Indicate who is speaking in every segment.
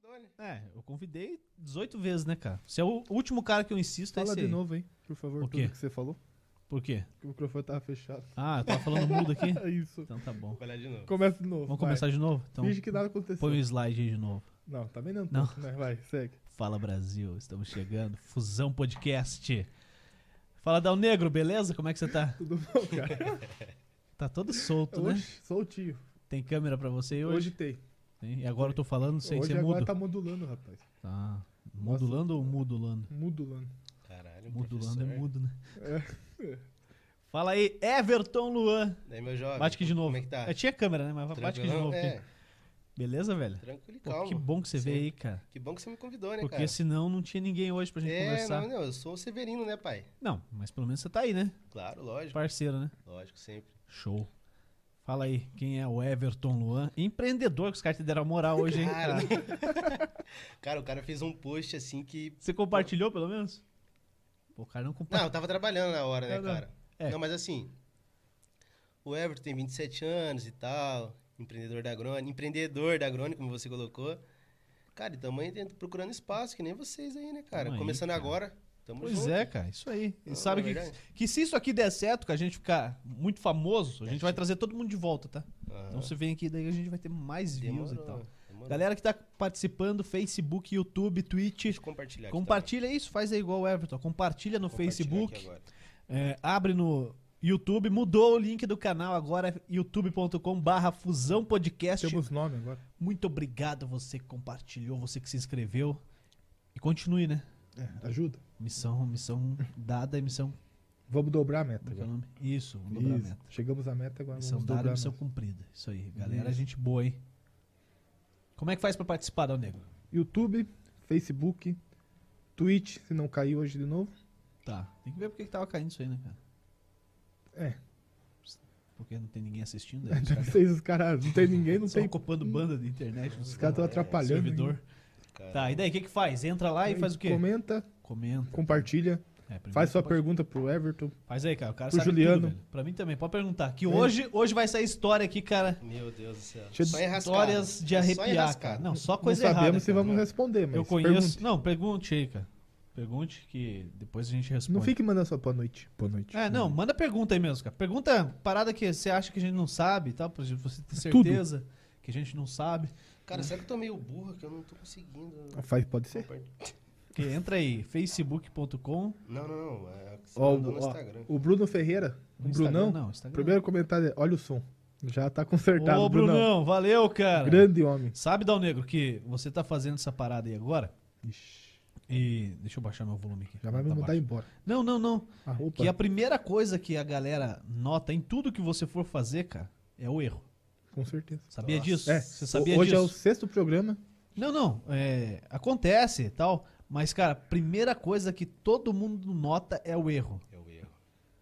Speaker 1: convidou, né?
Speaker 2: É, eu convidei 18 vezes, né, cara? Você é o último cara que eu insisto, é
Speaker 3: Fala
Speaker 2: esse
Speaker 3: de
Speaker 2: aí.
Speaker 3: novo aí, por favor,
Speaker 2: O quê?
Speaker 3: tudo que você falou.
Speaker 2: Por quê?
Speaker 3: Que o microfone tava fechado.
Speaker 2: Ah, eu tava falando mudo aqui?
Speaker 3: É isso.
Speaker 2: Então tá bom.
Speaker 1: Olhar de novo.
Speaker 3: Começa de novo.
Speaker 2: Vamos
Speaker 3: vai.
Speaker 2: começar de novo? Então,
Speaker 3: Finge que nada aconteceu.
Speaker 2: põe o slide aí de novo.
Speaker 3: Não, também não.
Speaker 2: Não.
Speaker 3: Mas vai, segue.
Speaker 2: Fala Brasil, estamos chegando. Fusão Podcast. Fala Dal Negro, beleza? Como é que você tá?
Speaker 3: Tudo bom, cara?
Speaker 2: Tá todo solto, né?
Speaker 3: Hoje, sou o tio.
Speaker 2: Tem câmera pra você hoje?
Speaker 3: Hoje tem.
Speaker 2: Tem? E agora eu tô falando sem
Speaker 3: Hoje
Speaker 2: ser
Speaker 3: agora
Speaker 2: mudo.
Speaker 3: tá modulando, rapaz.
Speaker 2: Tá. Modulando ou modulando?
Speaker 3: Modulando.
Speaker 1: Caralho,
Speaker 2: Modulando
Speaker 1: professor.
Speaker 2: é mudo, né?
Speaker 3: É.
Speaker 2: Fala aí, Everton Luan.
Speaker 1: Daí, meu jovem.
Speaker 2: Bate aqui de novo.
Speaker 1: Como é que tá?
Speaker 2: Eu tinha câmera, né? Mas bate aqui de
Speaker 1: Tranquilão?
Speaker 2: novo.
Speaker 1: É,
Speaker 2: aqui. Beleza, velho?
Speaker 1: tranquilo e
Speaker 2: Pô,
Speaker 1: calmo.
Speaker 2: que bom que você veio aí, cara.
Speaker 1: Que bom que você me convidou, né,
Speaker 2: Porque
Speaker 1: cara?
Speaker 2: senão não tinha ninguém hoje pra gente
Speaker 1: é,
Speaker 2: conversar.
Speaker 1: não,
Speaker 2: Não,
Speaker 1: não, eu sou o Severino, né, pai?
Speaker 2: mas pelo menos você tá aí, né?
Speaker 1: Claro, lógico.
Speaker 2: Parceiro, né?
Speaker 1: Lógico, sempre.
Speaker 2: Show. Fala aí, quem é o Everton Luan? Empreendedor, que os caras te deram moral hoje, hein?
Speaker 1: Cara, cara, o cara fez um post assim que.
Speaker 2: Você compartilhou, pelo menos? Pô, o cara não
Speaker 1: Não,
Speaker 2: compartilhou.
Speaker 1: eu tava trabalhando na hora, né,
Speaker 2: Não, não.
Speaker 1: cara?
Speaker 2: É.
Speaker 1: Não, mas assim. O Everton tem 27 anos e tal. Empreendedor da Grone. Empreendedor da Grone, como você colocou. Cara, e tamo aí dentro procurando espaço, que nem vocês aí, né, cara?
Speaker 2: Tamo aí,
Speaker 1: Começando
Speaker 2: cara.
Speaker 1: agora. Tamo
Speaker 2: Pois
Speaker 1: junto.
Speaker 2: é, cara, isso aí. E
Speaker 1: Não,
Speaker 2: sabe
Speaker 1: é verdade.
Speaker 2: que, que se isso aqui der certo, que a gente ficar muito famoso, a gente vai trazer todo mundo de volta, tá?
Speaker 1: Aham.
Speaker 2: Então você vem aqui, daí a gente vai ter mais views e tal.
Speaker 1: Ah. demorou.
Speaker 2: Galera que tá participando, Facebook, YouTube, Twitch,
Speaker 1: Deixa eu compartilhar aqui
Speaker 2: compartilha isso, faz aí igual o Everton, compartilha no
Speaker 1: também. Compartilhar
Speaker 2: Facebook,
Speaker 1: aqui agora.
Speaker 2: É, abre no YouTube, mudou o link do canal agora, é youtube.com barra Fusão Podcast.
Speaker 3: Temos nome agora.
Speaker 2: Muito obrigado você que compartilhou, você que se inscreveu. E continue, né?
Speaker 3: É, ajuda.
Speaker 2: Missão, missão dada e missão...
Speaker 3: Vamos dobrar a meta
Speaker 2: Como é que é o
Speaker 3: agora.
Speaker 2: nome? Isso, vamos dobrar a
Speaker 3: Isso.
Speaker 2: meta.
Speaker 3: Chegamos à meta agora.
Speaker 2: Missão
Speaker 3: Vamos
Speaker 2: dada e
Speaker 3: dobrar a
Speaker 2: missão
Speaker 1: né?
Speaker 3: meta.
Speaker 2: cumprida. Isso é
Speaker 1: Uhum.
Speaker 2: aí, galera, gente boa, hein? Como é que faz pra participar, Dal Negro?
Speaker 3: YouTube, Facebook, Twitch, se não cair hoje de novo.
Speaker 2: Tá, tem que ver porque que tava caindo isso aí, né, cara?
Speaker 3: É.
Speaker 2: Porque não tem ninguém assistindo. Aí, os caras
Speaker 3: Vocês, os caras, não tem ninguém, não
Speaker 2: estão
Speaker 3: tem. hum.
Speaker 2: ocupando banda de internet. né?
Speaker 3: Os caras estão atrapalhando.
Speaker 2: servidor.
Speaker 3: hein?
Speaker 1: Cara,
Speaker 2: Tá, e daí o que, que faz? Entra lá e faz o quê?
Speaker 3: Comenta,
Speaker 2: Comenta.
Speaker 3: compartilha,
Speaker 2: É, primeiro
Speaker 3: faz sua
Speaker 2: compartilha.
Speaker 3: pergunta pro Everton.
Speaker 2: Faz aí, cara. O cara
Speaker 3: Pro
Speaker 2: sabe
Speaker 3: Juliano.
Speaker 2: tudo,
Speaker 3: É.
Speaker 2: velho. Pra mim também, pode perguntar. Que
Speaker 3: Vem.
Speaker 2: hoje, hoje vai sair história aqui, cara.
Speaker 1: Meu Deus do céu.
Speaker 3: Deixa eu-
Speaker 1: Só enrascada.
Speaker 2: Tá. Histórias de
Speaker 1: É Só
Speaker 2: arrepiar,
Speaker 1: enrascada.
Speaker 2: cara. Não, só coisa
Speaker 3: não sabemos
Speaker 2: errada.
Speaker 3: se
Speaker 2: cara.
Speaker 3: vamos responder, mas
Speaker 2: Eu conheço...
Speaker 3: pergunte.
Speaker 2: Não, pergunte aí, cara. Pergunte que depois a gente responde.
Speaker 3: Não fique mandando só boa noite. Boa noite.
Speaker 2: É, não, manda pergunta aí mesmo, cara. Pergunta parada que você acha que a gente não sabe e tal, pra você ter
Speaker 3: É Tudo.
Speaker 2: certeza que a gente não sabe.
Speaker 1: Cara, será que eu tô meio burro que eu não tô conseguindo.
Speaker 3: Ah, Faz, pode ser.
Speaker 1: compartilhar?
Speaker 2: Que entra aí, facebook.com.
Speaker 1: Não, não, não. É o que você
Speaker 3: Ó,
Speaker 1: mandou no
Speaker 3: ó,
Speaker 1: Instagram.
Speaker 3: o Bruno Ferreira, o Brunão,
Speaker 2: Não, Instagram.
Speaker 3: primeiro comentário é: olha o som. Já tá consertado.
Speaker 2: Ô, Brunão,
Speaker 3: Brunão.
Speaker 2: valeu, cara.
Speaker 3: Grande homem.
Speaker 2: Sabe, Dal Negro, que você tá fazendo essa parada aí agora?
Speaker 3: Ixi,
Speaker 2: E deixa eu baixar meu volume aqui.
Speaker 3: já vai me
Speaker 2: Tá
Speaker 3: mandar
Speaker 2: baixo.
Speaker 3: embora. Ah,
Speaker 2: Não, não, não.
Speaker 3: A roupa.
Speaker 2: Que a primeira coisa que a galera nota em tudo que você for fazer, cara, é o erro.
Speaker 3: Com certeza.
Speaker 2: Sabia
Speaker 1: Nossa.
Speaker 2: disso?
Speaker 3: É,
Speaker 2: Você sabia
Speaker 3: hoje
Speaker 2: disso?
Speaker 3: é o sexto programa.
Speaker 2: Não, não. é, acontece e tal. Mas, cara, a primeira coisa que todo mundo nota é o erro.
Speaker 1: É o erro.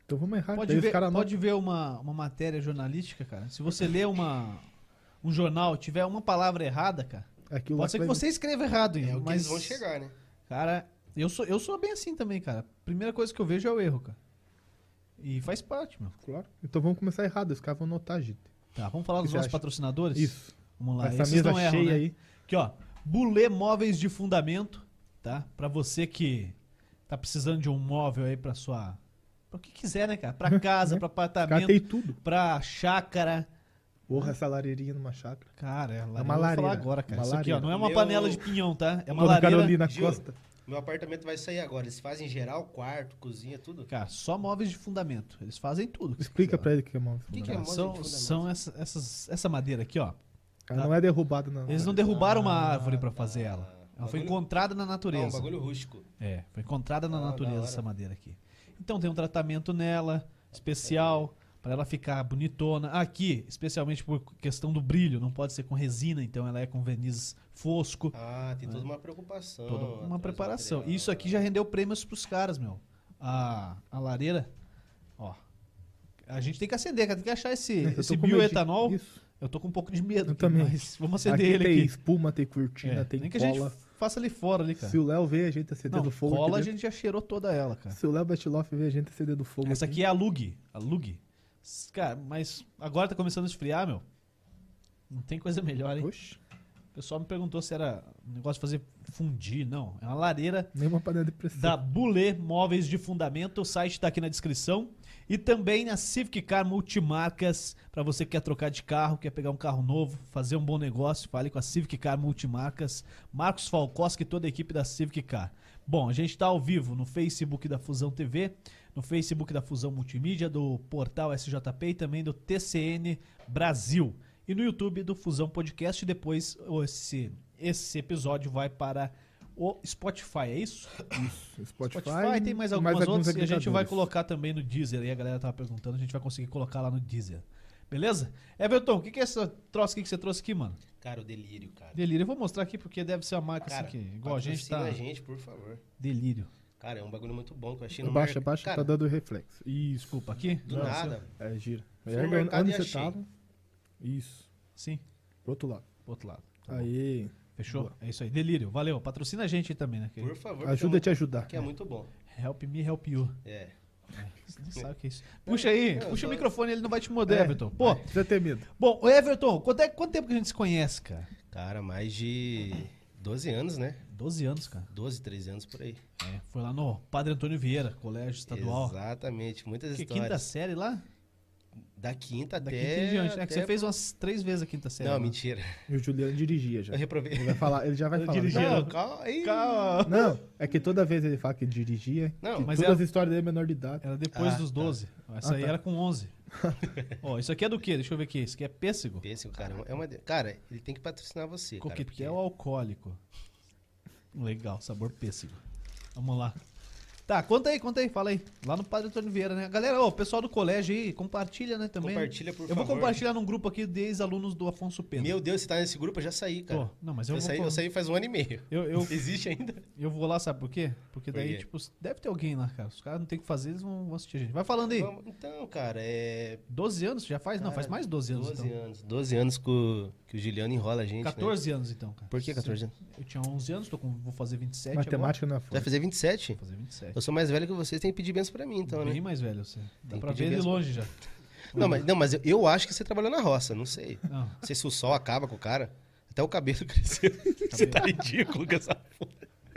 Speaker 3: Então vamos errar.
Speaker 2: Pode
Speaker 3: daí os
Speaker 2: ver,
Speaker 3: cara
Speaker 2: pode ver uma, uma matéria jornalística, cara. Se você ler uma, um jornal tiver uma palavra errada, cara,
Speaker 3: não- aquilo lá
Speaker 2: pode ser que
Speaker 3: vai-
Speaker 2: você escreva errado.
Speaker 1: É
Speaker 2: hein,
Speaker 1: o que
Speaker 2: mas,
Speaker 1: eles vão chegar, né?
Speaker 2: Cara, eu sou, eu sou bem assim também, cara. Primeira coisa que eu vejo é o erro, cara. E faz parte, meu.
Speaker 3: Claro. Então vamos começar errado. Os caras vão notar, gente.
Speaker 2: Tá, vamos falar
Speaker 3: O que
Speaker 2: dos
Speaker 3: você
Speaker 2: nossos
Speaker 3: acha?
Speaker 2: patrocinadores?
Speaker 3: Isso.
Speaker 2: Vamos lá.
Speaker 3: Essa
Speaker 2: Esses
Speaker 3: mesa
Speaker 2: não erram,
Speaker 3: cheia
Speaker 2: né?
Speaker 3: aí.
Speaker 2: Aqui, ó. Bulê Móveis de Fundamento, tá? Pra você que tá precisando de um móvel aí pra sua... Pra o que quiser, né, cara? Pra
Speaker 3: É.
Speaker 2: casa, pra
Speaker 3: Os caras têm
Speaker 2: apartamento,
Speaker 3: tudo.
Speaker 2: pra chácara...
Speaker 3: Porra, essa lareirinha numa chácara.
Speaker 2: Cara, é
Speaker 3: uma
Speaker 2: uma lareira.
Speaker 3: lareira.
Speaker 2: falar agora, cara.
Speaker 3: Uma
Speaker 2: Isso aqui, ó, não é uma
Speaker 1: lareira.
Speaker 2: panela de pinhão, tá? É uma
Speaker 3: Dona
Speaker 2: lareira.
Speaker 3: Carolina
Speaker 1: Gil.
Speaker 3: Costa.
Speaker 1: Meu apartamento vai sair agora. Eles fazem geral, quarto, cozinha, tudo.
Speaker 2: Cara, só móveis de fundamento. Eles fazem tudo.
Speaker 3: Explica pra ele o que é móvel.
Speaker 1: que que é
Speaker 2: Cara,
Speaker 1: móvel de
Speaker 2: são,
Speaker 1: fundamento?
Speaker 2: são essa, essas, essa madeira aqui, ó.
Speaker 3: Ela não é derrubada, não.
Speaker 2: Tá. Eles não derrubaram uma
Speaker 1: Ah,
Speaker 2: árvore pra
Speaker 1: tá.
Speaker 2: fazer ela. Ela foi
Speaker 1: Bagulho-
Speaker 2: encontrada na
Speaker 1: Ah, um
Speaker 2: natureza.
Speaker 1: bagulho rústico.
Speaker 2: É, foi encontrada na
Speaker 1: Ah, da
Speaker 2: natureza
Speaker 1: hora.
Speaker 2: essa madeira aqui. Então tem um tratamento nela, especial, pra ela ficar bonitona. Aqui, especialmente por questão do brilho, não pode ser com resina, então ela é com verniz fosco.
Speaker 1: Ah, tem toda uma preocupação.
Speaker 2: Toda
Speaker 1: atrás
Speaker 2: uma
Speaker 1: do
Speaker 2: preparação.
Speaker 1: Ah, material.
Speaker 2: Isso aqui já rendeu prêmios pros caras, meu. A, a lareira, ó. A gente tem que acender, cara. Tem que achar esse,
Speaker 3: Eu tô
Speaker 2: esse
Speaker 3: com medo de-
Speaker 2: bioetanol.
Speaker 3: Isso.
Speaker 2: Eu tô com um pouco de medo,
Speaker 3: Eu
Speaker 2: cara,
Speaker 3: também.
Speaker 2: mas vamos acender
Speaker 3: Aqui
Speaker 2: ele
Speaker 3: tem
Speaker 2: aqui.
Speaker 3: espuma, tem cortina,
Speaker 2: É,
Speaker 3: tem
Speaker 2: nem que a gente
Speaker 3: cola.
Speaker 2: faça ali fora, ali, cara.
Speaker 3: Se o Léo vê a gente acendendo
Speaker 2: Não,
Speaker 3: fogo.
Speaker 2: cola a
Speaker 3: aqui dentro-
Speaker 2: gente já cheirou toda ela, cara.
Speaker 3: Se o Léo Batiloff vê a gente acendendo fogo.
Speaker 2: Essa aqui é a Lug. A Lug. S- Cara, mas agora tá começando a esfriar, meu. Não tem coisa melhor, hein?
Speaker 3: Oxe.
Speaker 2: O pessoal me perguntou se era um negócio de fazer fundir. Não, é uma lareira
Speaker 3: Nem uma panela de pressão.
Speaker 2: da Bulê Móveis de Fundamento. O site está aqui na descrição. E também a Civic Car Multimarcas, para você que quer trocar de carro, quer pegar um carro novo, fazer um bom negócio, fale com a Civic Car Multimarcas, Marcos Falcoski e toda a equipe da Civic Car. Bom, a gente está ao vivo no Facebook da Fusão TV, no Facebook da Fusão Multimídia, do portal SJP e também do TCN Brasil. E no YouTube do Fusão Podcast. E depois esse, esse episódio vai para o Spotify, é isso?
Speaker 3: Isso, Spotify,
Speaker 2: Spotify, tem mais algumas
Speaker 3: alguns
Speaker 2: outras e a gente vai
Speaker 3: agregadores.
Speaker 2: colocar também no Deezer. Aí a galera tava perguntando, a gente vai conseguir colocar lá no Deezer. Beleza? Everton, o que, que é essa troça aqui que você trouxe aqui, mano?
Speaker 1: Cara, o delírio, cara.
Speaker 2: Delírio. Eu vou mostrar aqui porque deve ser a marca
Speaker 1: Cara,
Speaker 2: assim que. Igual a gente
Speaker 1: patrocina
Speaker 2: tá.
Speaker 1: a gente, por favor.
Speaker 2: Delírio.
Speaker 1: Cara, é um bagulho muito bom que eu achei no
Speaker 3: Abaixa,
Speaker 1: merc-
Speaker 3: abaixa,
Speaker 1: Cara,
Speaker 3: tá dando reflexo. Isso.
Speaker 2: Desculpa, aqui?
Speaker 1: do
Speaker 2: Não,
Speaker 1: nada.
Speaker 3: É, gira.
Speaker 1: Fui
Speaker 3: É,
Speaker 1: no mercado
Speaker 3: onde
Speaker 1: e
Speaker 3: você
Speaker 1: achei.
Speaker 3: tava? Isso.
Speaker 2: Sim,
Speaker 3: Pro outro lado.
Speaker 2: pro outro lado. Tá bom.
Speaker 3: Aí.
Speaker 2: Fechou? É isso aí. Delírio. Valeu. Patrocina a gente também, né? que-
Speaker 1: Por favor.
Speaker 3: Ajuda a te
Speaker 1: que é
Speaker 3: ajudar.
Speaker 1: muito- Que é muito bom.
Speaker 2: Help me, help you.
Speaker 1: É.
Speaker 2: Você não sabe o que é isso. Puxa aí,
Speaker 1: Não,
Speaker 2: puxa o
Speaker 1: tô-
Speaker 2: microfone, ele não vai te morder,
Speaker 3: É.
Speaker 2: Everton. Pô,
Speaker 3: Precisa ter medo.
Speaker 2: bom, ô Everton, quanto, é- quanto tempo que a gente se conhece, cara?
Speaker 1: Cara, mais de 12 anos, né?
Speaker 2: 12 anos, cara.
Speaker 1: 12, 13 anos por aí.
Speaker 2: É, foi lá no Padre Antônio Vieira, colégio estadual.
Speaker 1: Exatamente. Muitas
Speaker 2: Que quinta
Speaker 1: histórias.
Speaker 2: série lá?
Speaker 1: Da quinta
Speaker 2: Da
Speaker 1: até.
Speaker 2: quinta em diante. É que
Speaker 1: até-
Speaker 2: você fez umas três vezes a quinta série.
Speaker 1: Não,
Speaker 2: né?
Speaker 1: mentira.
Speaker 3: E o Juliano dirigia já.
Speaker 1: Eu reprovei.
Speaker 3: Ele vai falar, ele já vai
Speaker 2: Eu
Speaker 3: falar. né?
Speaker 2: dirigia.
Speaker 1: Não, calma aí.
Speaker 2: Calma.
Speaker 3: Não, é que toda vez ele fala que dirigia.
Speaker 1: Não,
Speaker 3: que
Speaker 2: mas
Speaker 3: todas
Speaker 2: é-
Speaker 3: as histórias dele é menor de idade.
Speaker 2: Era depois
Speaker 1: Ah,
Speaker 2: dos 12. Essa
Speaker 3: Ah,
Speaker 2: aí
Speaker 3: tá.
Speaker 2: era com 11. Ó, isso aqui é do quê? Deixa eu ver aqui. Isso aqui é pêssego?
Speaker 1: Pêssego, cara. É uma... de- Cara, ele tem que patrocinar você. cara,
Speaker 2: Coquetel é
Speaker 1: porque-
Speaker 2: alcoólico. Legal, sabor pêssego. Vamos lá. Tá, conta aí, conta aí, fala aí. Lá no Padre Antônio Vieira, né? Galera, ó, o pessoal do colégio aí, compartilha, né, também.
Speaker 1: Compartilha, por
Speaker 2: eu
Speaker 1: favor.
Speaker 2: vou compartilhar num grupo aqui de ex-alunos do Afonso Pena.
Speaker 1: Meu Deus, você tá nesse grupo? Eu já saí, cara.
Speaker 2: Pô, não, mas eu,
Speaker 1: eu,
Speaker 2: vou...
Speaker 1: saí,
Speaker 2: pôr-
Speaker 1: eu saí faz um ano e meio.
Speaker 2: eu, eu
Speaker 1: Existe ainda?
Speaker 2: Eu vou lá, sabe por quê? Porque
Speaker 1: Por
Speaker 2: daí,
Speaker 1: quê?
Speaker 2: tipo, deve ter alguém lá, cara. Os caras não tem o que fazer, eles vão vão assistir a gente. Vai falando aí.
Speaker 1: Vamos- Então, cara, é.
Speaker 2: 12 anos já faz? não,
Speaker 1: Cara,
Speaker 2: faz mais de 12 anos,
Speaker 1: 12
Speaker 2: então.
Speaker 1: anos. 12 anos que o, que o Juliano enrola a gente. né?
Speaker 2: 14 anos, então, cara.
Speaker 1: Por que 14 anos?
Speaker 2: Eu tinha 11 anos, tô com, vou fazer 27 agora.
Speaker 3: Matemática não é
Speaker 1: Você vai
Speaker 3: forte.
Speaker 1: fazer 27?
Speaker 2: Vou fazer 27.
Speaker 1: Eu sou mais velho que vocês, tem que pedir bênção pra mim, então,
Speaker 2: Bem
Speaker 1: né?
Speaker 2: mais velho você. Dá
Speaker 1: que
Speaker 2: pra
Speaker 1: pedir
Speaker 2: ver ele
Speaker 1: mesmo.
Speaker 2: longe já.
Speaker 1: Não, mas, não, mas eu, eu acho que você trabalhou na roça, não sei.
Speaker 2: Não,
Speaker 1: Não sei se o sol acaba com o cara. Até o cabelo cresceu. Você tá ridículo com essa porra.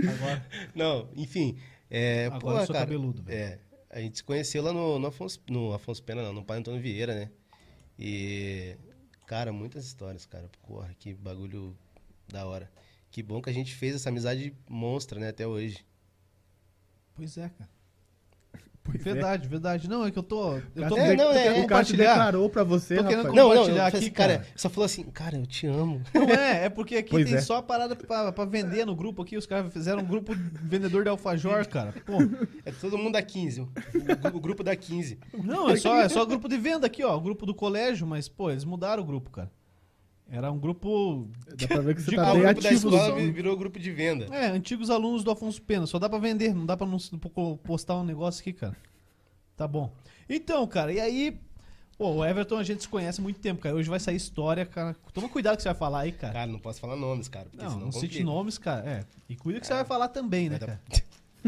Speaker 2: agora,
Speaker 1: Não, enfim. É,
Speaker 2: agora
Speaker 1: porra,
Speaker 2: eu sou
Speaker 1: cara,
Speaker 2: cabeludo, velho.
Speaker 1: É, a gente se conheceu lá no, no Afonso, no Afonso Pena, não, no Pai Antônio Vieira, né? E, cara, muitas histórias, cara. Porra, que bagulho da hora. Que bom que a gente fez essa amizade monstra, né, até hoje.
Speaker 2: Pois é, cara.
Speaker 3: Pois é.
Speaker 2: verdade, verdade. Não, é que eu tô... Eu tô
Speaker 1: É, não, é,
Speaker 2: querendo
Speaker 1: é.
Speaker 3: o cara te
Speaker 2: compartilhar.
Speaker 3: declarou pra você,
Speaker 2: Tô querendo
Speaker 3: rapaz.
Speaker 2: com-
Speaker 1: Não, não,
Speaker 2: compartilhar
Speaker 1: aqui,
Speaker 2: aqui,
Speaker 1: cara,
Speaker 2: cara.
Speaker 1: só falou assim, cara, eu te amo.
Speaker 2: Não é, é porque aqui
Speaker 3: Pois
Speaker 2: tem
Speaker 3: é.
Speaker 2: só parada pra, pra vender no grupo aqui. Os caras fizeram um grupo vendedor de alfajor, cara. Pô,
Speaker 1: É todo mundo da 15, o, gru- o grupo da 15.
Speaker 2: Não, é só, é só grupo de venda aqui, ó. O grupo do colégio, mas, pô, eles mudaram o grupo, cara. Era um grupo.
Speaker 3: Dá pra ver que você
Speaker 2: De-
Speaker 3: tá
Speaker 1: Ah, o
Speaker 3: bem
Speaker 1: grupo da
Speaker 3: ativo.
Speaker 1: escola
Speaker 3: no-
Speaker 1: vi- virou grupo de venda.
Speaker 2: É, antigos alunos do Afonso Pena. Só dá pra vender, não dá pra não, não po- postar um negócio aqui, cara. Tá bom. Então, cara, e aí. Pô, o Everton a gente se conhece há muito tempo, cara. Hoje vai sair história, cara. Toma cuidado que você vai falar aí, cara.
Speaker 1: Cara, não posso falar nomes, cara, porque
Speaker 2: Não,
Speaker 1: senão
Speaker 2: não cite
Speaker 1: complica.
Speaker 2: nomes, cara. É. E cuida que você vai falar também, né,
Speaker 1: Vai dar-
Speaker 2: cara?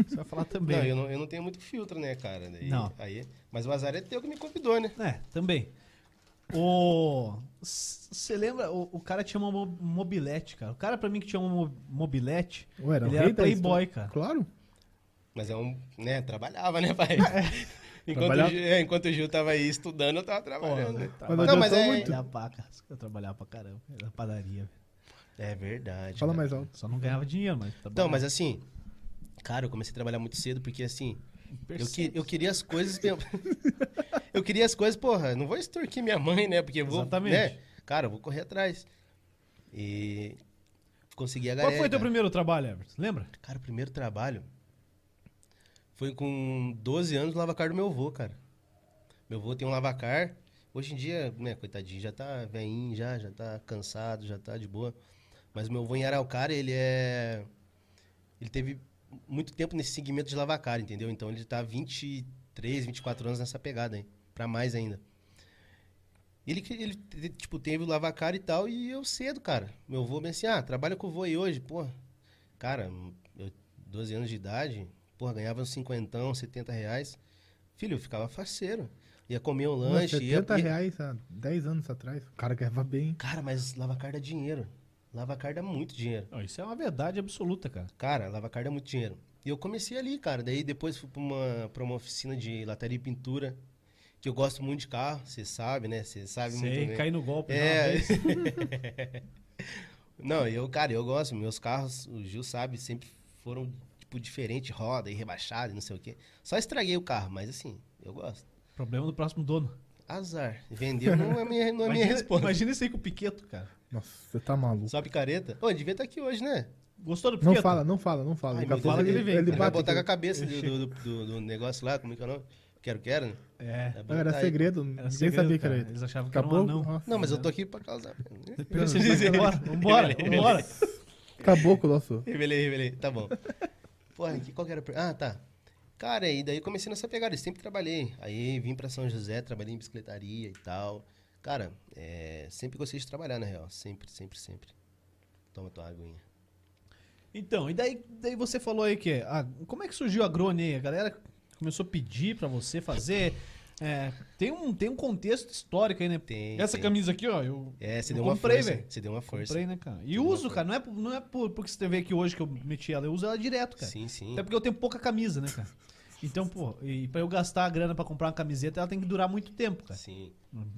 Speaker 2: Você vai falar também.
Speaker 1: Não, eu não, eu não tenho muito filtro, né, cara? Daí-
Speaker 2: Não.
Speaker 1: Aí, mas o azar é teu que me convidou, né?
Speaker 2: É, também. O. Você lembra? O, o cara tinha uma mo- mobilete, cara. O cara, pra mim, que tinha uma mo- mobilete,
Speaker 3: Ué, era o
Speaker 2: ele
Speaker 3: rei
Speaker 2: era
Speaker 3: da
Speaker 2: playboy,
Speaker 3: história.
Speaker 2: cara.
Speaker 3: Claro.
Speaker 1: Mas é um. né? Trabalhava, né, pai? enquanto, o
Speaker 3: Trabalhava.
Speaker 1: Gil, é, enquanto o Gil tava aí estudando, eu tava trabalhando. né?
Speaker 2: tá
Speaker 3: Mas não
Speaker 1: Não, mas
Speaker 3: adiantou
Speaker 1: é.
Speaker 3: muito.
Speaker 2: Era pá, cara. Eu trabalhava pra caramba. Era padaria. velho.
Speaker 1: É verdade.
Speaker 3: Fala
Speaker 1: cara.
Speaker 3: mais alto.
Speaker 2: Só não ganhava dinheiro, mas.
Speaker 1: Então, mas assim. Cara, eu comecei a trabalhar muito cedo porque assim. Eu, que- eu queria as coisas. mesmo. eu queria as coisas, porra. Não vou extorquir minha mãe, né? Porque eu vou.
Speaker 2: Exatamente.
Speaker 1: Né? Cara, eu vou correr atrás. E. Consegui a
Speaker 2: Qual
Speaker 1: galera.
Speaker 2: foi teu
Speaker 1: cara.
Speaker 2: primeiro trabalho, Everton? Lembra?
Speaker 1: Cara, o primeiro trabalho foi com 12 anos no lavacar do meu avô, cara. Meu avô tem um lavacar. Hoje em dia, né, coitadinho, já tá veinho, já, já tá cansado, já tá de boa. Mas meu avô em Araucária, ele é. Ele teve muito tempo nesse segmento de lavacar, entendeu? Então ele tá 23, 24 anos nessa pegada aí, pra mais ainda. Ele, que- ele te- tipo, teve o lavacar e tal, e eu cedo, cara. Meu avô me assim, ah, trabalha com o vô aí hoje, pô. Cara, eu, 12 anos de idade, porra, ganhava uns 50, 70 reais. Filho, eu ficava faceiro. Ia comer um
Speaker 3: Umas
Speaker 1: lanche, ia,
Speaker 3: 70
Speaker 1: ia,
Speaker 3: reais há 10 anos atrás. O cara ganhava bem.
Speaker 1: Cara, mas lavacar dá dinheiro. Lavacar dá muito dinheiro.
Speaker 2: Não, isso é uma verdade absoluta, cara.
Speaker 1: Cara, lavacar dá muito dinheiro. E eu comecei ali, cara. Daí depois fui pra uma, pra uma oficina de lataria e pintura, que eu gosto muito de carro, você sabe, né? Você sabe muito
Speaker 2: Sei,
Speaker 1: bem.
Speaker 2: cair no golpe.
Speaker 1: É.
Speaker 2: não, uma vez.
Speaker 1: Não, eu, cara, eu gosto. Meus carros, o Gil sabe, sempre foram, tipo, diferente, roda e rebaixada e não sei o quê. Só estraguei o carro, mas assim, eu gosto.
Speaker 2: Problema do próximo dono.
Speaker 1: Azar. Vendeu não é minha, não é minha resposta.
Speaker 2: imagina isso aí com o Piqueto, cara.
Speaker 3: Nossa, você tá maluco.
Speaker 1: Só picareta? Ô, devia estar aqui hoje, né?
Speaker 2: Gostou do
Speaker 3: Não
Speaker 2: Piqueto?
Speaker 3: fala, não fala, não fala.
Speaker 1: Ai,
Speaker 3: Daqui a
Speaker 1: meu
Speaker 3: pouco
Speaker 1: Deus,
Speaker 3: ele,
Speaker 1: ele
Speaker 2: vem,
Speaker 3: ele
Speaker 1: Ele vai
Speaker 3: bate.
Speaker 1: botar com a
Speaker 3: aqui.
Speaker 1: cabeça do, do, do- do negócio lá, como é que é o nome? Quero, quero, né?
Speaker 2: É.
Speaker 1: Vai
Speaker 3: Não, Era
Speaker 1: botar aí.
Speaker 3: segredo,
Speaker 2: Era
Speaker 3: ninguém
Speaker 2: segredo,
Speaker 3: sabia que
Speaker 2: cara.
Speaker 3: era ele.
Speaker 2: Eles achavam que
Speaker 3: Acabou?
Speaker 2: era um anão.
Speaker 3: Nossa,
Speaker 1: Não, mas eu tô aqui pra causar.
Speaker 2: Bora, vambora, vambora.
Speaker 3: Acabou com o nosso.
Speaker 1: Revelei, revelei. Tá bom. Porra, que, qual que era a per- Ah, tá. Cara, e daí comecei nessa pegada. Eu sempre trabalhei. Aí vim pra São José, trabalhei em bicicletaria e tal. Cara, é, sempre gostei de trabalhar, na real. Sempre, sempre, sempre. Toma tua aguinha.
Speaker 2: Então, e daí, daí você falou aí que. ah, como é que surgiu a Grone aí? A galera começou a pedir pra você fazer. É, tem, um, tem um contexto histórico aí, né?
Speaker 1: Tem,
Speaker 2: Essa
Speaker 1: tem.
Speaker 2: camisa aqui, ó, eu
Speaker 1: É, você
Speaker 2: Eu
Speaker 1: deu uma
Speaker 2: comprei,
Speaker 1: força.
Speaker 2: velho.
Speaker 1: Você deu uma força.
Speaker 2: comprei, né, cara? E
Speaker 1: Tem uma
Speaker 2: uso, cara, não é, por- não é por, porque você vê aqui hoje que eu meti ela, eu uso ela direto, cara.
Speaker 1: Sim, sim.
Speaker 2: Até porque eu tenho pouca camisa, né, cara? Então, pô, e pra eu gastar a grana pra comprar uma camiseta, ela tem que durar muito tempo, cara.
Speaker 1: Sim.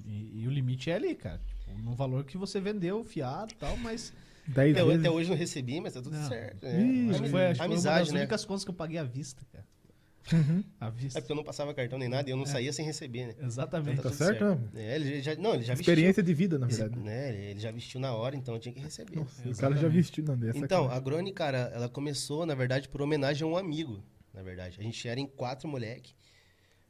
Speaker 2: E, e o limite é ali, cara. Tipo, no valor que você vendeu, fiado e tal, mas.
Speaker 3: 10
Speaker 1: Até, ho-
Speaker 3: vezes.
Speaker 1: até hoje não recebi, mas tá tudo
Speaker 2: Não.
Speaker 1: certo. É,
Speaker 3: Ih,
Speaker 2: Acho que
Speaker 1: ami-
Speaker 2: foi, acho que foi uma
Speaker 1: amizade,
Speaker 2: das
Speaker 1: né?
Speaker 2: únicas contas que eu paguei à vista, cara. À
Speaker 1: É
Speaker 2: vista.
Speaker 1: porque eu não passava cartão nem nada e eu
Speaker 2: É.
Speaker 1: não saía sem receber, né?
Speaker 2: Exatamente.
Speaker 3: Tá
Speaker 1: tudo
Speaker 3: certo,
Speaker 2: né?
Speaker 1: É, ele já, não, ele já vestiu.
Speaker 3: Experiência de vida, na
Speaker 1: Esse-
Speaker 3: É verdade.
Speaker 1: né, ele- ele já vestiu na hora, então eu tinha que receber.
Speaker 3: Nossa, o cara já vestiu, não, dessa
Speaker 1: Então, a Grone, cara, ela começou, na verdade, por homenagem a um amigo, na verdade. A gente era em quatro moleque,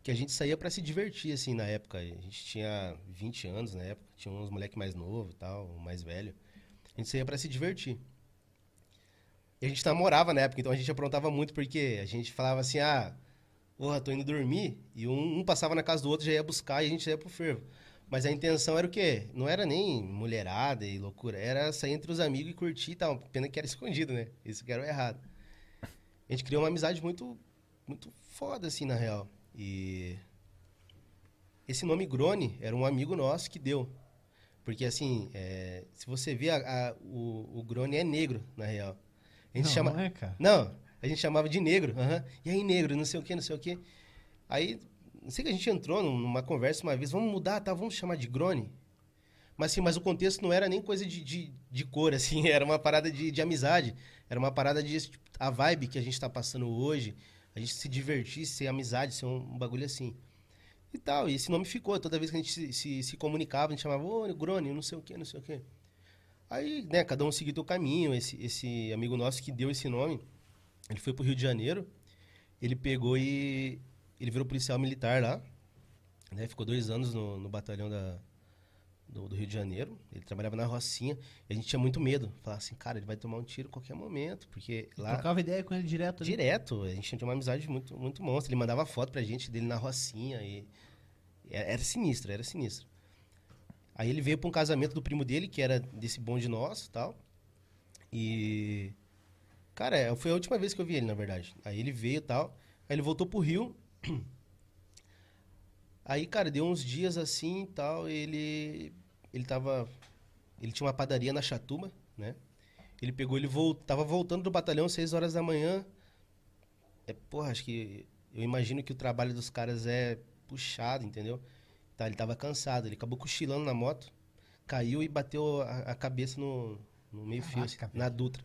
Speaker 1: que a gente saía pra se divertir, assim, na época. A gente tinha 20 anos na época, tinha uns moleque mais novo e tal, um mais velho. A gente saía pra se divertir. E a gente namorava na época, então a gente aprontava muito, porque a gente falava assim, ah, porra, tô indo dormir, e um, um passava na casa do outro, já ia buscar, e a gente já ia pro fervo. Mas a intenção era o quê? Não era nem mulherada e loucura, era sair entre os amigos e curtir e tal. Pena que era escondido, né? Isso que era o errado. A gente criou uma amizade muito, muito foda, assim, na real. E esse nome Grone era um amigo nosso que deu. Porque, assim, é, se você ver, a- a- o, o Grone é negro, na real. A gente
Speaker 2: não,
Speaker 1: chama...
Speaker 2: não é, cara.
Speaker 1: Não, a gente chamava de negro. aham. E aí, negro, não sei o que, não sei o que. Aí, não sei que a gente entrou num- numa conversa uma vez, vamos mudar, tá? Vamos chamar de Grone. Mas sim, mas o contexto não era nem coisa de, de, de cor, assim, era uma parada de, de amizade. Era uma parada de tipo, a vibe que a gente tá passando hoje, a gente se divertir, ser amizade, ser um, um bagulho assim. E tal, e esse nome ficou. Toda vez que a gente se, se, se comunicava, a gente chamava, ô, Grone, não sei o que, não sei o que. Aí, né, cada um seguiu o caminho. Esse, esse amigo nosso que deu esse nome, ele foi pro Rio de Janeiro, ele pegou e. Ele virou policial militar lá, né? Ficou dois anos no, no batalhão da, do, do Rio de Janeiro. Ele trabalhava na Rocinha. E a gente tinha muito medo. Falava assim, cara, ele vai tomar um tiro a qualquer momento, porque lá.
Speaker 2: Trocava ideia com ele direto. né? ali.
Speaker 1: Direto, a gente tinha uma amizade muito, muito monstra. Ele mandava foto pra gente dele na rocinha e. Era, era sinistro, era sinistro. Aí ele veio pra um casamento do primo dele, que era desse bonde nosso e tal. E. Cara, é, foi a última vez que eu vi ele, na verdade. Aí ele veio e tal. Aí ele voltou pro Rio. Aí, cara, deu uns dias assim e tal. Ele. Ele tava. Ele tinha uma padaria na Chatuba, né? Ele pegou, ele vol... tava voltando do batalhão 6 horas da manhã. É, porra, acho que. Eu imagino que o trabalho dos caras é puxado, entendeu? Tá, ele tava cansado, ele acabou cochilando na moto, caiu e bateu a, a cabeça no, no meio-fio, assim, na Dutra.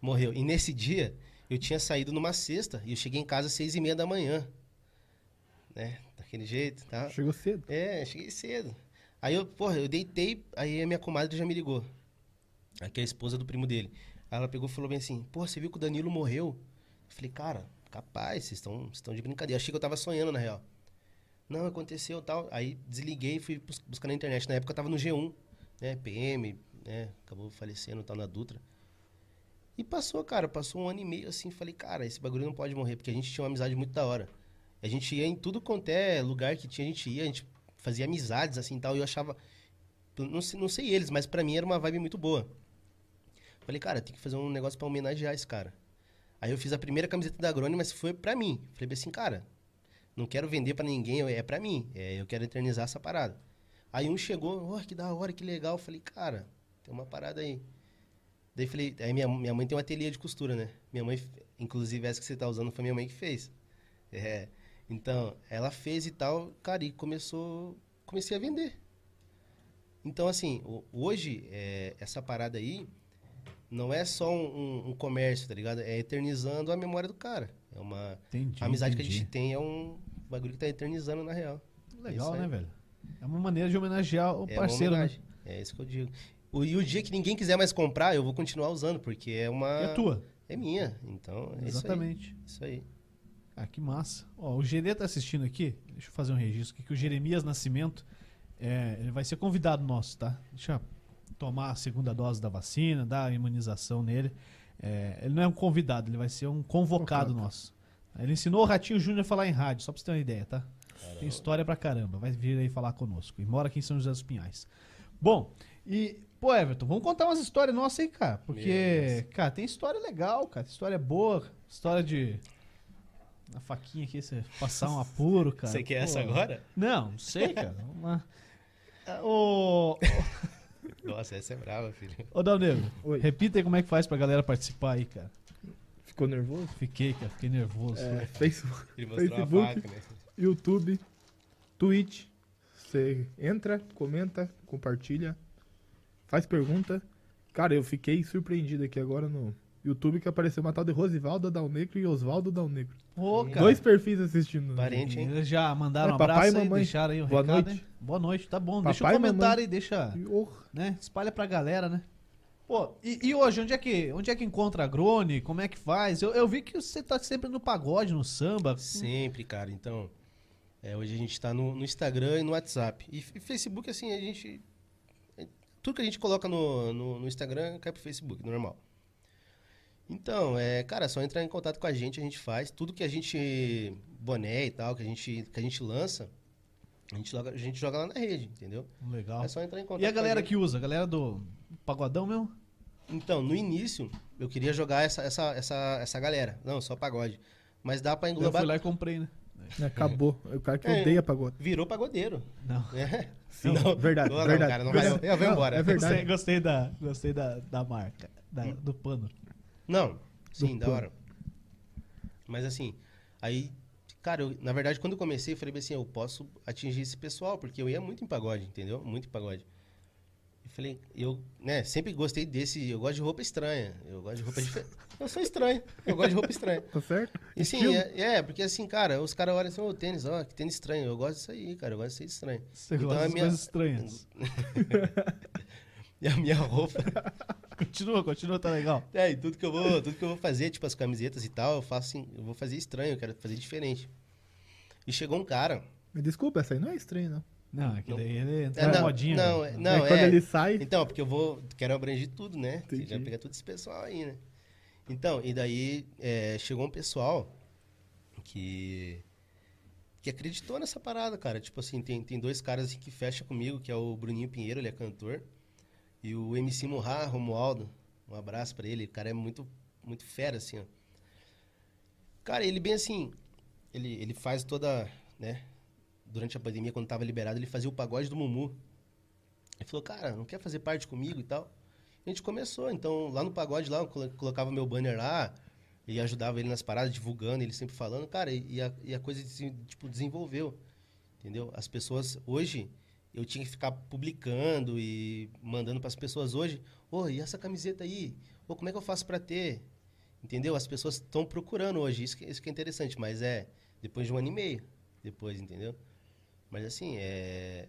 Speaker 1: Morreu. E nesse dia, eu tinha saído numa sexta e eu cheguei em casa às seis e meia da manhã. Né? Daquele jeito, tá?
Speaker 3: Chegou cedo.
Speaker 1: É, cheguei cedo. Aí eu, porra, eu deitei, aí a minha comadre já me ligou. Aqui é a esposa do primo dele. Aí ela pegou e falou bem assim, porra, você viu que o Danilo morreu? Eu falei, cara, capaz, vocês estão vocês estão de brincadeira. Eu achei que eu tava sonhando, na real. Não, aconteceu tal. Aí desliguei e fui bus- buscar na internet. Na época eu tava no G1, né? PM, né? Acabou falecendo tal na Dutra. E passou, cara, passou um ano e meio assim, falei, cara, esse bagulho não pode morrer, porque a gente tinha uma amizade muito da hora. A gente ia em tudo quanto é lugar que tinha, a gente ia, a gente fazia amizades assim e tal, e eu achava. Não sei, não sei eles, mas pra mim era uma vibe muito boa. Falei, cara, tem que fazer um negócio pra homenagear esse cara. Aí eu fiz a primeira camiseta da Grone, mas foi pra mim. Falei assim, cara, não quero vender pra ninguém, é pra mim. É, eu quero eternizar essa parada. Aí um chegou, oh, que da hora, que legal. Falei, cara, tem uma parada aí. Daí falei, aí minha, minha mãe tem um ateliê de costura, né? Minha mãe, inclusive essa que você tá usando foi minha mãe que fez. É, então, ela fez e tal, cara, e começou, comecei a vender. Então, assim, ho- hoje, é, essa parada aí não é só um, um- um comércio, tá ligado? É eternizando a memória do cara. É uma
Speaker 2: Entendi.
Speaker 1: a amizade que a
Speaker 2: entendi.
Speaker 1: gente tem, é um bagulho que tá eternizando na real. É
Speaker 2: Legal,
Speaker 1: Isso aí.
Speaker 2: né, velho? É uma maneira de homenagear o
Speaker 1: É uma
Speaker 2: parceiro, né?
Speaker 1: homenagem. É isso que eu digo. O- e o dia que ninguém quiser mais comprar, eu vou continuar usando, porque é uma.
Speaker 2: E a tua.
Speaker 1: É minha. Então, é
Speaker 2: Exatamente.
Speaker 1: isso aí. Isso aí.
Speaker 2: Ah, que massa. Ó, o Gerê tá assistindo aqui. Deixa eu fazer um registro aqui, que o Jeremias Nascimento é, ele vai ser convidado nosso, tá? Deixa eu tomar a segunda dose da vacina, dar a imunização nele. É, ele não é um convidado, ele vai ser um convocado
Speaker 3: Convocado.
Speaker 2: nosso. Ele ensinou o Ratinho Júnior a falar em rádio, só pra você ter uma ideia, tá? Tem história pra caramba. Vai vir aí falar conosco. E mora aqui em São José dos Pinhais. Bom, e, pô, Everton, vamos contar umas histórias nossas aí, cara.
Speaker 1: Meu
Speaker 2: Porque, cara, tem história legal, cara. História boa, história de. Na faquinha aqui, você passar um apuro, cara.
Speaker 1: Você quer
Speaker 2: Pô.
Speaker 1: essa agora?
Speaker 2: Não, não sei, cara. Uma... Ah, Ô,
Speaker 1: Nossa, essa é brava, filho.
Speaker 2: ô Dal Negro,
Speaker 3: Oi.
Speaker 2: repita aí como é que faz pra galera participar aí, cara.
Speaker 3: Ficou nervoso?
Speaker 2: Fiquei, cara, fiquei nervoso.
Speaker 3: É, Facebook,
Speaker 1: Ele mostrou uma
Speaker 3: Facebook.
Speaker 1: faca, né?
Speaker 3: YouTube, Twitch. Você entra, comenta, compartilha, faz pergunta. Cara, eu fiquei surpreendido aqui agora no YouTube que apareceu uma tal de Rosivalda Dal Negro e Osvaldo Dal Negro.
Speaker 2: Ô, cara.
Speaker 3: Dois perfis assistindo.
Speaker 1: Parente, hein?
Speaker 2: Eles já mandaram
Speaker 3: É,
Speaker 2: um
Speaker 3: papai e
Speaker 2: abraço aí,
Speaker 3: mamãe.
Speaker 2: deixaram aí o
Speaker 3: Boa
Speaker 2: recado.
Speaker 3: noite.
Speaker 2: hein? Boa noite, tá bom. deixa o
Speaker 3: Papai e
Speaker 2: comentário
Speaker 3: mamãe.
Speaker 2: aí, deixa,
Speaker 3: E, oh,
Speaker 2: né? Espalha pra galera, né? Pô, e, e hoje, onde é, que, onde é que encontra a Grone? Como é que faz? Eu, eu vi que você tá sempre no pagode, no samba.
Speaker 1: Sempre, cara. Então, é, hoje a gente tá no, no Instagram e no WhatsApp. E, f- Facebook, assim, a gente. é, Tudo que a gente coloca no, no, no Instagram cai pro Facebook, normal. Então, é, cara, é só entrar em contato com a gente, a gente faz. Tudo que a gente. boné e tal, que a gente, que a gente lança, a gente, joga, a gente joga lá na rede, entendeu?
Speaker 2: Legal.
Speaker 1: É só entrar em contato
Speaker 2: E a galera
Speaker 1: com
Speaker 2: que usa? A galera do pagodão mesmo?
Speaker 1: Então, no início, eu queria jogar essa, essa, essa, essa galera. Não, só pagode. Mas dá pra
Speaker 2: Eu
Speaker 1: englobar.
Speaker 2: fui lá e comprei, né?
Speaker 3: acabou. O cara que
Speaker 1: É.
Speaker 3: odeia pagode.
Speaker 1: Virou pagodeiro.
Speaker 2: Não.
Speaker 1: né?
Speaker 3: Sim, verdade,
Speaker 1: não,
Speaker 3: verdade.
Speaker 1: cara, não
Speaker 3: verdade.
Speaker 1: vai. Eu vou
Speaker 3: Não,
Speaker 1: embora.
Speaker 3: É
Speaker 2: Gostei,
Speaker 3: verdade.
Speaker 2: gostei da, gostei da, da marca, da- do pano.
Speaker 1: Não, sim,
Speaker 3: Do
Speaker 1: da
Speaker 3: pano.
Speaker 1: hora. Mas assim, aí, cara, eu- na verdade, quando eu comecei, eu falei bem assim, eu posso atingir esse pessoal, porque eu ia muito em pagode, entendeu? Muito em pagode. Eu falei, eu, né, sempre gostei desse, eu gosto de roupa estranha, eu gosto de roupa diferente. Eu sou estranho, eu gosto de roupa estranha.
Speaker 3: Tá certo?
Speaker 1: E sim,
Speaker 3: Estilo.
Speaker 1: é, é, porque assim, cara, os caras olham assim, ô, tênis, ó, que tênis estranho. Eu gosto disso aí, cara, eu gosto de ser estranho.
Speaker 2: Você
Speaker 1: Então
Speaker 2: gosta
Speaker 1: a
Speaker 2: das
Speaker 1: minha-
Speaker 2: coisas estranhas.
Speaker 1: E a minha roupa,
Speaker 2: Continua, continua, tá legal.
Speaker 1: é, e tudo que eu vou, tudo que eu vou fazer, tipo as camisetas e tal, eu faço assim, eu vou fazer estranho, eu quero fazer diferente. E chegou um cara.
Speaker 3: Me desculpa, essa aí não é estranha, não.
Speaker 2: Não, é que
Speaker 1: Não.
Speaker 2: daí ele entra
Speaker 1: É,
Speaker 2: na
Speaker 1: não,
Speaker 2: modinha. né?
Speaker 1: não,
Speaker 2: velho.
Speaker 1: é- não,
Speaker 3: é quando
Speaker 1: é.
Speaker 3: ele sai.
Speaker 1: Então, porque eu vou, quero abranger tudo, né? Você Já
Speaker 3: Entendi.
Speaker 1: pegar todo esse pessoal aí, né? Então, e daí é, chegou um pessoal que que acreditou nessa parada, cara. Tipo assim, tem, tem dois caras assim que fecha comigo, que é o Bruninho Pinheiro, ele é cantor, e o MC Murra, Romualdo. Um abraço pra ele, o cara é muito muito fera assim, ó. Cara, ele bem assim, ele ele faz toda, né, durante a pandemia quando tava liberado, ele fazia o pagode do Mumu. Ele falou, cara, não quer fazer parte comigo e tal? A gente começou, então lá no pagode lá, eu colo- colocava meu banner lá e ajudava ele nas paradas, divulgando, ele sempre falando, cara, e e a, e a coisa desen- tipo, desenvolveu, entendeu? As pessoas, hoje, eu tinha que ficar publicando e mandando para as pessoas hoje, ô, e essa camiseta aí? Ô, como é que eu faço para ter? Entendeu? As pessoas estão procurando hoje, isso que, isso que é interessante, mas é depois de um ano e meio, depois, entendeu? Mas assim, é...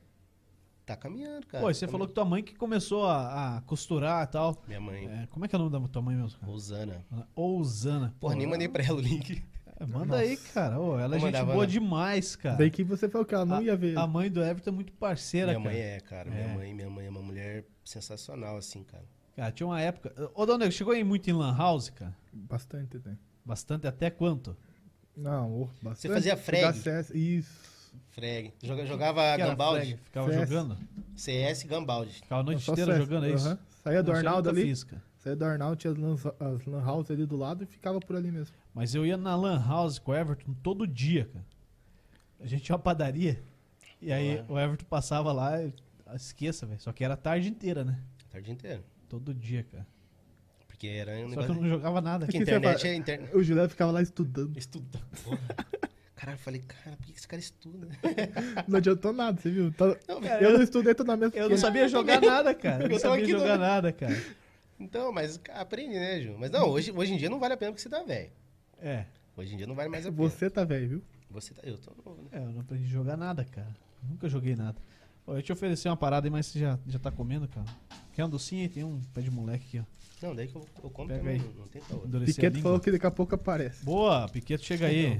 Speaker 1: Tá caminhando, cara.
Speaker 2: Pô, e
Speaker 1: tá
Speaker 2: você
Speaker 1: caminhando.
Speaker 2: falou que tua mãe que começou a, a costurar e tal.
Speaker 1: Minha mãe,
Speaker 2: É, como é que é o nome da tua mãe mesmo? cara?
Speaker 1: Rosana.
Speaker 2: Ousana.
Speaker 1: Porra, nem
Speaker 2: Pô,
Speaker 1: mandei pra ela o link.
Speaker 2: é, Manda aí, cara. Ô, ela é
Speaker 1: Vou
Speaker 2: gente
Speaker 1: mandar,
Speaker 2: boa
Speaker 1: vou mandar.
Speaker 2: demais, cara.
Speaker 3: Daí que você falou que ela não
Speaker 2: Tá. Ah,
Speaker 3: ia ver.
Speaker 2: A mãe do Everton é muito parceira,
Speaker 1: Minha
Speaker 2: cara.
Speaker 1: mãe é, cara.
Speaker 2: É.
Speaker 1: Minha mãe, minha mãe é uma mulher sensacional, assim, cara.
Speaker 2: Cara, tinha uma época. Ô, Dona Negra, chegou aí muito em Lan House, cara?
Speaker 3: Bastante, né?
Speaker 2: Bastante, até quanto?
Speaker 3: Não, oh, bastante.
Speaker 1: fazia frag?
Speaker 3: Jogar CS, Isso.
Speaker 1: Freg. Joga- jogava
Speaker 2: Que era
Speaker 1: Gambaldi.
Speaker 2: frag, Ficava
Speaker 3: CS.
Speaker 2: jogando?
Speaker 1: CS Gambaldi.
Speaker 2: Ficava a noite
Speaker 3: Só
Speaker 2: inteira
Speaker 3: CS.
Speaker 2: jogando é isso?
Speaker 3: tá Aham. Saía do
Speaker 2: Não, isso eu
Speaker 3: Arnaldo
Speaker 2: nunca
Speaker 3: ali.
Speaker 2: fiz, cara.
Speaker 3: Saía do Arnaldo, tinha as lan, as lan house ali do lado e ficava por ali mesmo.
Speaker 2: Mas eu ia na Lan House com o Everton todo dia, cara. A gente tinha uma padaria. E aí
Speaker 1: Ah.
Speaker 2: o Everton passava ah, lá, e- esqueça, velho. Só que era a tarde inteira, né?
Speaker 1: A tarde inteira.
Speaker 2: Todo dia, cara.
Speaker 1: Porque era um
Speaker 2: Só que eu
Speaker 1: negócio.
Speaker 2: não jogava nada.
Speaker 1: Que
Speaker 3: que você
Speaker 1: internet
Speaker 3: fala?
Speaker 1: é internet.
Speaker 3: O Juliano ficava lá estudando.
Speaker 1: Estudando. porra. Caralho, eu falei, cara, por que esse cara estuda?
Speaker 3: Não adiantou nada, você viu? Tá-
Speaker 1: Não,
Speaker 2: cara,
Speaker 3: eu não estudei, tô na mesma.
Speaker 2: Eu não sabia jogar nada, cara. Eu
Speaker 1: Eu
Speaker 2: não
Speaker 1: tô
Speaker 2: sabia
Speaker 1: aqui no-
Speaker 2: jogar nada, cara.
Speaker 1: Então, mas cara, aprende, né, Ju? Mas não, hoje, hoje em dia não vale a pena porque você tá velho.
Speaker 2: É.
Speaker 1: Hoje em dia não vale mais a pena.
Speaker 3: Você tá velho, viu?
Speaker 1: Você tá. Eu tô novo, né?
Speaker 2: É, eu não aprendi a jogar nada, cara. Nunca joguei nada. Ó, eu te ofereci uma parada aí, mas você já, já tá comendo, cara. Quer uma docinha aí? Tem um pé de moleque aqui,
Speaker 1: Não, daí que eu, eu como
Speaker 2: Pega
Speaker 1: também.
Speaker 2: aí.
Speaker 1: Não, não tem
Speaker 2: ó.
Speaker 1: calor.
Speaker 2: Endurecer a
Speaker 3: Piqueto
Speaker 2: é língua.
Speaker 3: falou que daqui a pouco aparece.
Speaker 2: Boa, Piqueto, chega aí.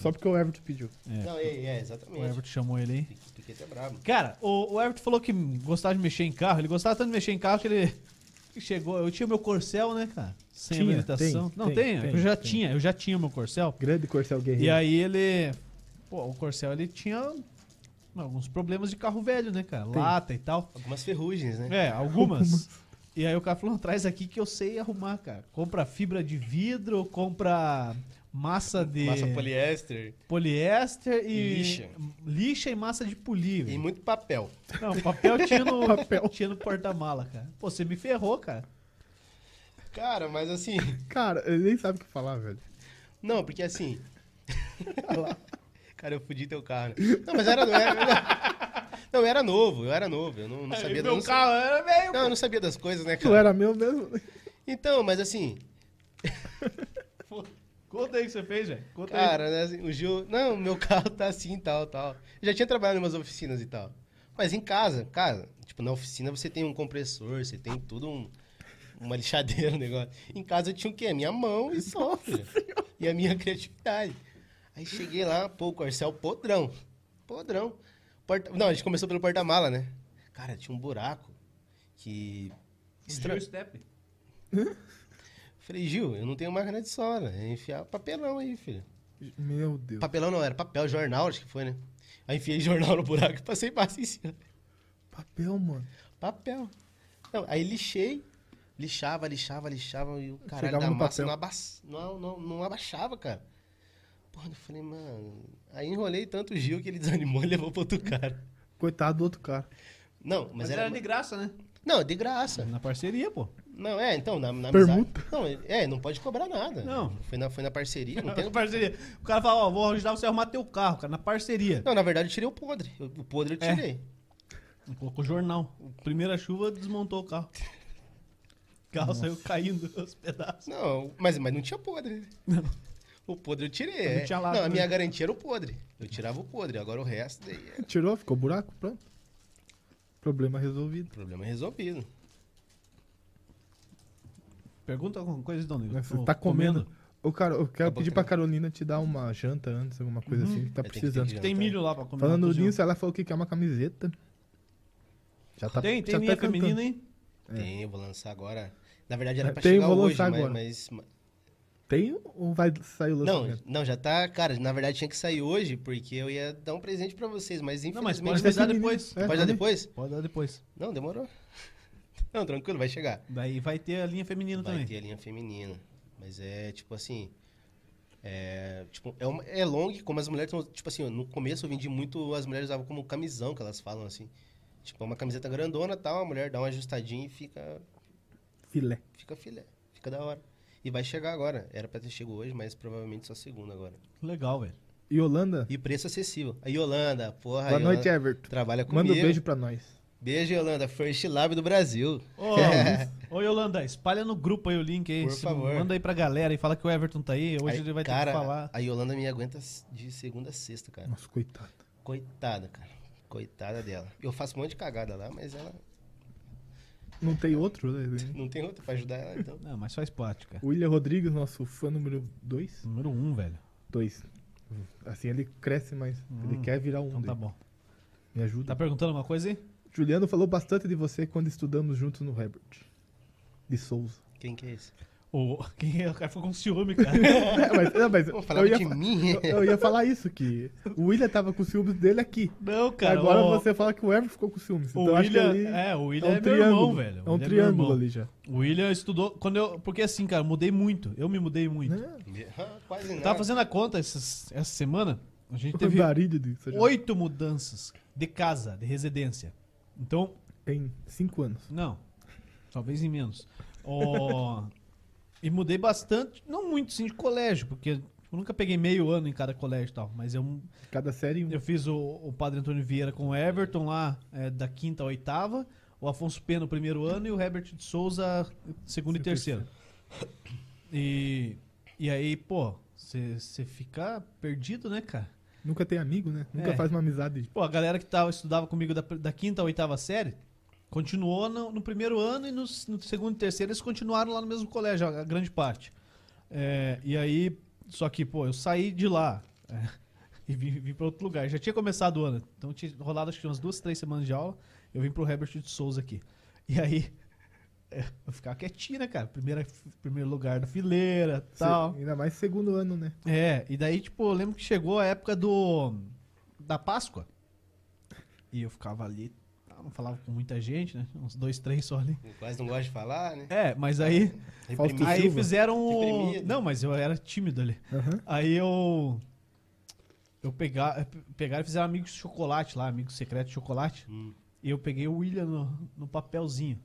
Speaker 3: Só porque o Everton pediu.
Speaker 2: É.
Speaker 1: é? Não, é, é,
Speaker 2: O
Speaker 1: exatamente.
Speaker 2: Everton chamou ele aí.
Speaker 1: Pique- Piquete é brabo.
Speaker 2: Cara, o, o Everton falou que gostava de mexer em carro. Ele gostava tanto de mexer em carro que ele chegou. Eu tinha meu Corcel, né, cara? Sem
Speaker 3: Tinha,
Speaker 2: habilitação.
Speaker 3: tem,
Speaker 2: não,
Speaker 3: tem,
Speaker 2: tem,
Speaker 3: tem,
Speaker 2: Eu já
Speaker 3: tem.
Speaker 2: tinha, eu já tinha o meu Corcel.
Speaker 3: Grande Corcel
Speaker 2: E
Speaker 3: Guerreiro.
Speaker 2: aí ele. Pô, o Corcel ele tinha alguns problemas de carro velho, né, cara?
Speaker 3: Tem.
Speaker 2: Lata e tal.
Speaker 1: Algumas ferrugens, né?
Speaker 2: É, algumas. E aí o cara falou, traz aqui que eu sei arrumar, cara. Compra fibra de vidro, compra massa de
Speaker 3: É.
Speaker 1: Massa poliéster
Speaker 2: poliéster e
Speaker 1: Lixa.
Speaker 2: lixa e massa de polir.
Speaker 1: e muito papel.
Speaker 2: Não, papel tinha no,
Speaker 3: Papel.
Speaker 2: tinha no porta-mala, cara. Pô, você me ferrou, cara.
Speaker 1: Cara, mas assim.
Speaker 3: Cara, ele nem sabe o que falar, velho.
Speaker 1: Não, porque assim. cara, eu fudi teu carro. né? Não, mas era. era não, eu era novo, eu era novo. Eu não, não sabia
Speaker 2: meu
Speaker 1: não sa-
Speaker 2: carro era meio...
Speaker 1: Não, eu não sabia das coisas, né,
Speaker 3: Tu
Speaker 1: cara?
Speaker 3: era meu mesmo.
Speaker 1: Então, mas assim,
Speaker 2: Conta aí o que você fez, velho. Conta aí.
Speaker 1: Cara, né, assim, o Gil, não, meu carro tá assim, tal, tal. Eu já tinha trabalhado em umas oficinas e tal. Mas em casa, cara, tipo, na oficina você tem um compressor, você tem tudo um, uma lixadeira, um negócio. Em casa eu tinha o quê? A minha mão e só, filho. E a minha criatividade. Aí cheguei lá, pô, o Corcel podrão. Podrão. Porta... Não, a gente começou pelo porta-mala, né? Cara, tinha um buraco que...
Speaker 2: Fugiu
Speaker 1: Estranho.
Speaker 2: o step.
Speaker 1: Falei, Gil, eu não tenho máquina de sola. É enfiar papelão aí, filho.
Speaker 3: Meu Deus.
Speaker 1: Papelão não, era papel, jornal, acho que foi, né? Aí enfiei jornal no buraco e passei massa em cima.
Speaker 3: Papel, mano.
Speaker 1: Papel. Não, aí lixei, lixava, lixava, lixava, e o caralho
Speaker 3: Chegava
Speaker 1: da
Speaker 3: no
Speaker 1: massa
Speaker 3: papel.
Speaker 1: não, aba- não, não, não abaixava, cara. Porra, eu falei, mano... Aí enrolei tanto o Gil que ele desanimou e levou pro outro cara.
Speaker 3: Coitado do outro cara.
Speaker 1: Não, mas, era... Tá.
Speaker 2: graça, né?
Speaker 1: Não, de graça.
Speaker 2: Na parceria, pô.
Speaker 1: Não, é, então, na, na
Speaker 3: Permuta.
Speaker 1: amizade... Não, é, não pode cobrar nada.
Speaker 2: Não.
Speaker 1: Foi na, foi na parceria, não
Speaker 2: Na
Speaker 1: tem...
Speaker 2: parceria. O cara fala, ó, vou ajudar você a arrumar teu carro, cara, na parceria.
Speaker 1: Não, na verdade eu tirei o podre. Eu- O podre eu
Speaker 2: É.
Speaker 1: tirei.
Speaker 2: Colocou jornal. Primeira chuva, desmontou o carro. O carro saiu caindo os pedaços.
Speaker 1: Não, mas, mas não tinha podre.
Speaker 2: Não.
Speaker 1: O podre eu tirei.
Speaker 2: Não
Speaker 1: é.
Speaker 2: tinha lado,
Speaker 1: não, a
Speaker 2: né?
Speaker 1: minha garantia era o podre. Eu tirava o podre, agora o resto daí é
Speaker 3: Tirou, ficou buraco, pronto. Problema resolvido.
Speaker 1: problema é resolvido.
Speaker 2: Pergunta alguma coisa, então, Dona Nilda.
Speaker 3: Mas Você
Speaker 2: Ô,
Speaker 3: tá comendo. Ô, cara, eu quero
Speaker 1: Tá
Speaker 3: pedir
Speaker 1: bom,
Speaker 3: pra
Speaker 1: tá bom.
Speaker 3: Carolina te dar uma janta antes, alguma coisa assim, que tá
Speaker 1: É, tem que-
Speaker 3: precisando.
Speaker 1: tem que-
Speaker 2: Tem milho lá pra comer.
Speaker 3: Falando
Speaker 2: lá, cozinha.
Speaker 3: nisso, ela falou que quer uma camiseta. Já tá
Speaker 2: Tem, tem
Speaker 3: já
Speaker 2: linha
Speaker 3: tá cantando.
Speaker 2: feminina, hein?
Speaker 1: Tem, eu vou lançar agora. Na verdade era pra
Speaker 3: É, Tem, eu
Speaker 1: chegar
Speaker 3: vou
Speaker 1: hoje,
Speaker 3: lançar
Speaker 1: mas,
Speaker 3: agora.
Speaker 1: mas- mas-
Speaker 3: Tem ou vai sair o
Speaker 1: Não,
Speaker 3: lançamento?
Speaker 1: não, já tá. Cara, na verdade tinha que sair hoje, porque eu ia dar um presente pra vocês, mas
Speaker 2: Não, mas
Speaker 1: infelizmente.
Speaker 2: pode
Speaker 3: Mas é
Speaker 2: dar
Speaker 3: feminino.
Speaker 2: depois.
Speaker 3: É,
Speaker 1: Pode dar
Speaker 3: também.
Speaker 1: depois?
Speaker 2: Pode dar depois.
Speaker 1: Não, demorou. Não, tranquilo, vai chegar.
Speaker 2: Daí vai ter a linha feminina
Speaker 1: Vai
Speaker 2: também.
Speaker 1: ter a linha feminina. Mas é tipo assim. É, tipo, é, uma- é long, como as mulheres. são- Tipo assim, no começo eu vendi muito, as mulheres usavam como camisão, que elas falam assim. Tipo, é uma camiseta grandona tal, a mulher dá uma ajustadinha e fica, é-
Speaker 3: Filé.
Speaker 1: fica filé, fica da hora. E vai chegar agora. Era pra ter chegado hoje, mas provavelmente só segunda agora.
Speaker 2: Legal, velho.
Speaker 3: E Holanda?
Speaker 1: E preço acessível. A Yolanda,
Speaker 3: Boa
Speaker 1: porra. a Yolanda
Speaker 3: noite, Everton.
Speaker 1: Trabalha comigo.
Speaker 3: Manda um beijo pra nós.
Speaker 1: Beijo, Yolanda. First Lab do Brasil.
Speaker 2: Ô, ô, Yolanda, espalha no grupo aí o link aí.
Speaker 1: Por
Speaker 2: se-
Speaker 1: favor.
Speaker 2: Manda aí pra galera e fala que o Everton tá aí. Hoje
Speaker 1: Aí,
Speaker 2: ele vai
Speaker 1: cara,
Speaker 2: ter que falar.
Speaker 1: A Yolanda me aguenta de segunda a sexta, cara.
Speaker 3: Nossa, coitado.
Speaker 1: Coitada, cara. Coitada dela. Eu faço um monte de cagada lá, mas ela
Speaker 3: Não tem outro, né?
Speaker 1: não tem outra pra ajudar ela, então.
Speaker 2: Não, mas faz parte, cara.
Speaker 3: William Rodrigues, nosso fã número 2.
Speaker 2: Número um, velho.
Speaker 3: 2. Assim ele cresce mais. Ele quer virar um.
Speaker 2: Então tá
Speaker 3: dele.
Speaker 2: bom.
Speaker 3: Me ajuda.
Speaker 2: Tá perguntando alguma coisa aí?
Speaker 3: Juliano falou bastante de você quando estudamos juntos no Herbert. De Souza.
Speaker 1: Quem que é esse?
Speaker 2: Ô, quem é? O cara ficou com ciúme, cara.
Speaker 3: É, mas, não, mas
Speaker 1: Vamos
Speaker 3: eu,
Speaker 1: falar
Speaker 3: ia,
Speaker 1: de mim?
Speaker 3: eu- eu ia falar isso, que o William tava com ciúmes dele aqui.
Speaker 2: Não, cara.
Speaker 3: Agora
Speaker 2: o-
Speaker 3: você fala que o Everton ficou com ciúmes.
Speaker 2: O
Speaker 3: então acho que
Speaker 2: William,
Speaker 3: ali
Speaker 2: é, o William
Speaker 3: um
Speaker 2: é, meu
Speaker 3: triângulo.
Speaker 2: irmão, velho.
Speaker 3: É
Speaker 2: O
Speaker 3: um
Speaker 2: William meu
Speaker 3: triângulo
Speaker 2: irmão.
Speaker 3: ali já.
Speaker 2: O William estudou quando eu, porque assim, cara, eu mudei muito. Eu me mudei muito.
Speaker 3: Né?
Speaker 1: Ah, Quase
Speaker 2: Eu
Speaker 1: nada.
Speaker 2: tava fazendo a conta essas- essa semana, a gente
Speaker 3: Teve
Speaker 2: teve
Speaker 3: barulho disso. já.
Speaker 2: oito mudanças de casa, de residência. Então,
Speaker 3: Tem cinco anos.
Speaker 2: não, talvez em menos. Ó, E mudei bastante, não muito sim, de colégio, porque eu nunca peguei meio ano em cada colégio e tal, mas eu,
Speaker 3: Cada série um.
Speaker 2: eu fiz o, o Padre Antônio Vieira com o Everton lá, é, da quinta à oitava, o Afonso Pena no primeiro ano e o Herbert de Souza segundo e
Speaker 3: Sim,
Speaker 2: terceiro. E, e aí, pô, você fica perdido, né, cara?
Speaker 3: Nunca tem amigo, né? Nunca
Speaker 2: É.
Speaker 3: faz uma amizade.
Speaker 2: Pô, a galera que tava, estudava comigo da, da quinta à oitava série continuou no, no primeiro ano e no, s- no segundo e terceiro eles continuaram lá no mesmo colégio, a a grande parte. É, e aí, só que, pô, eu saí de lá é, e vim, vim para outro lugar. Já tinha começado o ano, então tinha rolado acho que umas duas, três semanas de aula. Eu vim pro Herbert de Souza aqui. E aí, é, eu ficava quietinho, né, cara? Primeira, primeiro lugar da fileira
Speaker 3: Se-
Speaker 2: tal.
Speaker 3: Ainda mais segundo ano, né?
Speaker 2: É, e daí, tipo, eu lembro que chegou a época do. da Páscoa. E eu ficava ali, eu não falava com muita gente, né? Uns dois, três só ali.
Speaker 1: Eu quase não gosto de falar, né?
Speaker 2: É, mas aí.
Speaker 1: Reprimido.
Speaker 3: Fausto
Speaker 2: Aí
Speaker 3: Silva.
Speaker 2: fizeram. o-
Speaker 1: Deprimido.
Speaker 2: Não, mas eu era tímido ali.
Speaker 3: Aham.
Speaker 2: Aí eu. Eu pegar, pegaram e fizeram amigos de chocolate lá, amigos secreto de chocolate.
Speaker 1: Hum.
Speaker 2: E eu peguei o William no, no papelzinho.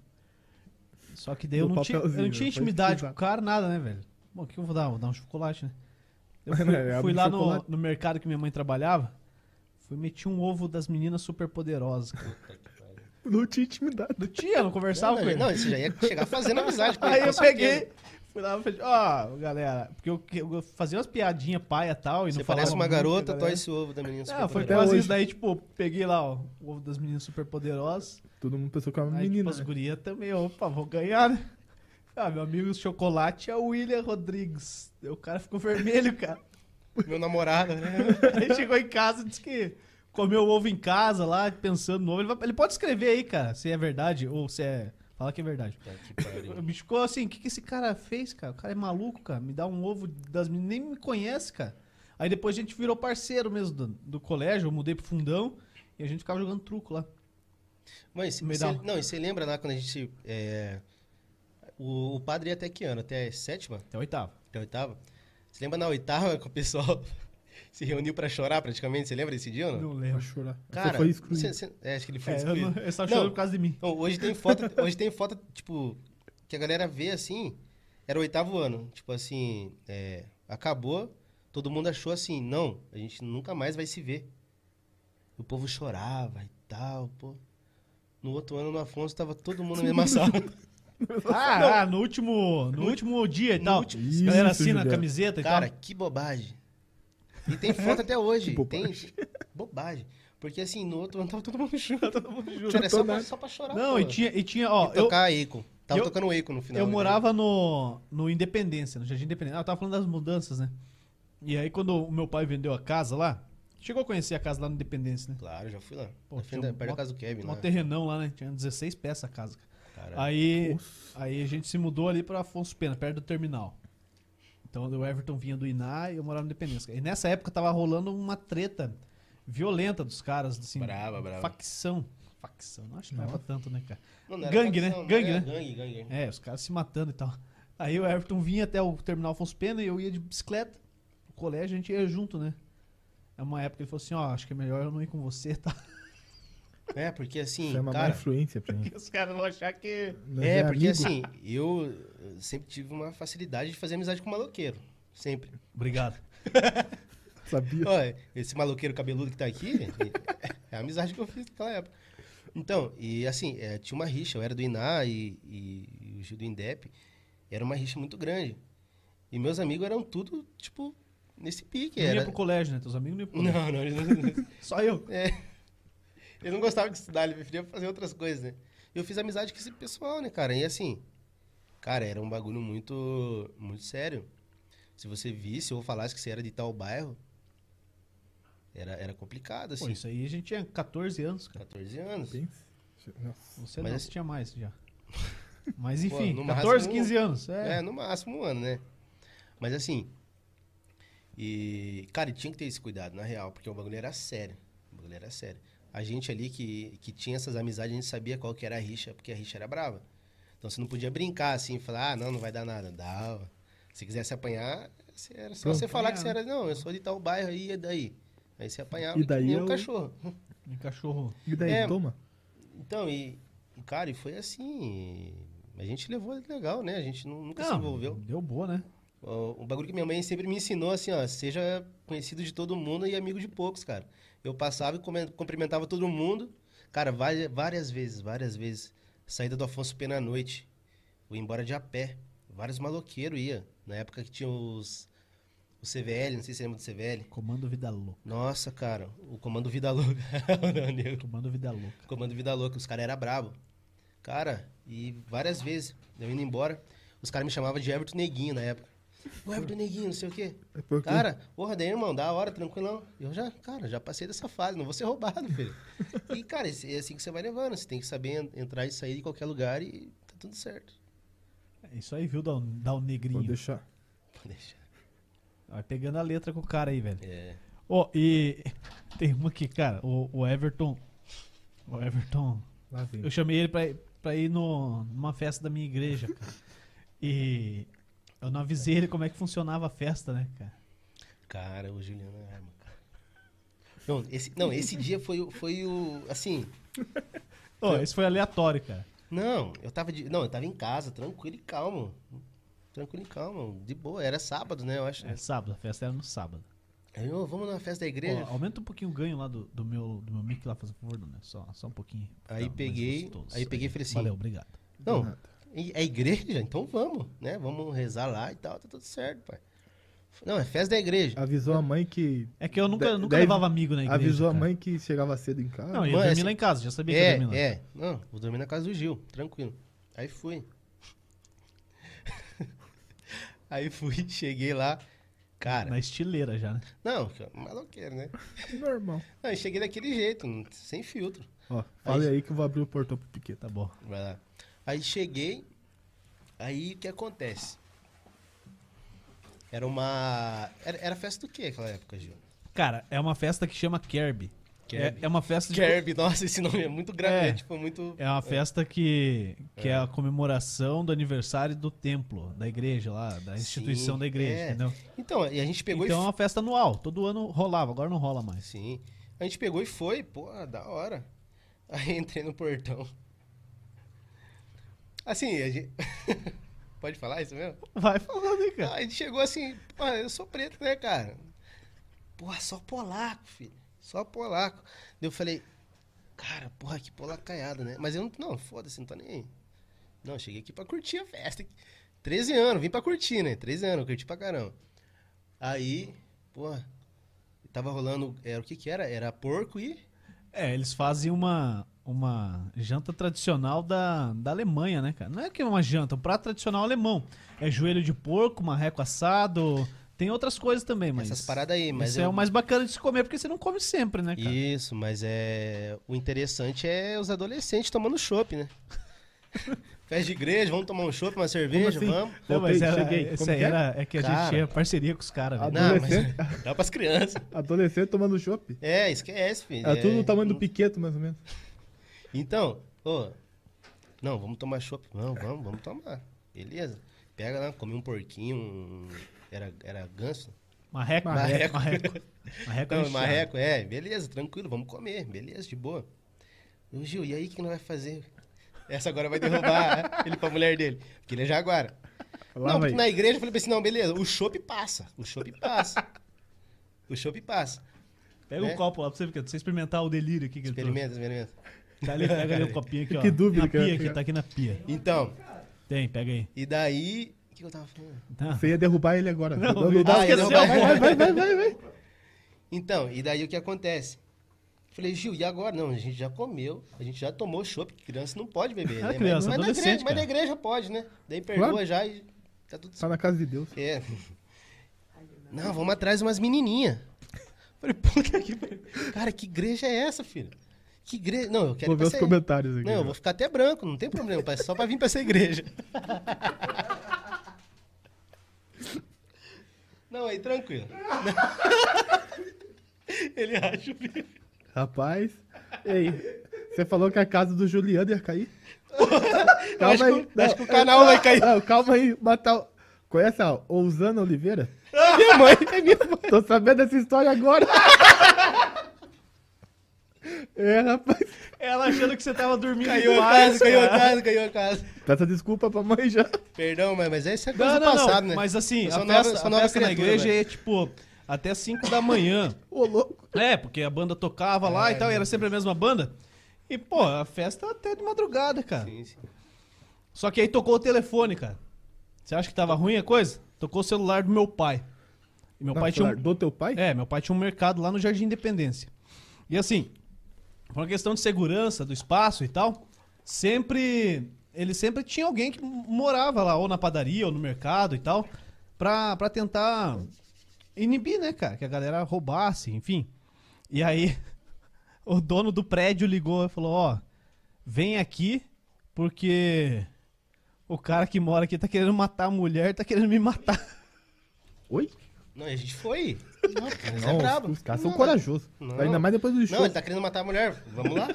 Speaker 2: Só que daí eu
Speaker 3: No
Speaker 2: não, tinha, eu não
Speaker 3: papelzinho,
Speaker 2: tinha
Speaker 3: foi
Speaker 2: intimidade com
Speaker 3: pesquisar.
Speaker 2: o cara, nada, né, velho? Bom, o que eu vou dar? Vou dar um chocolate, né? Eu fui,
Speaker 3: É, abre
Speaker 2: fui lá
Speaker 3: um
Speaker 2: no,
Speaker 3: chocolate.
Speaker 2: no mercado que minha mãe trabalhava, fui meti um ovo das meninas super poderosas.
Speaker 3: Não tinha intimidade.
Speaker 2: Não tinha, não conversava
Speaker 3: É,
Speaker 1: não,
Speaker 2: com
Speaker 1: não,
Speaker 2: ele.
Speaker 1: não, você já ia chegar fazendo amizade com ele.
Speaker 2: Aí
Speaker 1: com
Speaker 2: eu
Speaker 1: certeza.
Speaker 2: peguei, fui lá, falei, ó, galera, porque eu, eu fazia umas piadinhas paia e tal, e
Speaker 1: Você
Speaker 2: não falava
Speaker 1: parece uma
Speaker 2: muito, né,
Speaker 1: garota,
Speaker 2: galera.
Speaker 1: toa esse ovo da menina.
Speaker 2: Ah, foi
Speaker 3: Até
Speaker 1: superpoderosa.
Speaker 2: quase
Speaker 3: hoje.
Speaker 2: isso. Daí, tipo, peguei lá, ó, o ovo das meninas super poderosas.
Speaker 3: Todo mundo pensou que era uma
Speaker 2: Aí, tipo,
Speaker 3: menina.
Speaker 2: as
Speaker 3: né?
Speaker 2: gurias também, opa, vou ganhar, né? Ah, meu amigo chocolate é o William Rodrigues. Daí O cara ficou vermelho, cara.
Speaker 1: Meu namorado, né?
Speaker 2: Aí chegou em casa e disse que comeu ovo em casa lá, pensando no ovo. Ele, vai- ele pode escrever aí, cara, se é verdade ou se é. Fala que é verdade.
Speaker 1: Tá que pariu.
Speaker 2: O bicho ficou assim: o que, que esse cara fez, cara? O cara é maluco, cara. Me dá um ovo das meninas. Nem me conhece, cara. Aí depois a gente virou parceiro mesmo do, do colégio. Eu mudei pro fundão e a gente ficava jogando truco lá.
Speaker 1: Mas,
Speaker 2: Me
Speaker 1: cê-
Speaker 2: dá.
Speaker 1: não, e você lembra lá quando a gente. é, o, o padre ia até que ano? Até sétima?
Speaker 2: Até a oitava.
Speaker 1: Até oitava? Você lembra na oitava que o pessoal se reuniu pra chorar praticamente? Você lembra desse dia ou não?
Speaker 3: Vai
Speaker 2: lembro.
Speaker 3: chorar.
Speaker 1: Cara,
Speaker 3: Você foi excluído.
Speaker 1: cê- cê- é, acho que ele foi
Speaker 2: É, eu,
Speaker 1: excluído.
Speaker 2: não, eu só
Speaker 1: Não.
Speaker 2: chorei por causa de mim.
Speaker 1: Então, hoje tem foto, hoje tem foto, tipo, que a galera vê assim, era o oitavo ano. Tipo assim, é, acabou, todo mundo achou assim, não, a gente nunca mais vai se ver. O povo chorava e tal, pô. No outro ano, no Afonso, tava todo mundo na mesma sala.
Speaker 2: Ah, ah, no último, no último dia e
Speaker 1: no
Speaker 2: tal.
Speaker 1: último-
Speaker 2: A galera
Speaker 3: Isso,
Speaker 2: assina a
Speaker 3: Juliano.
Speaker 2: camiseta e
Speaker 1: Cara,
Speaker 2: tal.
Speaker 1: que bobagem. E tem foto até hoje.
Speaker 3: Bobagem.
Speaker 1: Tem bobagem. Porque assim, no outro ano tava todo mundo chorando.
Speaker 2: Todo mundo junto.
Speaker 1: Cara, é só
Speaker 3: nada.
Speaker 1: pra, só pra chorar.
Speaker 2: Não,
Speaker 1: pô.
Speaker 2: e tinha, e tinha ó,
Speaker 1: E
Speaker 2: eu,
Speaker 1: tocar Eiko. Tava
Speaker 2: eu-
Speaker 1: tocando Eiko no final.
Speaker 2: eu
Speaker 1: né?
Speaker 2: morava no, no Independência, no Jardim Independência. Ah, eu tava falando das mudanças, né? E aí, quando o meu pai vendeu a casa lá, chegou a conhecer a casa lá no Independência, né?
Speaker 1: Claro, já fui lá.
Speaker 2: Pô,
Speaker 1: Na
Speaker 2: tinha
Speaker 1: frente da-
Speaker 2: um
Speaker 1: perto
Speaker 2: mó-
Speaker 1: da casa do Kevin,
Speaker 2: Um
Speaker 1: lá.
Speaker 2: terrenão lá, né? Tinha 16 peças a casa.
Speaker 1: Caralho.
Speaker 2: Aí, aí a gente se mudou ali pra Afonso Pena, perto do terminal. Então o Everton vinha do Iná e eu morava no Independência. E nessa época tava rolando uma treta violenta dos caras, assim.
Speaker 1: Brava, brava.
Speaker 2: Facção. Facção, não acho que não era pra tanto, né, cara?
Speaker 1: Não, não era
Speaker 2: Gangue, né?
Speaker 1: facção,
Speaker 2: Gangue,
Speaker 1: era
Speaker 2: né?
Speaker 1: Gangue, gangue. gangue.
Speaker 2: É, os caras se matando e tal. Aí o Everton vinha até o terminal Afonso Pena e eu ia de bicicleta pro colégio, a gente ia junto, né? É uma época que ele falou assim, ó, acho que é melhor eu não ir com você, tá?
Speaker 1: É, porque assim,
Speaker 3: Isso é uma má
Speaker 1: cara...
Speaker 3: influência pra mim.
Speaker 2: Porque os caras vão achar que...
Speaker 3: Nós
Speaker 1: É, porque
Speaker 3: amigo.
Speaker 1: assim, eu eu sempre tive uma facilidade de fazer amizade com maloqueiro. Sempre.
Speaker 2: Obrigado.
Speaker 3: Sabia?
Speaker 1: Olha, esse maloqueiro cabeludo que tá aqui, é a amizade que eu fiz naquela época. Então, e assim, é, tinha uma rixa, eu era do Iná e, e- e o Gil do Indep, era uma rixa muito grande. E meus amigos eram tudo, tipo, nesse pique.
Speaker 2: Não ia
Speaker 1: Era...
Speaker 2: pro colégio, né? Teus amigos não iam pro colégio.
Speaker 1: Não, não, eles não,
Speaker 2: Só eu.
Speaker 1: é, eles não gostavam de estudar, eles preferiam fazer outras coisas, né? Eu fiz amizade com esse pessoal, né, cara? E assim, cara, era um bagulho muito, muito sério. Se você visse ou falasse que você era de tal bairro, era, era complicado,
Speaker 2: Pô,
Speaker 1: assim.
Speaker 2: isso é- aí a gente tinha 14 anos, cara.
Speaker 1: 14 anos.
Speaker 3: Pense. Nossa.
Speaker 2: Você
Speaker 1: Mas
Speaker 2: não
Speaker 1: assim-
Speaker 2: tinha mais já. Mas
Speaker 1: Pô,
Speaker 2: enfim,
Speaker 1: no
Speaker 2: 14,
Speaker 1: máximo-
Speaker 2: 15 anos. É.
Speaker 1: É, no máximo um ano, né? Mas assim. E. Cara, e tinha que ter esse cuidado, na real, porque o bagulho era sério. O bagulho era sério. A gente ali que, que tinha essas amizades, a gente sabia qual que era a rixa, porque a rixa era brava. Então você não podia brincar assim, falar, ah, não, não vai dar nada. Dava. Se quisesse apanhar, você era só
Speaker 3: Pronto.
Speaker 1: você falar que você era, não, eu sou de tal bairro aí, e daí? Aí você apanhava
Speaker 3: E
Speaker 1: que
Speaker 3: daí
Speaker 1: nem
Speaker 3: eu-
Speaker 1: um cachorro.
Speaker 2: E cachorro.
Speaker 3: E daí,
Speaker 1: É.
Speaker 3: toma?
Speaker 1: Então, e, e, cara, e foi assim. A gente levou legal, né? A gente nu- nunca se
Speaker 2: Não,
Speaker 1: envolveu.
Speaker 2: Deu boa, né?
Speaker 1: Ó, Um bagulho que minha mãe sempre me ensinou, assim, ó, seja conhecido de todo mundo e amigo de poucos, cara. Eu passava e come- cumprimentava todo mundo. Cara, vai- várias vezes, várias vezes. Saída do Afonso Pena à noite. Eu ia embora de a pé. Vários maloqueiros ia. Na época que tinha os, o CVL, não sei se você lembra do CVL.
Speaker 2: Comando Vida Louca.
Speaker 1: Nossa, cara, o Comando Vida Louca. Não, nego.
Speaker 2: Comando Vida Louca.
Speaker 1: Comando Vida Louca, os caras eram brabo. Cara, e várias vezes, eu indo embora, os caras me chamavam de Everton Neguinho na época. O Everton Neguinho, não sei o quê.
Speaker 3: É porque
Speaker 1: Cara, porra, daí, irmão, da hora, tranquilão. Eu já, cara, já passei dessa fase, não vou ser roubado, filho. E, cara, esse- é assim que você vai levando. Você tem que saber en- entrar e sair de qualquer lugar e tá tudo certo.
Speaker 2: É isso aí, viu, Dal, Dal
Speaker 3: Vou
Speaker 2: Negrinho?
Speaker 3: deixar.
Speaker 1: Pode deixar.
Speaker 2: Vai pegando a letra com o cara aí, velho.
Speaker 1: É.
Speaker 2: Ó, e tem uma que, cara, o, o Everton. O Everton.
Speaker 3: Lá vem.
Speaker 2: Eu chamei ele pra, ir- pra ir no, numa festa da minha igreja, cara. E eu não avisei ele como é que funcionava a festa, né, cara?
Speaker 1: Cara, o Juliano é arma, cara. Não, esse, não, esse dia foi, o- foi o. Assim,
Speaker 2: Ó, isso foi aleatório, cara.
Speaker 1: Não, eu tava de, não, eu tava em casa, tranquilo e calmo. Tranquilo e calmo, de boa. Era sábado, né? Eu acho.
Speaker 2: É sábado, a festa era no sábado.
Speaker 1: Aí eu, vamos na festa da igreja.
Speaker 2: Ó, aumenta um pouquinho o ganho lá do, do meu, do meu mic lá, faz um favor, né? Só, só um pouquinho.
Speaker 1: Aí
Speaker 2: mais
Speaker 1: peguei-
Speaker 2: gostoso.
Speaker 1: aí peguei e falei assim,
Speaker 2: Valeu, obrigado.
Speaker 1: não,
Speaker 3: Nada.
Speaker 1: E É igreja? Então vamos, né? Vamos rezar lá e tal, tá tudo certo, pai. Não, é festa da igreja.
Speaker 2: Ah,
Speaker 3: Avisou a mãe que.
Speaker 2: É que eu nunca,
Speaker 3: De-
Speaker 2: nunca
Speaker 3: deve-
Speaker 2: levava amigo na igreja.
Speaker 3: avisou a
Speaker 2: cara.
Speaker 3: mãe que chegava cedo em casa.
Speaker 2: Não, eu ia
Speaker 1: Mano,
Speaker 2: dormir
Speaker 1: essa-
Speaker 2: lá em casa, já sabia que ia
Speaker 1: É,
Speaker 2: dormir lá.
Speaker 1: é. Não, vou dormir na casa do Gil, tranquilo. Aí fui. Aí fui, cheguei lá. Cara,
Speaker 2: Na estileira já, né?
Speaker 1: não, maloqueiro, né?
Speaker 3: Normal.
Speaker 1: Não, eu cheguei daquele jeito, sem filtro.
Speaker 3: Ó, fale aí que eu vou abrir o portão pro Piqueta.
Speaker 2: Tá bom.
Speaker 1: Vai lá. Aí cheguei, aí o que acontece? Era uma. Era, era festa do que aquela época, Gil?
Speaker 2: Cara, é uma festa que chama Kerby.
Speaker 1: Kerby.
Speaker 2: É, é uma festa de.
Speaker 1: Kerb, nossa, esse nome é muito grande,
Speaker 2: É.
Speaker 1: é, tipo, muito.
Speaker 2: É uma festa que, que é. a comemoração do aniversário do templo, da igreja lá, da instituição
Speaker 1: Sim,
Speaker 2: da igreja,
Speaker 1: é.
Speaker 2: entendeu?
Speaker 1: Então, e a gente pegou
Speaker 2: então é
Speaker 1: e.
Speaker 2: uma festa anual, todo ano rolava, agora não rola
Speaker 1: f-
Speaker 2: mais.
Speaker 1: Sim. A gente pegou e foi, pô, da hora. Aí entrei no portão. Assim, a gente. Pode falar isso mesmo?
Speaker 2: Vai falando aí, cara.
Speaker 1: Aí ele chegou assim, pô, eu sou preto, né, cara? Porra, só polaco, filho. Só polaco. Daí eu falei, cara, porra, que polacaiada, né? Mas eu não, não foda-se, não tá nem aí. Não, eu cheguei aqui pra curtir a festa. 13 anos, vim pra curtir, né? 13 anos, eu curti pra caramba. Aí, porra, tava rolando, era o que que era? Era porco e...
Speaker 2: É, eles fazem uma, uma janta tradicional da, da Alemanha, né, cara? Não é que é uma janta, é um prato tradicional alemão. É joelho de porco, marreco assado, tem outras coisas também, mas...
Speaker 1: Essas paradas aí, mas
Speaker 2: Isso é
Speaker 1: eu-
Speaker 2: o mais bacana de se comer, porque você não come sempre, né, cara?
Speaker 1: Isso, mas é. O interessante é os adolescentes tomando chopp, né? Festa de igreja, vamos tomar um chopp, uma cerveja,
Speaker 3: assim?
Speaker 1: vamos.
Speaker 2: Não,
Speaker 3: Voltei,
Speaker 2: mas era,
Speaker 3: cheguei.
Speaker 2: esse
Speaker 3: Como
Speaker 2: aí
Speaker 3: que é?
Speaker 2: era, é que a gente
Speaker 1: Cara.
Speaker 2: tinha parceria com os caras, velho.
Speaker 1: Não,
Speaker 3: Adolescente?
Speaker 1: mas dá pras crianças.
Speaker 3: Adolescente tomando chopp.
Speaker 1: É, esquece, filho. é.
Speaker 3: Era tudo do tamanho do Piqueto, mais ou menos.
Speaker 1: Então, ô. Não, vamos tomar chopp. Não, vamos, vamos tomar. Beleza. Pega lá, come um porquinho, um- Era, era ganso?
Speaker 2: Marreco, marreco,
Speaker 1: Marreco.
Speaker 2: marreco. Marreco, é
Speaker 1: Não,
Speaker 2: chato.
Speaker 1: marreco,
Speaker 3: né?
Speaker 1: é, beleza, tranquilo, vamos comer, beleza, de boa. Ô, Gil, e aí o que nós vai fazer? Essa agora vai derrubar ele pra mulher dele, porque ele é jaguara.
Speaker 3: Lá
Speaker 1: não,
Speaker 3: "Ah, vai.
Speaker 1: porque na igreja eu falei pra assim, não, beleza, o chopp passa, o chopp passa. o chopp passa.
Speaker 3: Então.
Speaker 2: Pega um
Speaker 1: É.
Speaker 2: copo lá pra você, porque pra você experimentar o delírio aqui que ele trouxe.
Speaker 1: Experimenta, experimenta.
Speaker 2: Tá ali, pega ali o copinho aqui, ó.
Speaker 3: Que dúvida
Speaker 2: na
Speaker 3: que eu ia
Speaker 2: pia aqui,
Speaker 3: pegar.
Speaker 2: tá aqui na pia.
Speaker 1: Então,
Speaker 2: Tem, pega aí.
Speaker 1: e daí... O que eu tava falando?
Speaker 2: Tá.
Speaker 3: Você ia derrubar ele agora.
Speaker 2: Não,
Speaker 3: Não,
Speaker 2: não
Speaker 3: dá.
Speaker 1: Ah, ia
Speaker 2: esqueceu.
Speaker 1: derrubar.
Speaker 3: Vai, vai, vai, vai, vai, vai.
Speaker 1: Então, e daí o que acontece? Falei, Gil, e agora? Não, a gente já comeu, a gente já tomou chopp, criança não pode beber,
Speaker 2: Ah,
Speaker 1: né?
Speaker 2: criança,
Speaker 1: mas, mas, na
Speaker 2: adolescente,
Speaker 1: igreja, mas na
Speaker 2: cara.
Speaker 1: igreja pode, né? Daí perdoa
Speaker 3: Claro.
Speaker 1: já e tá tudo certo.
Speaker 3: Tá na casa de Deus.
Speaker 1: É. Não, vamos atrás de umas menininhas. Falei, puta que pariu. Cara, que igreja é essa, filho? Que igreja. Não, eu quero
Speaker 3: Vou
Speaker 1: ir
Speaker 3: ver
Speaker 1: pra
Speaker 3: os
Speaker 1: essa-
Speaker 3: comentários aqui.
Speaker 1: Não,
Speaker 2: né?
Speaker 1: eu vou ficar até branco, não tem problema, pai, só pra vir pra essa igreja. Não, aí tranquilo. Ele acha o bico.
Speaker 3: Rapaz. Ei, você falou que a casa do Juliano ia cair?
Speaker 1: Eu acho,
Speaker 3: aí,
Speaker 1: que, o-
Speaker 3: não.
Speaker 1: acho que o canal vai cair.
Speaker 3: Não, calma aí. Matar o... Conhece a Ousana Oliveira?
Speaker 1: Minha mãe, é minha mãe.
Speaker 3: Tô sabendo dessa história agora. É, rapaz.
Speaker 2: Ela achando que você tava dormindo
Speaker 1: Caiu a
Speaker 2: demais,
Speaker 1: casa, caiu a
Speaker 2: cara.
Speaker 1: casa, caiu a casa.
Speaker 3: Peça desculpa pra mãe já.
Speaker 1: Perdão, mas, mas essa é
Speaker 2: Não,
Speaker 1: coisa
Speaker 2: não, não.
Speaker 1: passada, né?
Speaker 2: Mas assim,
Speaker 1: Eu
Speaker 2: a
Speaker 1: sou
Speaker 2: festa,
Speaker 1: nova- sou
Speaker 2: a
Speaker 1: nova
Speaker 2: festa na
Speaker 1: criatura,
Speaker 2: igreja
Speaker 1: velho.
Speaker 2: é tipo até 5 da manhã.
Speaker 3: Ô, louco.
Speaker 2: É, porque a banda tocava lá
Speaker 1: É,
Speaker 2: e tal, e era sempre a mesma banda. E, pô, a festa até de madrugada, cara.
Speaker 1: Sim, sim.
Speaker 2: Só que aí tocou o telefone, cara. Você acha que tava ruim a coisa? Tocou o celular do meu pai. E meu
Speaker 3: Não,
Speaker 2: pai tinha
Speaker 3: celular
Speaker 2: um...
Speaker 3: Do teu pai?
Speaker 2: É, meu pai tinha um mercado lá no Jardim Independência. E assim, por uma questão de segurança, do espaço e tal, sempre. Ele sempre tinha alguém que morava lá, ou na padaria, ou no mercado e tal, pra, pra tentar inibir, né, cara? Que a galera roubasse, enfim. E aí, o dono do prédio ligou e falou: Ó, vem aqui, porque o cara que mora aqui tá querendo matar a mulher, tá querendo me matar.
Speaker 3: Oi?
Speaker 1: Não, e a gente foi. Não, mas
Speaker 3: Não,
Speaker 1: é brabo.
Speaker 3: os caras são
Speaker 1: Não,
Speaker 3: corajosos.
Speaker 1: Não.
Speaker 3: Ainda mais depois do show.
Speaker 1: Não, ele tá querendo matar a mulher. Vamos lá.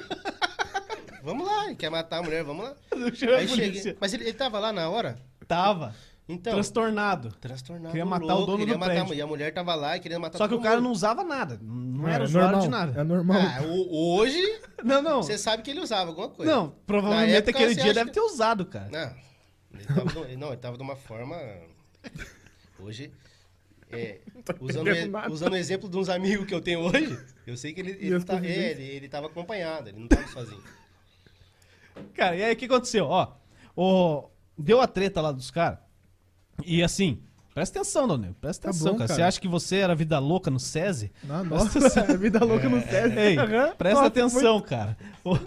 Speaker 1: vamos lá, ele quer matar a mulher, vamos lá.
Speaker 2: Não chama a
Speaker 1: Aí
Speaker 2: polícia.
Speaker 1: cheguei. Mas ele, ele tava lá na hora?
Speaker 2: Tava
Speaker 1: Então.
Speaker 2: transtornado.
Speaker 1: Transtornado.
Speaker 2: Queria matar o
Speaker 1: louco,
Speaker 2: dono
Speaker 1: queria
Speaker 2: do prédio.
Speaker 1: matar A, mulher, e a mulher tava lá e queria matar
Speaker 2: Só que
Speaker 1: Tá
Speaker 2: o
Speaker 1: todo
Speaker 2: cara
Speaker 1: mundo.
Speaker 2: não usava nada. Não
Speaker 3: Ah,
Speaker 2: era
Speaker 3: é
Speaker 2: usuário
Speaker 3: normal,
Speaker 2: de nada.
Speaker 3: É normal.
Speaker 1: Ah, o- hoje,
Speaker 2: Não, não.
Speaker 1: você sabe que ele usava alguma coisa.
Speaker 2: Não, provavelmente
Speaker 1: Na época,
Speaker 2: aquele
Speaker 1: você
Speaker 2: dia
Speaker 1: acha
Speaker 2: deve
Speaker 1: que- Né?
Speaker 2: ter usado, cara.
Speaker 1: Não. Ele tava, de- não, ele tava de uma forma. Hoje. é, usando,
Speaker 3: entendendo nada.
Speaker 1: usando o exemplo de uns amigos que eu tenho hoje, eu sei que ele,
Speaker 3: E as
Speaker 1: ele, tá, é,
Speaker 3: convivências?
Speaker 1: ele, ele tava acompanhado, ele não tava sozinho.
Speaker 2: Cara, e aí o que aconteceu? Ó, o... deu a treta lá dos caras. E assim, presta atenção, Daniel. Presta
Speaker 3: Tá
Speaker 2: atenção,
Speaker 3: bom,
Speaker 2: cara.
Speaker 3: cara.
Speaker 2: Você acha que você era vida louca no SESI?
Speaker 3: Na nossa, é vida louca no César.
Speaker 2: Ei,
Speaker 3: Aham.
Speaker 2: presta
Speaker 3: Nossa,
Speaker 2: atenção, cara. O-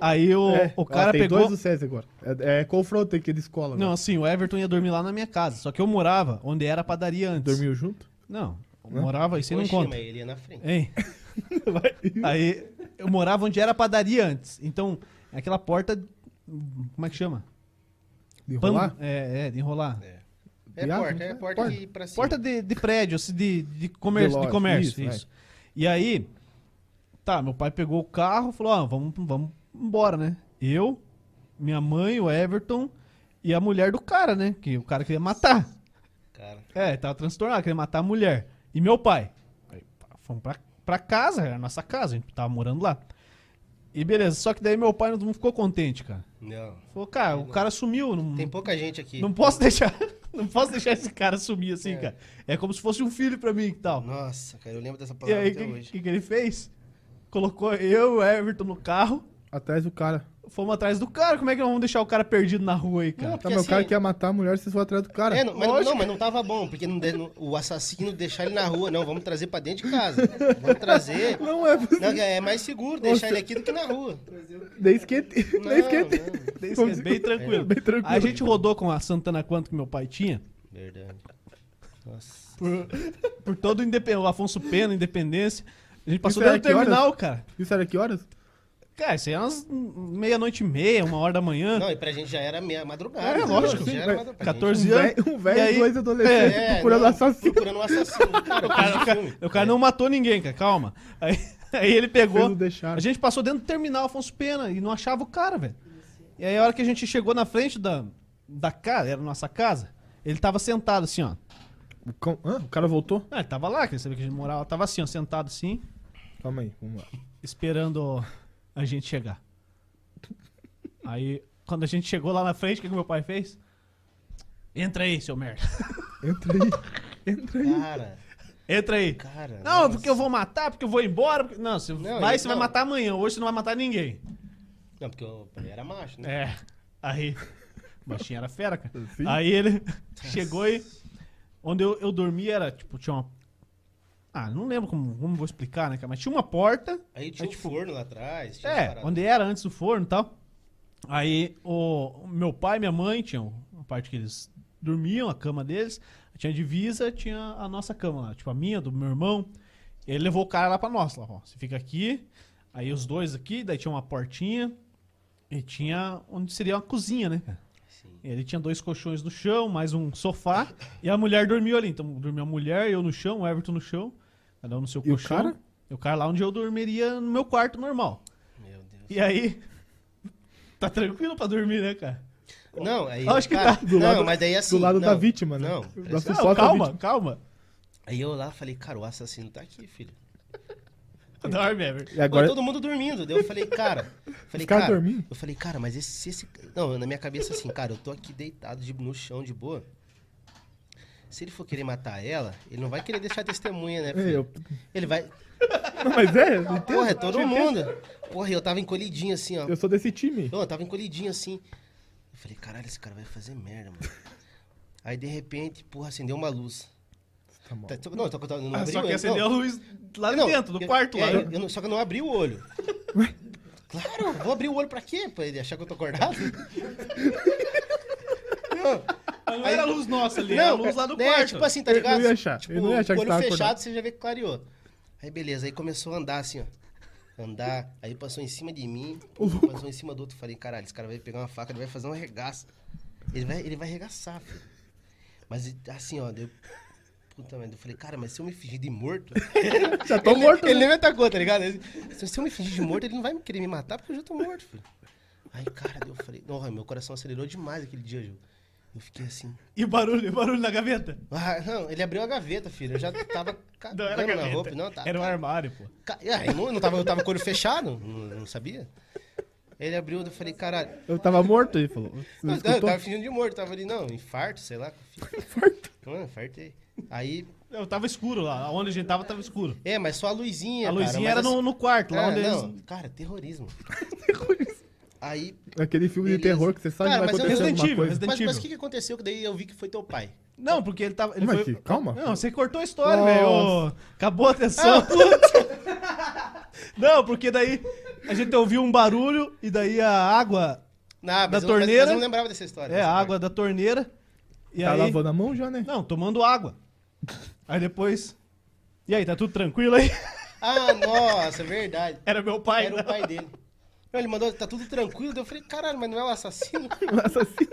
Speaker 2: Aí o,
Speaker 3: foi- É,
Speaker 2: o
Speaker 3: ó,
Speaker 2: cara
Speaker 3: tem
Speaker 2: pegou.
Speaker 3: dois do César agora. É, é confronto aqui de escola. né?
Speaker 2: Não,
Speaker 3: agora.
Speaker 2: assim, o Everton ia dormir lá na minha casa. Só que eu morava onde era a padaria antes.
Speaker 3: Dormiu junto?
Speaker 2: Não, eu morava, isso aí não
Speaker 1: Hoje,
Speaker 2: conta.
Speaker 1: mas ele ia na frente.
Speaker 2: Hein? Aí eu morava onde era a padaria antes. Então, aquela porta. Como é que chama?
Speaker 3: De
Speaker 2: Pan-
Speaker 3: rolar?
Speaker 2: É, é, de enrolar.
Speaker 1: É
Speaker 3: Viado, não
Speaker 1: porta, é
Speaker 3: sei. né?
Speaker 1: porta
Speaker 3: Porta.
Speaker 1: que pra cima.
Speaker 2: Porta de, de prédio, assim, de, de comércio.
Speaker 3: De
Speaker 2: De,
Speaker 3: loja,
Speaker 2: comércio,
Speaker 3: isso,
Speaker 2: isso. E aí, tá, meu pai pegou o carro falou: Ó, vamos, vamos embora, né? Eu, minha mãe, o Everton e a mulher do cara, né? Que o cara queria matar.
Speaker 1: Cara,
Speaker 2: É, tava transtornado, queria matar a mulher. E meu pai. Aí, pá, fomos pra, pra casa, era a nossa casa, a gente tava morando lá. E beleza, só que daí meu pai não ficou contente, cara.
Speaker 1: não.
Speaker 2: Falou, cara, o cara sumiu, não,
Speaker 1: Tem pouca gente aqui.
Speaker 2: não posso deixar. Não posso deixar esse cara sumir assim,
Speaker 1: É.
Speaker 2: cara. É como se fosse um filho pra mim e tal.
Speaker 1: Nossa, cara, eu lembro dessa
Speaker 2: E
Speaker 1: palavra
Speaker 2: aí, o
Speaker 1: até
Speaker 2: que,
Speaker 1: hoje.
Speaker 2: que, que ele fez? Colocou eu e o Everton no carro,
Speaker 3: Atrás do cara.
Speaker 2: fomos atrás do cara. Como é que nós vamos deixar o cara perdido na rua aí, cara?
Speaker 1: Não,
Speaker 3: Tá,
Speaker 1: Porque
Speaker 3: meu
Speaker 1: assim-
Speaker 3: cara quer matar a mulher, vocês vão atrás do cara.
Speaker 1: É, não, mas,
Speaker 2: lógico.
Speaker 1: não, mas não tava bom, porque não, de- não- o assassino deixar ele na rua, não, vamos trazer pra dentro de casa. Vamos trazer.
Speaker 3: Não é possível.
Speaker 1: Não, é mais seguro deixar ele aqui do que na rua.
Speaker 3: Daí esquentei.
Speaker 1: Não,
Speaker 3: Daí esquentei.
Speaker 1: não.
Speaker 2: Daí
Speaker 3: Como
Speaker 2: é
Speaker 3: se-
Speaker 2: bem tranquilo.
Speaker 3: Bem tranquilo.
Speaker 2: Aí a gente rodou com a Santana Quanto que meu pai tinha.
Speaker 1: Verdade. Nossa.
Speaker 2: por, por todo o, Indepen- o Afonso Pena, Independência. A gente passou
Speaker 3: Isso
Speaker 2: dentro
Speaker 3: era
Speaker 2: do
Speaker 3: que
Speaker 2: terminal, cara.
Speaker 3: Isso era que horas?
Speaker 2: Cara, isso aí é umas meia-noite e meia, uma hora da manhã.
Speaker 1: Não, e pra gente já era meia madrugada.
Speaker 2: É,
Speaker 1: né?
Speaker 2: lógico.
Speaker 1: Já era madrugada. pra gente.
Speaker 2: 14
Speaker 3: Um
Speaker 2: anos.
Speaker 3: velho- um
Speaker 2: E
Speaker 3: velho
Speaker 2: aí-
Speaker 3: e dois adolescentes
Speaker 1: É,
Speaker 3: procurando
Speaker 1: não,
Speaker 3: assassino.
Speaker 1: Procurando um assassino. Cara,
Speaker 2: O cara,
Speaker 1: coisa
Speaker 2: o
Speaker 1: de
Speaker 2: cara-
Speaker 1: filme.
Speaker 2: o cara não matou ninguém, cara, calma. Aí, aí ele pegou.
Speaker 3: Vocês não deixaram.
Speaker 2: A gente passou dentro do terminal Afonso Pena e não achava o cara, velho. E aí a hora que a gente chegou na frente da, da casa, era a nossa casa, ele tava sentado assim, ó.
Speaker 3: O, cão- Hã? o cara voltou?
Speaker 2: Ah, ele tava lá, que ele sabia que a gente morava, tava assim, ó, sentado assim,
Speaker 3: Calma aí, vamos lá.
Speaker 2: esperando a gente chegar. Aí, quando a gente chegou lá na frente, o que, que meu pai fez? Entra aí, seu merda.
Speaker 3: Entra aí. Entra aí.
Speaker 1: Cara,
Speaker 2: Entra aí.
Speaker 1: cara.
Speaker 2: Não,
Speaker 1: nossa.
Speaker 2: porque eu vou matar, porque eu vou embora. Porque... Não, você
Speaker 1: Não,
Speaker 2: vai,
Speaker 1: ele-
Speaker 2: você vai
Speaker 1: não.
Speaker 2: matar amanhã. Hoje você não vai matar ninguém.
Speaker 1: Não, porque eu eu era macho, né?
Speaker 2: É. Aí. O baixinho era fera, cara.
Speaker 3: Sim.
Speaker 2: Aí ele chegou e. Onde eu, eu dormi era, tipo, tinha uma. Ah, não lembro como, como eu vou explicar, né, cara? Mas tinha uma porta.
Speaker 1: Aí tinha
Speaker 2: É,
Speaker 1: um
Speaker 2: tipo-
Speaker 1: forno lá atrás. Tinha
Speaker 2: É,
Speaker 1: umas paradas.
Speaker 2: onde era antes do forno e tal. Aí o o meu pai e minha mãe tinham uma parte que eles dormiam, a cama deles. Tinha a divisa, tinha a nossa cama lá. Tipo, a minha, do meu irmão. Ele levou o cara lá pra nós. Lá, ó, você fica aqui. Aí os dois aqui, daí tinha uma portinha. E tinha onde seria uma cozinha, né? cara?
Speaker 1: Sim.
Speaker 2: Ele tinha dois colchões no chão, mais um sofá. e a mulher dormiu ali. Então dormiu a mulher, eu no chão, o Everton no chão. Cada um no seu
Speaker 3: E o
Speaker 2: colchão.
Speaker 3: cara?
Speaker 2: E o cara lá onde eu dormiria no meu quarto normal.
Speaker 1: Meu Deus.
Speaker 2: E aí. Tá tranquilo pra dormir, né, cara?
Speaker 1: Não, aí.
Speaker 2: Acho que
Speaker 1: cara,
Speaker 2: tá
Speaker 3: do
Speaker 1: não,
Speaker 3: lado-
Speaker 1: mas daí assim.
Speaker 3: do lado
Speaker 1: não,
Speaker 3: da vítima, né?
Speaker 1: Não. assim,
Speaker 3: Da
Speaker 2: Não,
Speaker 3: suposta
Speaker 2: calma,
Speaker 3: vítima.
Speaker 2: calma.
Speaker 1: Aí eu lá falei, cara, o assassino tá aqui, filho.
Speaker 2: Dorme, Ever.
Speaker 3: E agora.
Speaker 1: Todo mundo dormindo. Daí eu falei, cara. Falei,
Speaker 3: Os caras
Speaker 1: cara.
Speaker 3: dormindo?
Speaker 1: Eu falei, cara, mas esse, se esse. Não, na minha cabeça assim, cara, eu tô aqui deitado de- no chão de boa. Se ele for querer matar ela, ele não vai querer deixar testemunha, né? filho?
Speaker 3: É, eu-
Speaker 1: Ele vai.
Speaker 3: Não, mas é, eu entendo.
Speaker 1: Porra, é todo mundo. Porra, eu tava encolhidinho assim, ó.
Speaker 3: Eu sou desse time.
Speaker 1: Não, eu tava encolhidinho assim. Eu falei, caralho, esse cara vai fazer merda, mano. Aí de repente, porra, acendeu uma luz.
Speaker 3: Tá mal.
Speaker 1: Tá- Não, eu tô contando. Não
Speaker 2: Ah,
Speaker 1: abri
Speaker 2: só
Speaker 1: o
Speaker 2: que
Speaker 1: olho,
Speaker 2: acendeu
Speaker 1: é, não.
Speaker 2: a luz lá
Speaker 1: Não,
Speaker 2: Tá dentro, do
Speaker 1: eu-
Speaker 2: quarto lá.
Speaker 1: é, eu não- só que eu não abri o olho. claro, vou abrir o olho pra quê? Pra ele achar que eu tô acordado?
Speaker 2: Mas
Speaker 1: é,
Speaker 2: não era a luz nossa ali, era a luz lá do
Speaker 1: né,
Speaker 2: quarto.
Speaker 1: Tipo assim, tá
Speaker 3: Ele
Speaker 1: ligado?
Speaker 3: não ia achar,
Speaker 1: Tipo,
Speaker 3: ele não ia achar
Speaker 1: o
Speaker 3: que
Speaker 1: olho
Speaker 3: tava
Speaker 1: fechado,
Speaker 3: acordado.
Speaker 1: você já vê que clareou. Aí beleza, aí começou a andar assim, ó. Andar, aí passou em cima de mim, passou em cima do outro. Falei, caralho, esse cara vai pegar uma faca, ele vai fazer um regaço. Ele vai, ele vai arregaçar, filho. Mas assim, ó, deu. Puta merda, eu falei, cara, mas se eu me fingir de morto.
Speaker 3: Já tô
Speaker 1: ele,
Speaker 3: morto.
Speaker 1: Ele
Speaker 3: né?
Speaker 1: nem me atacou, tá ligado? Ele- Se se eu me fingir de morto, ele não vai querer me matar porque eu já tô morto, filho. Aí, cara, daí eu falei, não, meu coração acelerou demais aquele dia, Gil. Eu fiquei assim.
Speaker 2: E o barulho, e o barulho na gaveta?
Speaker 1: Ah, não, ele abriu a gaveta, filho. Eu já tava
Speaker 2: Não era
Speaker 1: cagando na
Speaker 2: gaveta.
Speaker 1: roupa. Não, tá,
Speaker 2: era um armário, pô.
Speaker 1: ca- Ah, eu não, não tava, eu tava com o olho fechado, não, não sabia. Ele abriu, eu falei, caralho.
Speaker 3: Eu tava morto, ele falou. Você
Speaker 1: Não, tá, eu
Speaker 3: escutou?
Speaker 1: tava fingindo de morto, tava ali, não, infarto, sei lá. Mano, infartei. Aí,
Speaker 2: Eu tava escuro lá, onde a gente tava, tava escuro.
Speaker 1: é, mas só a luzinha,
Speaker 2: A
Speaker 1: cara,
Speaker 2: luzinha
Speaker 1: mas
Speaker 2: era
Speaker 1: assim-
Speaker 2: no, no quarto, lá
Speaker 1: Ah,
Speaker 2: onde
Speaker 1: não,
Speaker 2: eles...
Speaker 1: cara, terrorismo. terrorismo. Aí,
Speaker 3: Aquele filme de
Speaker 1: Beleza.
Speaker 3: terror que você sabe
Speaker 1: Cara,
Speaker 3: que vai
Speaker 1: mas eu-
Speaker 3: acontecer
Speaker 2: Resident
Speaker 3: alguma
Speaker 2: Evil,
Speaker 3: coisa.
Speaker 2: Resident
Speaker 1: mas mas
Speaker 2: Evil.
Speaker 1: o que, que aconteceu que daí eu vi que foi teu pai?
Speaker 2: Não, porque ele tava... Ele
Speaker 3: Mas
Speaker 2: foi...
Speaker 3: é que- calma.
Speaker 2: Não, você cortou a história,
Speaker 3: Nossa. Ah,
Speaker 2: velho. Ô, Acabou a atenção. não, porque daí a gente ouviu um barulho e daí a água...
Speaker 1: Na
Speaker 2: Da torneira?
Speaker 1: Ah, Mas eu não lembrava dessa história.
Speaker 2: É,
Speaker 1: dessa
Speaker 2: a
Speaker 1: parte.
Speaker 2: água da torneira. E
Speaker 3: Tá
Speaker 2: aí...
Speaker 3: lavando a mão já, né?
Speaker 2: Não, tomando água. Aí depois... E aí, tá tudo tranquilo aí?
Speaker 1: Ah, nossa, é verdade.
Speaker 2: Era meu pai.
Speaker 1: Era
Speaker 2: né?
Speaker 1: o pai dele. Não, ele mandou, tá tudo tranquilo. Daí Eu falei, caralho, mas não é um assassino?
Speaker 3: Assassino.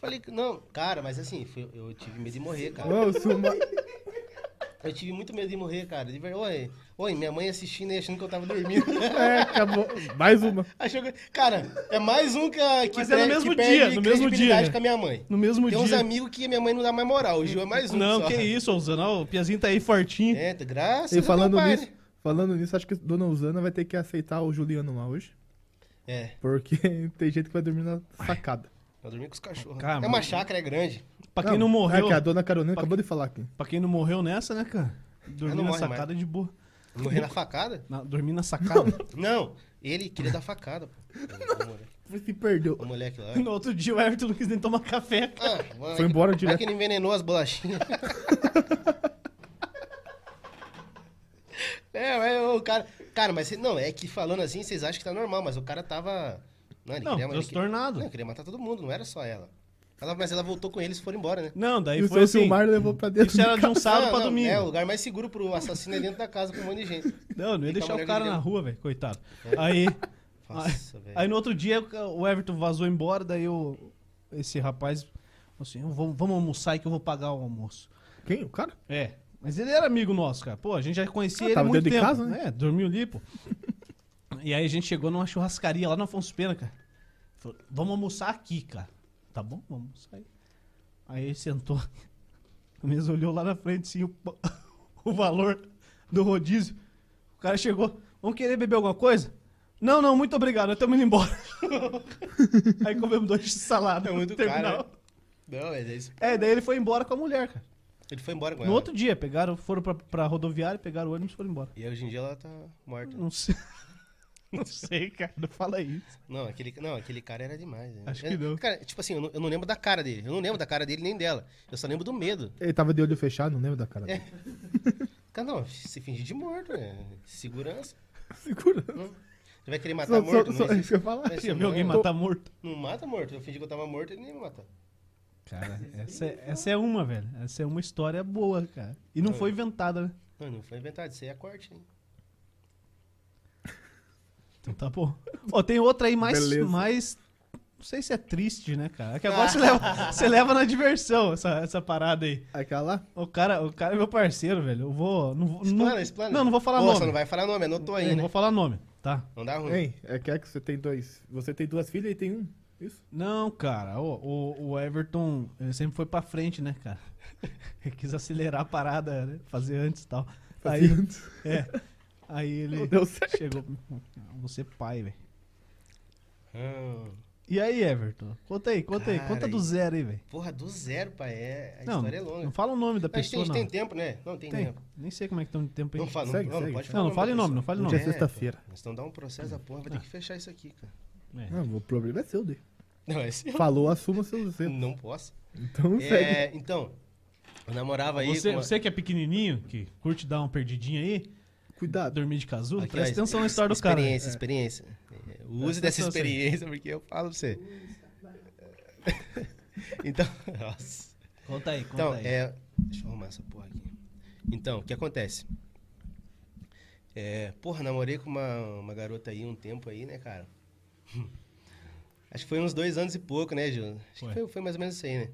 Speaker 1: falei, não, cara, mas assim, foi- eu tive medo de morrer, cara.
Speaker 3: Não, eu sou uma...
Speaker 1: Eu tive muito medo de morrer, cara. De ver- Oi, oi, minha mãe assistindo e achando que eu tava dormindo.
Speaker 3: É, acabou. Mais uma.
Speaker 1: Achou que... Cara, é mais um que, a- que,
Speaker 2: Mas é no
Speaker 1: pre-
Speaker 2: mesmo
Speaker 1: que
Speaker 2: dia,
Speaker 1: perde
Speaker 2: no mesmo dia,
Speaker 1: credibilidade
Speaker 2: né?
Speaker 1: com a minha mãe.
Speaker 2: No mesmo
Speaker 1: Tem
Speaker 2: dia.
Speaker 1: uns amigos que a minha mãe não dá mais moral. O Gil é mais um
Speaker 2: Não,
Speaker 1: só.
Speaker 2: que isso, Osana. O Piazinho tá aí fortinho.
Speaker 1: É, tá- graças
Speaker 3: E
Speaker 1: a
Speaker 3: falando
Speaker 1: pai,
Speaker 3: nisso,
Speaker 1: né?
Speaker 3: falando nisso, acho que Dona Usana vai ter que aceitar o Juliano lá hoje.
Speaker 1: É,
Speaker 3: Porque tem gente que vai dormir na sacada.
Speaker 1: eu dormi com os cachorros.
Speaker 2: Cara,
Speaker 1: é uma
Speaker 2: mas-
Speaker 1: chácara, é grande.
Speaker 2: Pra quem não,
Speaker 3: É
Speaker 2: morreu.
Speaker 3: que a Dona Carolina acabou de falar aqui.
Speaker 2: Pra quem não morreu nessa, né, cara? Dormir
Speaker 1: não
Speaker 2: na
Speaker 1: morre
Speaker 2: sacada de boa.
Speaker 1: Morrer na facada?
Speaker 2: Na, dormir na sacada.
Speaker 1: Não, ele queria dar facada. pô. O mole-
Speaker 3: Se perdeu.
Speaker 1: O moleque lá.
Speaker 2: no outro dia o Everton não quis nem tomar café. cara.
Speaker 1: Ah, mano,
Speaker 3: Foi
Speaker 1: é que-
Speaker 3: embora
Speaker 1: é
Speaker 3: direto.
Speaker 1: que ele envenenou as bolachinhas. é, mas o cara. Cara, mas cê- não, é que falando assim, vocês acham que tá normal, mas o cara tava. Não, ele
Speaker 2: Não,
Speaker 1: queria, ele queria,
Speaker 2: transtornado.
Speaker 1: não, ele queria matar todo mundo, não era só ela. Ela- mas ela voltou com eles e foram embora, né?
Speaker 2: Não, daí
Speaker 3: E o
Speaker 2: foi assim.
Speaker 3: seu Silmar levou pra dentro.
Speaker 2: Isso era de um sábado
Speaker 1: Não,
Speaker 2: pra
Speaker 1: não,
Speaker 2: domingo.
Speaker 1: É, o lugar mais seguro pro assassino é dentro da casa com um monte de gente.
Speaker 2: Não, não ia
Speaker 1: Fica É.
Speaker 2: deixar
Speaker 1: a
Speaker 2: o
Speaker 1: mulher
Speaker 2: cara na
Speaker 1: gritando.
Speaker 2: rua, velho, coitado. Aí.
Speaker 1: Nossa,
Speaker 2: aí,
Speaker 1: velho.
Speaker 2: aí no outro dia o Everton vazou embora, daí o, esse rapaz falou assim: vamos, vamos almoçar aí que eu vou pagar o almoço.
Speaker 3: Quem? O cara?
Speaker 2: É. Mas ele era amigo nosso, cara. Pô, a gente já conhecia
Speaker 3: Ah,
Speaker 2: ele há
Speaker 3: tava
Speaker 2: muito
Speaker 3: dentro de
Speaker 2: tempo.
Speaker 3: casa, né?
Speaker 2: É, dormiu ali, pô. e aí a gente chegou numa churrascaria lá no Afonso Pena, cara. Falou, vamos almoçar aqui, cara. Tá bom, vamos almoçar aí. Aí ele sentou. A mesa olhou lá na frente, assim, o, pa- o valor do rodízio. O cara chegou. Vamos querer beber alguma coisa? Não, não, muito obrigado, nós estamos indo embora. aí comemos dois de salada.
Speaker 1: É
Speaker 2: no
Speaker 1: muito
Speaker 2: terminal.
Speaker 1: caro, Não, mas é isso.
Speaker 2: É, daí ele foi embora com a mulher, cara.
Speaker 1: Ele foi embora com
Speaker 2: No
Speaker 1: ela.
Speaker 2: outro dia, pegaram, foram pra, pra rodoviária, pegaram o ônibus e foram embora.
Speaker 1: E hoje em dia ela tá morta.
Speaker 2: Não sei. Não sei, cara. Não fala isso.
Speaker 1: Não, aquele, não, aquele cara era demais. né?
Speaker 2: Acho
Speaker 1: Eu-
Speaker 2: que não.
Speaker 1: Cara, tipo assim, eu não, eu não lembro da cara dele. Eu não lembro da cara dele nem dela. Eu só lembro do medo.
Speaker 3: Ele tava de olho fechado, não lembro da cara dele.
Speaker 1: Cara, não, se fingir de morto, né? Segurança.
Speaker 2: É.
Speaker 3: Segura.
Speaker 2: Ah,
Speaker 1: Ele vai
Speaker 2: tá
Speaker 1: querer matar
Speaker 3: Só,
Speaker 1: morto?
Speaker 3: só, só,
Speaker 1: não,
Speaker 3: isso
Speaker 1: existe.
Speaker 3: que eu ia falar.
Speaker 1: Mas-
Speaker 2: Já viu alguém matar morto?
Speaker 1: Não mata morto. Eu fingi que eu tava morto, ele nem me mata.
Speaker 2: Cara, essa é, essa é uma, velho. Essa é uma história boa, cara. E não foi inventada, né?
Speaker 1: Não, não foi inventado. Isso aí é corte, hein?
Speaker 2: Então tá bom. Ó, tem outra aí mais.
Speaker 3: Beleza.
Speaker 2: mais não sei se é triste, né, cara? É que
Speaker 1: Ah.
Speaker 2: agora você, leva, você leva na diversão essa, essa parada aí.
Speaker 3: Aquela lá?
Speaker 2: O cara, o cara é meu parceiro, velho. Eu vou. Não, vou- não,
Speaker 1: Explana, explana.
Speaker 2: não, não vou falar
Speaker 1: Nossa,
Speaker 2: nome.
Speaker 1: não vai falar nome, anotou
Speaker 2: É,
Speaker 1: aí,
Speaker 2: não
Speaker 1: né?
Speaker 2: vou falar nome, tá?
Speaker 1: Não dá ruim.
Speaker 3: Hein? É que é que você tem dois. Você tem duas filhas e tem um. Isso?
Speaker 2: Não, cara, o, o, o Everton ele sempre foi pra frente, né, cara? Ele quis acelerar a parada, né? Fazer antes e tal. Aí,
Speaker 3: Fazia antes.
Speaker 2: é. Aí ele
Speaker 3: Não deu certo.
Speaker 2: chegou. pra mim, Você é pai, velho.
Speaker 1: Ah,
Speaker 2: E aí, Everton? Conta aí, conta aí,
Speaker 1: Cara,
Speaker 2: conta do
Speaker 1: e-
Speaker 2: zero aí, velho.
Speaker 1: porra, do zero, pai. É, a
Speaker 2: Não,
Speaker 1: história é longa.
Speaker 2: não fala o nome da
Speaker 1: a gente, tem,
Speaker 2: pessoa,
Speaker 1: a gente
Speaker 2: não.
Speaker 1: tem tempo, né? Não, tem,
Speaker 2: Tem.
Speaker 1: tempo.
Speaker 2: Nem sei como é que estão de tempo aí.
Speaker 1: Não fala,
Speaker 3: Segue,
Speaker 1: não,
Speaker 3: segue,
Speaker 1: não pode
Speaker 3: segue.
Speaker 1: falar.
Speaker 2: Não, não fale
Speaker 1: da
Speaker 2: nome,
Speaker 1: pessoa.
Speaker 2: não fale
Speaker 3: Não
Speaker 2: nome. Ah.
Speaker 3: tinha sexta-feira.
Speaker 1: cara. Senão dá um processo da porra, vai ter que fechar isso aqui, cara.
Speaker 2: É.
Speaker 3: Não, o problema é seu, dele.
Speaker 1: Não, é assim.
Speaker 3: Falou, assuma seus erros.
Speaker 1: Não posso.
Speaker 3: Então segue.
Speaker 1: É, então, eu namorava aí.
Speaker 2: Você,
Speaker 1: com uma-
Speaker 2: você que é pequenininho, que curte dar uma perdidinha aí,
Speaker 3: Cuidado.
Speaker 2: dormir de casulo,
Speaker 1: Aqui,
Speaker 2: presta
Speaker 1: ó,
Speaker 2: atenção na história dos caras.
Speaker 1: Experiência, experiência. É,
Speaker 2: Presta
Speaker 1: Use dessa
Speaker 2: atenção,
Speaker 1: experiência, porque eu falo pra você.
Speaker 2: é
Speaker 1: Então, nossa.
Speaker 2: Conta aí, conta
Speaker 1: Então,
Speaker 2: aí.
Speaker 1: é. Deixa eu arrumar essa porra aqui. Então, o que acontece? É, porra, namorei com uma, uma garota aí um tempo aí, né, cara? Acho que foi uns dois anos e pouco, né, Gil? Acho
Speaker 2: Foi.
Speaker 1: que foi, foi mais ou menos isso aí, né?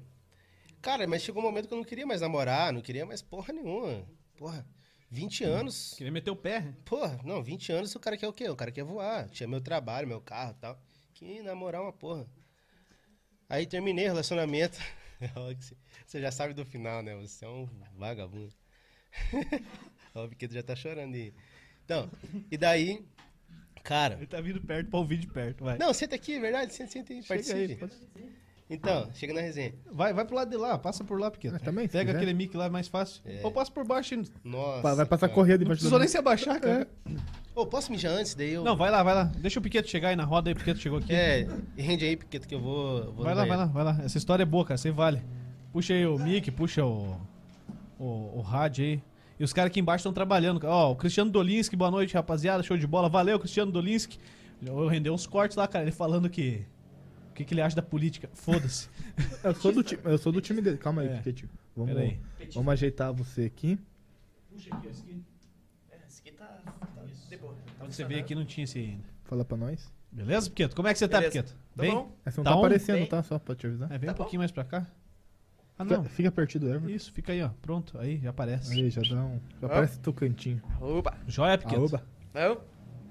Speaker 1: Cara, mas chegou um momento que eu não queria mais namorar, não queria mais porra nenhuma. Porra, 20
Speaker 2: Hum.
Speaker 1: anos.
Speaker 2: Queria meter o pé. né?
Speaker 1: Porra, não, 20 anos o cara quer o quê? O cara quer voar. Tinha meu trabalho, meu carro e tal. Que namorar uma porra. Aí terminei o relacionamento. Ó, que cê- Você já sabe do final, né? Você é um vagabundo. Ó, o Piqueto já tá chorando aí. Então, e daí, cara.
Speaker 2: Ele tá vindo perto pra ouvir de perto, vai.
Speaker 1: Não, senta aqui, é verdade, senta, senta aí,
Speaker 2: Chega aí,
Speaker 1: participe. Então, chega na resenha.
Speaker 2: Vai, vai pro lado de lá, passa por lá, pequeno.
Speaker 3: Mas É, também, se
Speaker 2: Pega
Speaker 3: quiser.
Speaker 2: aquele mic lá é mais fácil.
Speaker 1: É.
Speaker 2: Ou passa por baixo. e-
Speaker 1: Nossa.
Speaker 3: Vai passar
Speaker 1: cara.
Speaker 3: correndo
Speaker 2: Não
Speaker 3: embaixo
Speaker 2: precisou nem se abaixar, cara.
Speaker 3: É.
Speaker 1: Ô, posso mijar antes? Daí eu.
Speaker 2: Não, vai lá, vai lá. Deixa o Piqueto chegar aí na roda aí, o Piqueto chegou aqui.
Speaker 1: É, rende aí, Piqueto, que eu vou. vou no
Speaker 2: vai lá, vai
Speaker 1: banheiro.
Speaker 2: lá, vai lá. Essa história é boa, cara. Você vale. Puxa aí o mic, puxa o, o, o rádio aí. E os caras aqui embaixo estão trabalhando. cara. Ó, o Cristiano Dolinski, boa noite, rapaziada. Show de bola. Valeu, Cristiano Dolinski. Eu rendeu uns cortes lá, cara. Ele falando que. O que, que ele acha da política? Foda-se.
Speaker 3: Eu sou do time, eu sou do time dele. Calma aí,
Speaker 2: É.
Speaker 3: Piquetinho. Vamos,
Speaker 2: Pera aí.
Speaker 3: vamos ajeitar você aqui.
Speaker 4: tá,
Speaker 2: Quando Então, você veio aqui, não tinha esse aí ainda.
Speaker 3: Fala pra nós.
Speaker 2: Beleza, Piqueto? Como é que você tá,
Speaker 4: Beleza.
Speaker 2: Piqueto?
Speaker 4: Tá
Speaker 2: Bem?
Speaker 4: bom?
Speaker 3: Essa não
Speaker 2: Tá
Speaker 3: tá,
Speaker 2: on?
Speaker 3: aparecendo,
Speaker 4: Bem.
Speaker 3: tá? Só pra te avisar.
Speaker 2: É, vem
Speaker 4: Tá
Speaker 2: um
Speaker 4: bom.
Speaker 2: pouquinho mais pra cá. Ah,
Speaker 3: Fica-
Speaker 2: não.
Speaker 3: Fica pertinho do Everton.
Speaker 2: Isso, fica aí, ó. Pronto. Aí, já aparece.
Speaker 3: Aí, já dá um. Já
Speaker 2: Ah.
Speaker 3: aparece teu cantinho.
Speaker 4: Opa!
Speaker 2: Joia, Piqueto.
Speaker 3: Aoba.
Speaker 4: Vamos?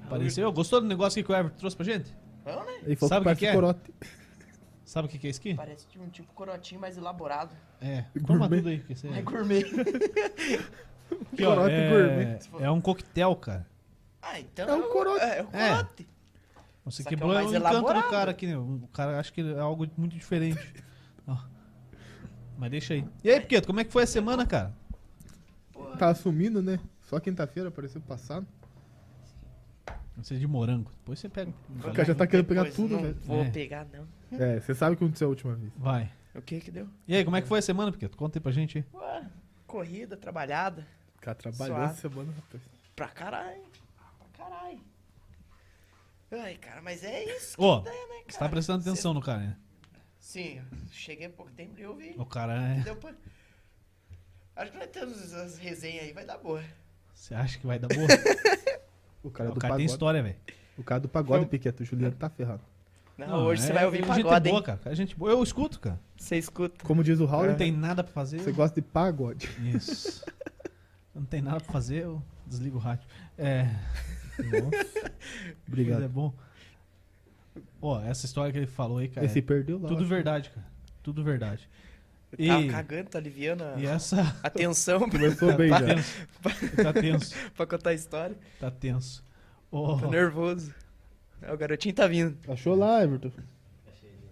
Speaker 2: Apareceu. Gostou do negócio aqui que o Everton trouxe pra gente?
Speaker 4: Vamos, né?
Speaker 3: Ele falou
Speaker 2: Sabe o que
Speaker 3: que parece
Speaker 2: que é?
Speaker 3: corote.
Speaker 2: Sabe o que, que é isso aqui?
Speaker 4: Parece de um tipo corotinho mais elaborado.
Speaker 2: É, toma
Speaker 3: Gourmet.
Speaker 2: tudo aí. Que você...
Speaker 4: É gourmet.
Speaker 2: Aqui, ó,
Speaker 3: Corote
Speaker 2: é...
Speaker 3: gourmet.
Speaker 2: é um coquetel, cara.
Speaker 4: ah, então.
Speaker 3: É um corote.
Speaker 4: É, é um
Speaker 2: É.
Speaker 4: corote.
Speaker 2: Você
Speaker 4: Só que é o
Speaker 2: quebrou o
Speaker 4: mais
Speaker 2: encanto do
Speaker 4: elaborado.
Speaker 2: cara aqui, né? O cara acha que é algo muito diferente. Ó. Mas deixa aí. E aí, Piqueto, como é que foi a semana, cara?
Speaker 3: Tá assumindo, né? Só quinta-feira apareceu passado.
Speaker 2: Você é de morango. Depois você pega.
Speaker 3: O cara já tá querendo pegar
Speaker 4: Depois
Speaker 3: tudo,
Speaker 4: não
Speaker 3: velho.
Speaker 4: Vou
Speaker 2: É.
Speaker 4: pegar, não.
Speaker 3: É, você sabe o que aconteceu a última vez.
Speaker 2: Vai.
Speaker 4: O que que deu?
Speaker 2: E aí, como é que foi a semana, Piqueto? Conta aí pra gente aí.
Speaker 4: Ué, corrida, trabalhada.
Speaker 3: O cara trabalhou
Speaker 4: Suave.
Speaker 3: essa semana, rapaz.
Speaker 4: Pra caralho. Pra caralho. Ai, cara, mas é isso. que
Speaker 2: Ô,
Speaker 4: dá, né,
Speaker 2: Você tá
Speaker 4: cara?
Speaker 2: prestando atenção no cara, né?
Speaker 4: Sim, eu cheguei há pouco tempo e eu vi.
Speaker 2: O cara é.
Speaker 4: Deu pra... Acho que vai ter uns- as resenhas aí, vai dar boa.
Speaker 2: Você acha que vai dar boa?
Speaker 3: O cara
Speaker 2: É, o
Speaker 3: do
Speaker 2: cara tem um
Speaker 3: pagode.
Speaker 2: história, velho.
Speaker 3: O cara do pagode, Piqueto. O Juliano tá ferrado.
Speaker 4: Não,
Speaker 2: Não,
Speaker 4: hoje você
Speaker 2: é-
Speaker 4: vai ouvir
Speaker 2: Gente
Speaker 4: pagode,
Speaker 2: boa,
Speaker 4: hein?
Speaker 2: cara. cara. Gente boa. Eu escuto, cara.
Speaker 4: Você escuta.
Speaker 3: Como diz o Raul,
Speaker 2: Não tem nada pra fazer.
Speaker 3: né? você gosta de pagode.
Speaker 2: Isso. Não tem nada pra fazer, eu desligo o rádio. É,
Speaker 3: Nossa.
Speaker 2: mas é
Speaker 3: Obrigado.
Speaker 2: bom. Ó, essa história que ele falou aí, cara,
Speaker 3: Ele se
Speaker 2: é
Speaker 3: perdeu lá.
Speaker 2: tudo verdade, cara. Tudo verdade. E,
Speaker 4: Tá cagando, tá aliviando a,
Speaker 2: e é. essa...
Speaker 4: a tensão
Speaker 3: Começou bem
Speaker 2: tá
Speaker 3: já.
Speaker 2: tenso. Tá tenso.
Speaker 4: pra contar a história.
Speaker 2: Tá tenso. Ó,
Speaker 4: Tô nervoso. É, O garotinho tá vindo.
Speaker 3: Achou lá, Everton?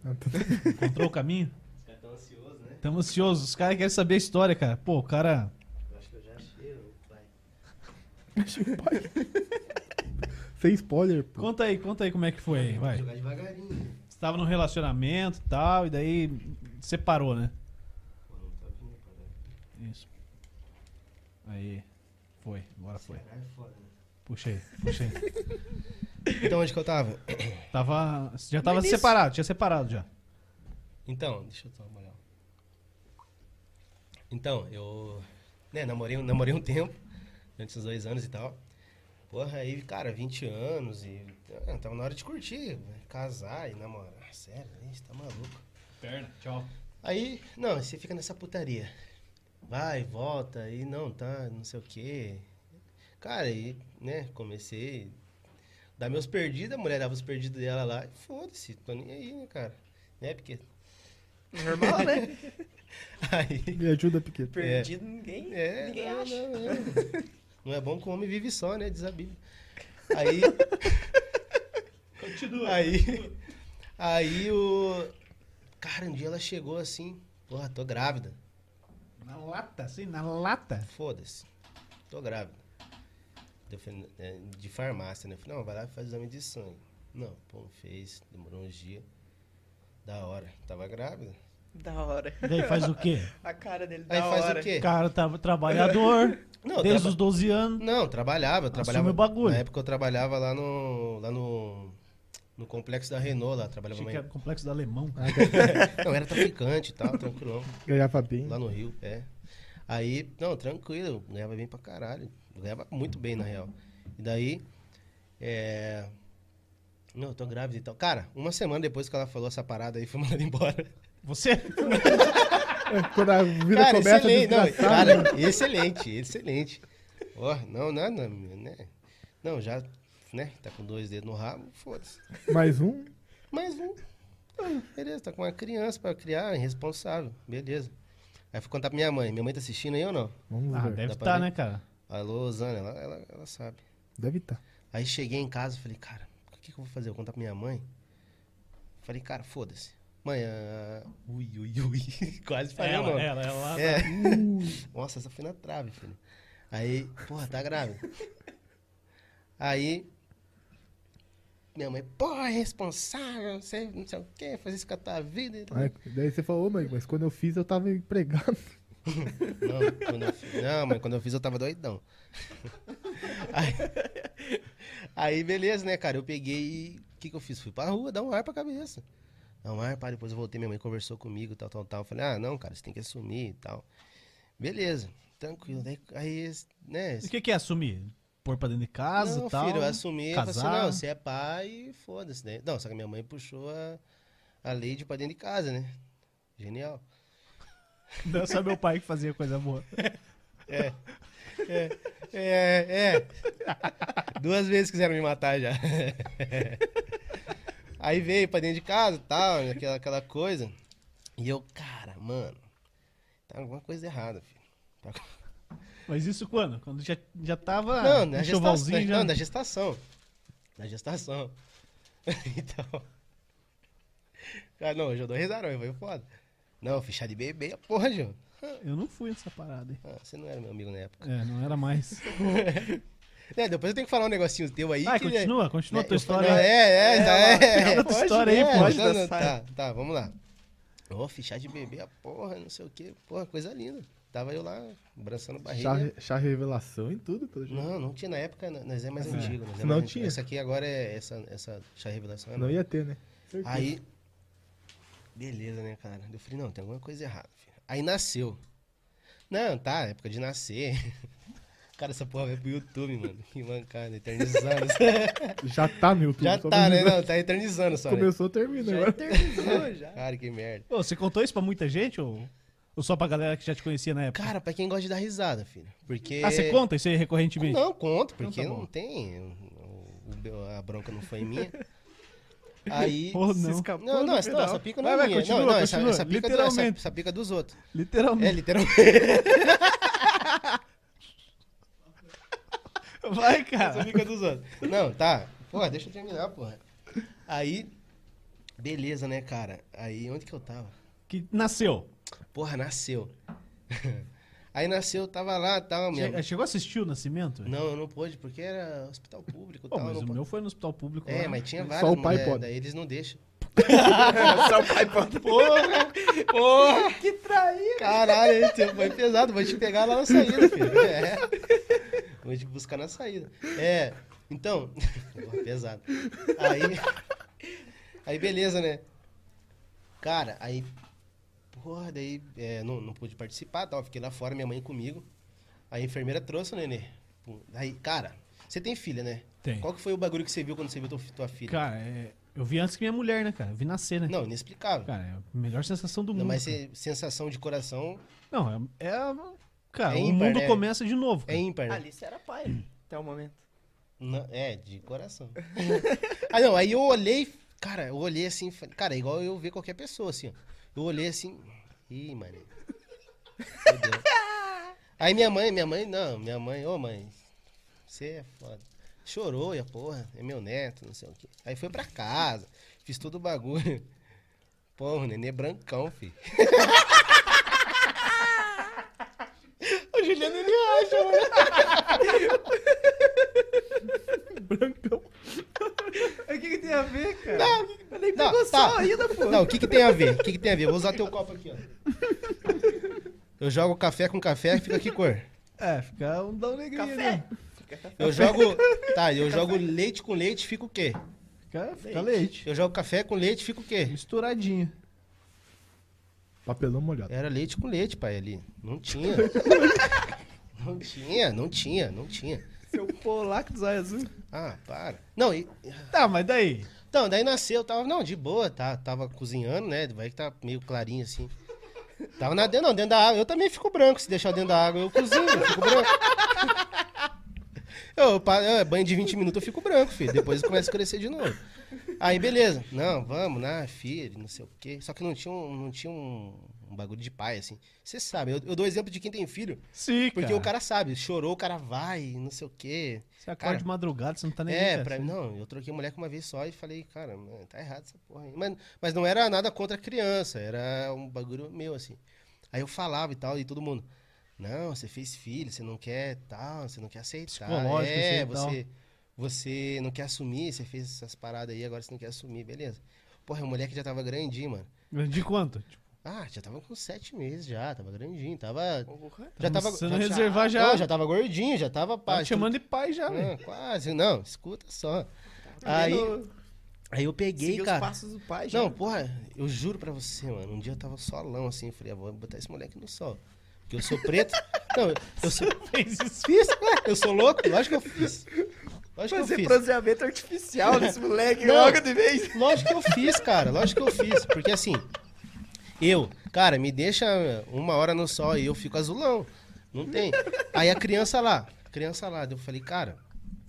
Speaker 3: Ah, então
Speaker 2: encontrou o caminho?
Speaker 1: Os caras tão ansiosos, né?
Speaker 2: Tamo ansioso. Os caras querem saber a história, cara. Pô, o cara...
Speaker 1: Eu acho que eu já achei o pai.
Speaker 3: Sem spoiler, pô.
Speaker 2: Conta aí, conta aí como é que foi aí, vai.
Speaker 1: Jogar devagarinho.
Speaker 2: Você tava num relacionamento e tal, e daí separou, né?
Speaker 1: Pô, não tá vindo, cara.
Speaker 2: Isso. Aí. Foi, agora foi.
Speaker 1: Caralho, foda, né?
Speaker 2: Puxa aí, puxa aí.
Speaker 1: Então, onde que eu tava?
Speaker 2: Tava. Já tava
Speaker 4: início.
Speaker 2: separado, tinha separado já.
Speaker 1: Então, deixa eu tomar uma olhada. Então, eu né, namorei, um- namorei um tempo, durante esses dois anos e tal. Porra, aí, cara, 20 anos e. ah, tava na hora de curtir, né, casar e namorar. Sério, gente, tá maluco.
Speaker 2: Perna, tchau.
Speaker 1: Aí, não, você fica nessa putaria. Vai, volta, e não, tá, não sei o quê. Cara, aí, né, comecei a dar meus perdidos, a mulher dava os perdidos dela lá, e foda-se, tô nem aí, né, cara? Né, porque.
Speaker 4: Normal, né?
Speaker 1: Aí.
Speaker 3: Me ajuda, Piqueto.
Speaker 4: Perdido, ninguém,
Speaker 1: É,
Speaker 4: ninguém
Speaker 1: não,
Speaker 4: acha.
Speaker 1: não, é. Não é bom que o homem vive só, né? Diz a Bíblia. Aí. Continua. Aí. Aí o. Cara, um dia ela chegou assim. Porra, tô grávida.
Speaker 2: Na lata, assim, na lata.
Speaker 1: Foda-se. Tô grávida. Eu falei, né, de farmácia, né? Eu falei, não, vai lá e faz exame de sangue. Não, pô, não fez. Demorou uns dias. Da hora. Tava grávida.
Speaker 4: Da hora.
Speaker 5: Daí faz o quê?
Speaker 4: A cara dele, da
Speaker 1: Aí faz
Speaker 4: hora.
Speaker 1: o quê?
Speaker 5: Cara, tá, trabalhador,
Speaker 1: É. Não,
Speaker 5: desde
Speaker 1: traba-
Speaker 5: os 12 anos.
Speaker 1: Não, trabalhava, eu trabalhava.
Speaker 5: o bagulho.
Speaker 1: Na época eu trabalhava lá no. lá no. no complexo da Renault lá. Trabalhava
Speaker 2: Achei
Speaker 1: uma...
Speaker 2: que era complexo do alemão.
Speaker 1: Ah, Não, era traficante e tal, tranquilão.
Speaker 3: Ganhar papinho.
Speaker 1: Lá no Rio, é. Aí, não, tranquilo, eu ganhava bem pra caralho. Eu ganhava muito bem, na real. E daí, é... Não, eu tô grávida e tal. Cara, uma semana depois que ela falou essa parada aí, foi mandada embora.
Speaker 2: Você.
Speaker 3: É, Quando a vida
Speaker 1: cara,
Speaker 3: começa
Speaker 1: excelente, não,
Speaker 3: desgraçada,
Speaker 1: cara, excelente, excelente. Ó, não, não, não, né? Não, já, né, tá com dois dedos no rabo, foda-se.
Speaker 3: mais um.
Speaker 1: Mais um. Ah, beleza, tá com uma criança pra criar, é irresponsável, beleza. Aí fui contar pra minha mãe. Minha mãe tá assistindo aí ou não?
Speaker 3: Vamos
Speaker 5: Ah,
Speaker 3: ver.
Speaker 5: deve
Speaker 1: Dá pra
Speaker 2: tá,
Speaker 5: estar,
Speaker 1: ver?
Speaker 5: né, cara?
Speaker 1: Alô, Osana, ela, ela, ela sabe.
Speaker 3: Deve tá. estar.
Speaker 1: Aí cheguei em casa, falei, cara, o que, que eu vou fazer? Eu vou contar pra minha mãe? Falei, cara, foda-se. Mãe, ah, ui, ui, ui. Quase falei o
Speaker 5: Ela,
Speaker 1: nome.
Speaker 5: ela, ela.
Speaker 1: É. Nossa, essa foi na trave, filho. Aí, porra, tá grávida. Aí, minha mãe, porra, é responsável, não sei, não sei o quê, fazer isso com a tua vida. e tal.
Speaker 3: Daí você falou, ô mãe, mas quando eu fiz eu tava empregado.
Speaker 1: Não, quando eu fiz, não, mas quando eu fiz eu tava doidão. Aí, aí, beleza, né, cara? Eu peguei e o que, que eu fiz? Fui pra rua, dar um ar pra cabeça. Dar um ar, pá, depois eu voltei, minha mãe conversou comigo, tal, tal, tal. Eu falei, ah, não, cara, você tem que assumir e tal. Beleza, tranquilo. Daí, aí, né?
Speaker 5: E o que, que é assumir? Pôr pra dentro de casa
Speaker 1: não,
Speaker 5: e tal?
Speaker 1: filho, eu assumi, eu falei assim,
Speaker 5: casar.
Speaker 1: não, você é pai e foda-se, né? Não, só que minha mãe puxou a, a Lady pra dentro de casa, né? Genial.
Speaker 5: Não, é só meu pai que fazia coisa boa.
Speaker 1: É, é. Duas vezes quiseram me matar já. Aí veio pra dentro de casa e tal, aquela, aquela coisa. E eu, cara, mano, tá alguma coisa errada, filho. Tá-
Speaker 5: Mas isso quando? Quando já, já tava
Speaker 1: Não, na
Speaker 5: enxovalzinho
Speaker 1: gestação.
Speaker 5: Ah, um já?
Speaker 1: Não, né? na gestação. Na gestação. Então. Ah, não, hoje eu dou risarão, foi foda. Não, fichar de bebê, porra, João.
Speaker 5: Eu não fui nessa parada, hein?
Speaker 1: Ah, você não era meu amigo na época.
Speaker 5: É, não era mais.
Speaker 1: É, depois eu tenho que falar um negocinho teu aí.
Speaker 5: Ah,
Speaker 1: que já-
Speaker 5: continua, continua a
Speaker 1: né,
Speaker 5: tua
Speaker 1: eu
Speaker 5: história.
Speaker 1: falei, É, é, tá, é.
Speaker 5: Conta a tua
Speaker 4: pode,
Speaker 5: história aí,
Speaker 1: É,
Speaker 5: pô.
Speaker 4: pode
Speaker 1: não, não,
Speaker 4: dançar.
Speaker 1: tá, tá, vamos lá. Ô, fichar de bebê, a porra, não sei o quê. Porra, coisa linda. Tava eu lá, abraçando barriga.
Speaker 3: Chá, chá revelação e tudo, pelo jeito.
Speaker 1: Não, não tinha na época, n- nós é mais antigo. Nós é
Speaker 3: Não
Speaker 1: mais antigo.
Speaker 3: tinha.
Speaker 1: Essa aqui agora é essa, essa chá revelação. é
Speaker 3: Não
Speaker 1: nova.
Speaker 3: ia ter, né? Certeza.
Speaker 1: Aí, beleza, né, cara? Eu falei, não, tem alguma coisa errada. filho. Aí nasceu. Não, tá, época de nascer. Cara, essa porra vai pro YouTube, mano. Que mancada, eternizando.
Speaker 3: Já tá no YouTube.
Speaker 1: Já
Speaker 3: só
Speaker 1: tá, né?
Speaker 3: precisa-
Speaker 1: Não, tá eternizando só, né?
Speaker 3: Começou, termina
Speaker 4: Já
Speaker 3: agora.
Speaker 4: eternizou, já.
Speaker 1: Cara, que merda.
Speaker 5: Ô, você contou isso pra muita gente ou, ou só pra galera que já te conhecia na época?
Speaker 1: Cara, pra quem gosta de dar risada, filho. Porque.
Speaker 5: ah, você conta isso aí recorrentemente?
Speaker 1: é. Não, conto, porque
Speaker 5: Então tá bom.
Speaker 1: não tem. o- o meu- a bronca não foi minha. Aí.
Speaker 5: Ou
Speaker 4: Se
Speaker 5: não?
Speaker 4: escapou
Speaker 1: Não,
Speaker 4: no
Speaker 1: não, essa, não,
Speaker 4: final.
Speaker 1: essa pica não
Speaker 5: Vai,
Speaker 1: é
Speaker 5: vai,
Speaker 1: minha.
Speaker 5: continua,
Speaker 1: não, não, essa,
Speaker 5: continua,
Speaker 1: essa pica, do- essa,
Speaker 5: literalmente.
Speaker 1: essa pica dos outros. É,
Speaker 5: Literalmente.
Speaker 1: literalmente. É.
Speaker 5: Vai,
Speaker 1: essa
Speaker 5: cara.
Speaker 1: pica dos outros. Não, tá. Porra, deixa eu terminar, porra. Aí. Beleza, né, cara? Aí, onde que eu tava?
Speaker 5: Que nasceu.
Speaker 1: Porra, nasceu. Aí nasceu, eu tava lá, tava minha...
Speaker 5: Che- Chegou a assistir o nascimento?
Speaker 1: Não, eu não pude, porque era hospital público e
Speaker 5: Pô,
Speaker 1: tal.
Speaker 5: mas
Speaker 1: não
Speaker 5: o
Speaker 1: po-
Speaker 5: meu foi no hospital público.
Speaker 1: É,
Speaker 5: lá.
Speaker 1: mas tinha
Speaker 3: Só
Speaker 1: vários.
Speaker 3: o pai
Speaker 1: né?
Speaker 3: pode.
Speaker 1: Daí eles não deixam.
Speaker 4: Só o pai pode.
Speaker 1: Porra! Porra! Que traíra! Caralho, esse foi pesado. Vou te pegar lá na saída, filho. É. Vou te buscar na saída. É, então. Porra, pesado. Aí. Aí, beleza, né? Cara, aí. Porra, daí é, não, não pude participar, tal. Fiquei lá fora, minha mãe comigo. Aí a enfermeira trouxe o nenê. Pum. Aí, cara, você tem filha, né?
Speaker 5: Tem.
Speaker 1: Qual que foi o bagulho que você viu quando você viu tua, tua filha?
Speaker 5: Cara, é, eu vi antes que minha mulher, né, cara? Eu vi nascer, né?
Speaker 1: Não, inexplicável.
Speaker 5: Cara, é a melhor sensação do
Speaker 1: Não,
Speaker 5: mundo.
Speaker 1: mas
Speaker 5: cara.
Speaker 1: se- sensação de coração
Speaker 5: Não, é. é- cara,
Speaker 1: É
Speaker 5: o
Speaker 1: ímpar,
Speaker 5: mundo
Speaker 1: né?
Speaker 5: começa de novo.
Speaker 1: é
Speaker 5: cara.
Speaker 1: ímpar, né?
Speaker 4: Alice era pai até o momento.
Speaker 1: Não, é, de coração. ah, não, aí eu olhei, cara, eu olhei assim, falei- cara, é igual eu ver qualquer pessoa, assim, ó. Eu olhei assim, ih, mano. Fudeu. Aí minha mãe, minha mãe, não, minha mãe, ô mãe, Você é foda. Chorou e a porra, é meu neto, não sei o quê. Aí foi pra casa, fiz todo o bagulho. Porra, o nenê é brancão, filho. o Juliano ele acha, mano.
Speaker 3: Brancão.
Speaker 5: O que, que tem a ver, cara?
Speaker 1: Não, nem pegou
Speaker 5: sol ainda, pô.
Speaker 1: Não, o que que tem a ver? O que que tem a ver? Eu vou usar teu copo aqui, ó. Eu jogo café com café, fica que cor?
Speaker 5: É, fica um dá um negrinho,
Speaker 4: Café?
Speaker 5: né?
Speaker 1: Eu jogo. Tá, eu jogo leite com leite, fica o quê?
Speaker 5: Fica, fica leite.
Speaker 1: Eu jogo café com leite, fica o quê?
Speaker 5: Misturadinho.
Speaker 3: Papelão molhado.
Speaker 1: Era leite com leite, pai, ali. Não tinha. Não tinha, não tinha, não tinha.
Speaker 5: Seu polaco do zóio azul.
Speaker 1: Ah, para. Não, e-
Speaker 5: Tá, mas daí?
Speaker 1: então, daí nasceu, tava. Não, de boa, tá, tava cozinhando, né? Vai que tá meio clarinho assim. Tava na dentro, não, dentro da água. Eu também fico branco, se deixar dentro da água, eu cozinho, eu fico branco. Eu, pa- eu- é banho de 20 minutos eu fico branco, filho. Depois começa a crescer de novo. Aí, beleza. Não, vamos, né, filho, não sei o quê. Só que não tinha um, não tinha um, um bagulho de pai, assim. Você sabe, eu, eu dou exemplo de quem tem filho.
Speaker 5: Sim,
Speaker 1: Porque o cara sabe, chorou, o cara vai, não sei o quê.
Speaker 5: Você acorda
Speaker 1: Cara,
Speaker 5: de madrugada, você não tá nem aí,
Speaker 1: É,
Speaker 5: cara.
Speaker 1: pra mim, não, eu troquei moleque uma vez só e falei, cara, mano, tá errado essa porra aí. Mas, mas não era nada contra a criança, era um bagulho meu, assim. Aí eu falava e tal, e todo mundo, não, você fez filho, você não quer tal, você não quer aceitar.
Speaker 5: Psicológico, assim,
Speaker 1: é,
Speaker 5: e tal.
Speaker 1: você, você não quer assumir, você fez essas paradas aí, agora você não quer assumir, beleza. Porra, o moleque já tava grandinho, mano.
Speaker 5: De quanto? Tipo,
Speaker 1: Ah, já tava com sete meses já, tava grandinho, tava...
Speaker 4: Porra.
Speaker 1: Já tava...
Speaker 5: começando a
Speaker 1: já-
Speaker 5: reservar já.
Speaker 1: Não, já tava né? É. gordinho, já tava... pá,
Speaker 5: tá te chamando de pai já, né? velho.
Speaker 4: Hum.
Speaker 1: não, quase, não, escuta só. Aí, aí eu peguei,
Speaker 4: Seguir Tá os
Speaker 1: cara.
Speaker 4: passos do pai, já.
Speaker 1: Não, porra, eu juro pra você, mano. Um dia eu tava solão assim, eu falei, ah, vou botar esse moleque no sol. Porque eu sou preto. não, eu sou.
Speaker 5: Fez isso.
Speaker 1: Fiz, ué, eu sou louco? Lógico que eu fiz. Lógico que eu
Speaker 4: Fazer
Speaker 1: fiz.
Speaker 4: bronzeamento artificial nesse moleque
Speaker 1: Não.
Speaker 4: logo de vez.
Speaker 1: Lógico que eu fiz, cara. Lógico que eu fiz. Porque assim, eu, cara, me deixa uma hora no sol e eu fico azulão. Não tem. Aí a criança lá, a criança lá, eu falei, cara,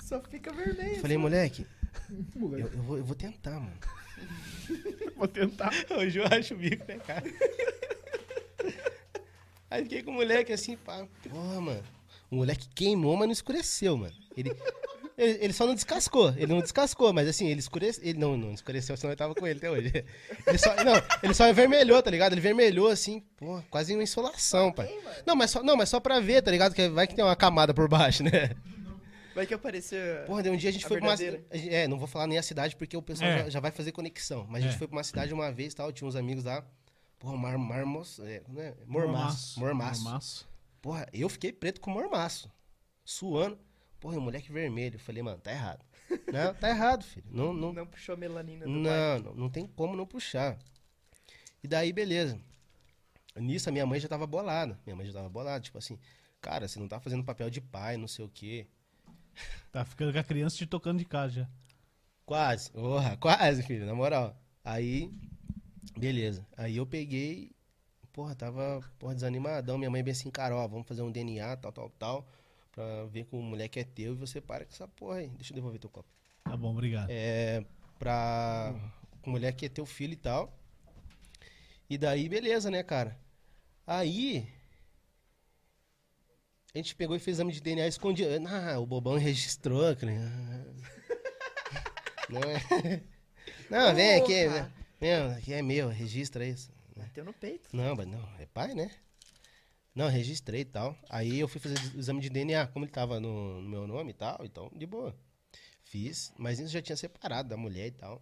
Speaker 4: Só fica vermelho.
Speaker 1: eu falei, moleque, eu,
Speaker 3: Moleque,
Speaker 1: eu vou, eu vou tentar, mano.
Speaker 3: vou tentar.
Speaker 1: Hoje eu acho o bico, né, cara? Aí fiquei com o moleque assim, pá. Porra, mano. O moleque queimou, mas não escureceu, mano. Ele, ele, ele só não descascou. Ele não descascou, mas assim, ele escureceu. Ele não, não escureceu, senão eu tava com ele até hoje. Ele só, não, ele só vermelhou, tá ligado? Ele vermelhou assim, porra, quase uma insolação, pai. Não, mas só, não, mas só pra ver, tá ligado? Que vai que tem uma camada por baixo, né?
Speaker 4: assim. Vai que apareceu.
Speaker 1: Porra, daí um dia a gente
Speaker 4: A
Speaker 1: foi pra uma cidade.
Speaker 4: verdadeira.
Speaker 1: É, não vou falar nem a cidade porque o pessoal
Speaker 5: É.
Speaker 1: já, já vai fazer conexão. Mas a gente foi pra uma cidade uma vez tal, tinha uns amigos lá. Porra, mar, marmos, é, né? mormaço, mormaço.
Speaker 5: Mormaço.
Speaker 1: Porra, eu fiquei preto com mormaço. Suando. Porra, e o moleque vermelho. Eu falei, mano, tá errado. não, tá errado, filho. Não, não, é
Speaker 4: Não puxou a melanina do pai.
Speaker 1: não, não, não tem como não puxar. E daí, beleza. Nisso, a minha mãe já tava bolada. Minha mãe já tava bolada, tipo assim, cara, você não tá fazendo papel de pai, não sei o quê.
Speaker 5: Tá ficando com a criança te tocando de casa já.
Speaker 1: Quase, porra, quase, filho, na moral. Aí, beleza. Aí eu peguei, porra, tava porra, desanimadão. Minha mãe bem assim, Carol, vamos fazer um DNA, tal, tal, tal, pra ver que o moleque é teu e você para com essa porra aí. Deixa eu devolver teu copo.
Speaker 5: Tá bom, obrigado.
Speaker 1: É, pra. Com o moleque que é teu filho e tal. E daí, beleza, né, cara? Aí. A gente pegou e fez exame de DNA escondido. Ah, o bobão registrou, cara. Ah. Não, é... não vem aqui.
Speaker 4: Porra.
Speaker 1: Meu, aqui é meu, registra isso.
Speaker 4: Bateu no peito.
Speaker 1: Não, mas não, é pai, né? Não, registrei e tal. Aí eu fui fazer o exame de DNA, como ele tava no, no meu nome e tal, então, de boa. Fiz, mas isso já tinha separado da mulher e tal.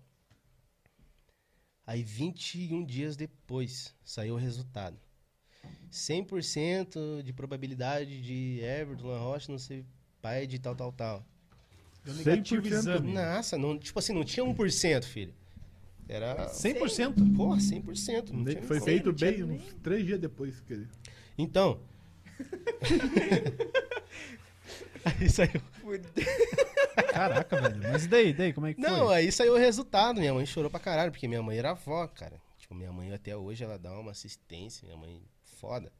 Speaker 1: Aí 21 dias depois saiu o resultado. 100% de probabilidade de Everton La Rocha não ser pai de tal, tal, tal.
Speaker 3: 100%
Speaker 1: Nossa, não, tipo assim, não tinha 1%, filho. Era,
Speaker 5: 100%?
Speaker 1: porra, 100%. Não tinha
Speaker 3: Foi
Speaker 1: como.
Speaker 3: feito
Speaker 4: não tinha
Speaker 3: bem
Speaker 4: nem-
Speaker 3: uns três dias depois. Que ele...
Speaker 1: Então. aí saiu.
Speaker 4: Fudeu.
Speaker 5: Caraca, velho. Mas e daí, daí, como é que
Speaker 1: Não,
Speaker 5: foi?
Speaker 1: aí saiu o resultado. Minha mãe chorou pra caralho, porque minha mãe era avó, cara. Tipo, minha mãe até hoje ela dá uma assistência, minha mãe foda.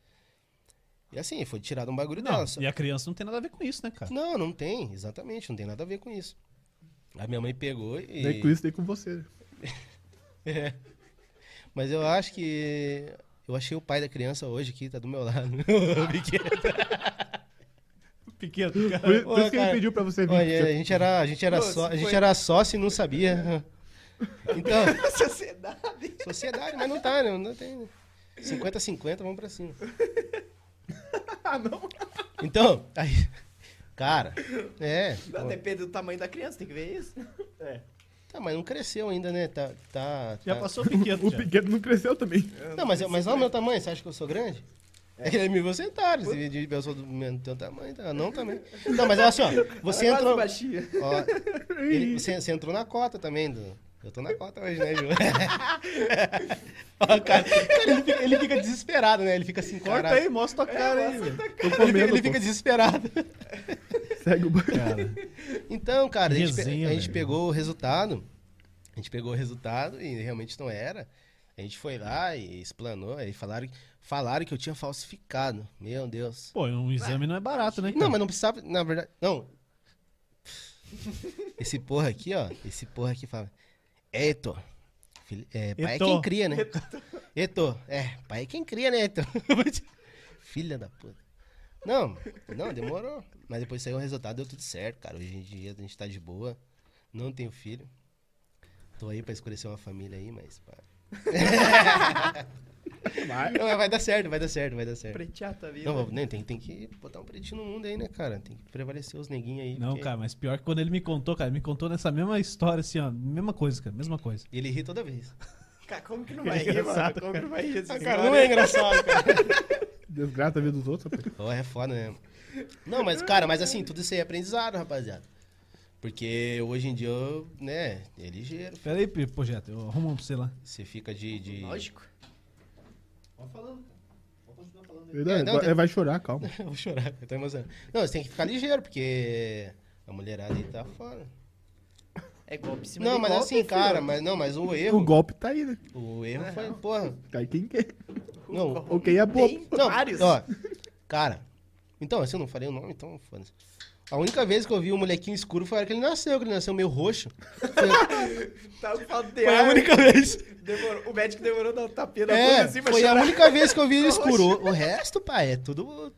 Speaker 1: E assim, foi tirado um bagulho
Speaker 5: Não,
Speaker 1: dela. só-
Speaker 5: e a criança não tem nada a ver com isso, né, cara?
Speaker 1: Não, não tem, exatamente, não tem nada a ver com isso. A minha mãe pegou e.
Speaker 3: Daí com isso, daí com você.
Speaker 1: É. Mas eu acho que. Eu achei o pai da criança hoje aqui, tá do meu lado. O Piqueta.
Speaker 2: Chiqueiro. cara.
Speaker 3: Por, i- por
Speaker 1: Ô,
Speaker 3: isso que ele
Speaker 1: cara.
Speaker 3: pediu pra você vir.
Speaker 1: Olha, a
Speaker 3: porque
Speaker 1: gente era, a gente era,
Speaker 4: Ô,
Speaker 1: só, a gente
Speaker 4: foi-
Speaker 1: era sócio e não sabia. Então,
Speaker 4: Sociedade.
Speaker 1: sociedade, mas não tá, né? Não tem 50-50, vamos pra cima.
Speaker 3: Ah, não.
Speaker 1: Então, aí, cara, é.
Speaker 4: Não,
Speaker 1: pô.
Speaker 4: depende do tamanho da criança, tem que ver isso.
Speaker 1: Tá, mas não cresceu ainda, né? Tá, tá,
Speaker 5: Já
Speaker 1: tá-
Speaker 5: passou o pequeno.
Speaker 3: O
Speaker 5: já.
Speaker 3: Piquet não cresceu também.
Speaker 1: Não, mas, é, mas olha o meu tamanho, você acha que eu sou grande? É que ele me viu sentado, esse vídeo eu sou do mesmo teu tamanho, tá? não também. Não, mas olha assim, ó, você
Speaker 4: Ela é quase
Speaker 1: entrou.
Speaker 4: baixinha.
Speaker 1: ó, ele- você, você entrou na cota também, do. Eu tô na cota hoje, né, Ju? Ó, cara, cara, ele, fica, ele fica desesperado, né? Ele fica assim,
Speaker 5: Corta
Speaker 1: "Caralho".
Speaker 5: aí, mostra a cara aí. velho.
Speaker 3: Tô
Speaker 1: Ele, fica-
Speaker 3: comendo,
Speaker 1: ele fica desesperado.
Speaker 3: pô. Segue o banco.
Speaker 1: Então, cara, a gente, pe-
Speaker 5: Resenha,
Speaker 1: a gente
Speaker 5: velho.
Speaker 1: pegou o resultado. A gente pegou o resultado e realmente não era. A gente foi lá e explanou, aí falaram, falaram que eu tinha falsificado. Meu Deus.
Speaker 5: Pô, um exame não é barato, né?
Speaker 1: Não, mas não precisava, na verdade, não. Esse porra aqui, ó, esse porra aqui fala, "É, Eto, filho, é, pai é
Speaker 5: Eto.
Speaker 1: quem cria, né? Eto, é, pai é quem cria, né, Eto? Filha da puta. Não, não, demorou. Mas depois saiu o resultado, deu tudo certo, cara. Hoje em dia a gente tá de boa, não tenho filho. Tô aí pra escurecer uma família aí, mas... pá.
Speaker 3: Vai.
Speaker 1: Não, mas vai dar certo, vai dar certo, vai dar certo.
Speaker 4: Preteata, viu?
Speaker 5: né?
Speaker 1: Não, nem, tem, tem que botar um pretinho no mundo aí, né, cara? Tem que prevalecer os neguinhos aí.
Speaker 2: Não,
Speaker 1: porque-
Speaker 2: cara, mas pior que quando ele me contou, cara, ele me contou nessa mesma história, assim, ó. Mesma coisa, cara, mesma coisa.
Speaker 1: E ele ri toda vez.
Speaker 4: Cara, como que não vai rir, mano? Como que Ah, não vai rir? essa
Speaker 1: não
Speaker 4: história?
Speaker 1: é engraçado, cara.
Speaker 3: Desgrata a vida dos outros, rapaz.
Speaker 1: é foda mesmo. Não, mas, cara, mas assim, tudo isso aí é aprendizado, rapaziada. Porque hoje em dia, eu, né, é ligeiro.
Speaker 2: Pera aí, Pi- projeto, eu arrumo um pra você lá.
Speaker 1: Você fica de. de...
Speaker 4: Lógico.
Speaker 3: Verdade,
Speaker 1: É, não,
Speaker 3: vai-
Speaker 1: tem-
Speaker 3: vai chorar, calma.
Speaker 1: Eu vou chorar, eu tô emocionado. Não, você tem que ficar ligeiro, porque a mulherada aí tá fora.
Speaker 4: É golpe em cima
Speaker 1: Não,
Speaker 4: de
Speaker 1: mas
Speaker 4: golpe,
Speaker 1: assim,
Speaker 4: filho.
Speaker 1: cara, mas não, mas o
Speaker 3: O
Speaker 1: erro.
Speaker 3: golpe tá aí, né?
Speaker 1: O erro foi, porra.
Speaker 3: Cai quem quer.
Speaker 1: Não,
Speaker 3: O que é bobo.
Speaker 4: Tem
Speaker 1: Não,
Speaker 4: vários.
Speaker 1: ó, cara. Então, se eu não falei o nome, então foda-se. A única vez que eu vi o molequinho escuro foi a hora que ele nasceu, que ele nasceu meio roxo. Foi,
Speaker 4: Tá falando de
Speaker 1: foi a
Speaker 4: ar.
Speaker 1: única vez.
Speaker 4: Demorou- O médico demorou dar um tapinha na boca
Speaker 1: É,
Speaker 4: assim pra
Speaker 1: foi a
Speaker 4: chorar.
Speaker 1: única vez que eu vi ele escuro. O resto, pai, é tudo.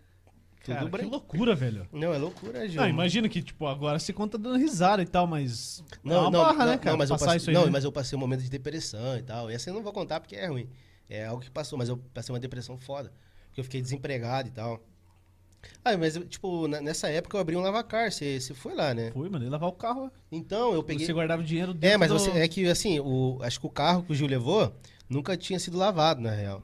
Speaker 2: Cara,
Speaker 1: Tudo
Speaker 2: que
Speaker 1: branco.
Speaker 2: loucura, velho.
Speaker 1: Não, é loucura, Gil.
Speaker 2: Não, imagina que, tipo, agora se conta dando risada e tal, mas. é
Speaker 1: Não,
Speaker 2: uma
Speaker 1: não,
Speaker 2: barra,
Speaker 1: não,
Speaker 2: né, cara?
Speaker 1: não, mas eu
Speaker 2: passar
Speaker 1: passei,
Speaker 2: isso aí.
Speaker 1: não,
Speaker 2: né?
Speaker 1: mas eu passei um momento de depressão e tal. Essa eu não vou contar porque é ruim. É algo que passou, mas eu passei uma depressão foda. Porque eu fiquei desempregado e tal. Ah, mas, eu, tipo, na- nessa época eu abri um lavacar. Você você foi lá, né?
Speaker 2: Fui, mano, ele lavar o carro.
Speaker 1: Então, eu peguei.
Speaker 2: Você guardava o dinheiro dentro
Speaker 1: É, mas
Speaker 2: do...
Speaker 1: você, é que assim, o, acho que o carro que o Gil levou nunca tinha sido lavado, na real.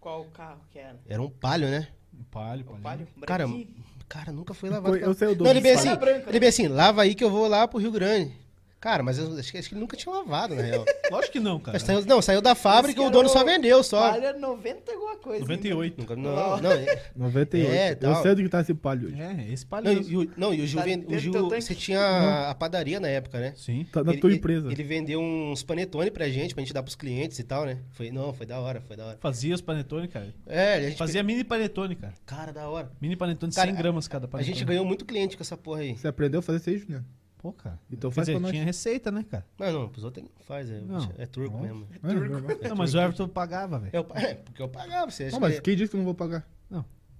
Speaker 4: Qual carro que era?
Speaker 1: Era um palho, né?
Speaker 2: Um palho, palho.
Speaker 4: O Palio?
Speaker 1: Cara,
Speaker 4: Branquinho?
Speaker 1: Cara, nunca foi lavado.
Speaker 3: Eu sei, eu dou
Speaker 1: Não, ele
Speaker 3: um
Speaker 1: bem
Speaker 3: palio.
Speaker 1: assim,
Speaker 4: branca, né?
Speaker 1: ele bem assim, lava aí que eu vou lá pro Rio Grande. Cara, mas eu acho que, acho que ele nunca tinha lavado, na real.
Speaker 2: Lógico que não, cara.
Speaker 1: Mas saiu- não, saiu da fábrica e o
Speaker 4: era
Speaker 1: dono
Speaker 4: o
Speaker 1: só vendeu, só.
Speaker 4: Palha 90 e alguma
Speaker 1: é né?
Speaker 4: coisa.
Speaker 2: 98.
Speaker 1: Nunca, não, não, é-
Speaker 3: 98.
Speaker 1: É,
Speaker 3: eu
Speaker 1: tal.
Speaker 3: sei do que tá esse palho hoje.
Speaker 2: É, esse palho.
Speaker 1: não, e o, não, e o Gil,
Speaker 4: Tá
Speaker 1: vende- o
Speaker 4: dentro
Speaker 1: Gil
Speaker 4: do tanque?
Speaker 1: você tinha a padaria na época, né?
Speaker 2: Sim.
Speaker 3: Tá na
Speaker 1: Ele-
Speaker 3: tua
Speaker 1: ele-
Speaker 3: empresa.
Speaker 1: Ele vendeu uns panetone pra gente, pra gente dar pros clientes e tal, né? Foi, não, foi da hora, foi da hora.
Speaker 2: Fazia os panetone, cara.
Speaker 1: É, a gente
Speaker 2: Fazia mini panetone, cara.
Speaker 1: Cara, da hora.
Speaker 2: Mini panetone,
Speaker 1: Cara,
Speaker 2: 100 gramas cada
Speaker 1: A
Speaker 2: panetone.
Speaker 1: gente ganhou muito cliente com essa porra aí.
Speaker 3: Você aprendeu a fazer isso aí, Juliano?
Speaker 2: Pô, cara.
Speaker 3: Então
Speaker 2: Quer
Speaker 3: faz
Speaker 2: dizer,
Speaker 3: pra nós.
Speaker 2: tinha receita, né, cara?
Speaker 1: Não, não, pros outros ele não faz. É,
Speaker 2: Não.
Speaker 1: é turco
Speaker 2: Não.
Speaker 1: mesmo.
Speaker 3: Mano, normal.
Speaker 2: Não, mas o Everton pagava, velho.
Speaker 1: Eu, é, porque eu pagava, você acha
Speaker 3: Não, mas
Speaker 1: que... é-
Speaker 3: quem disse que eu não vou pagar?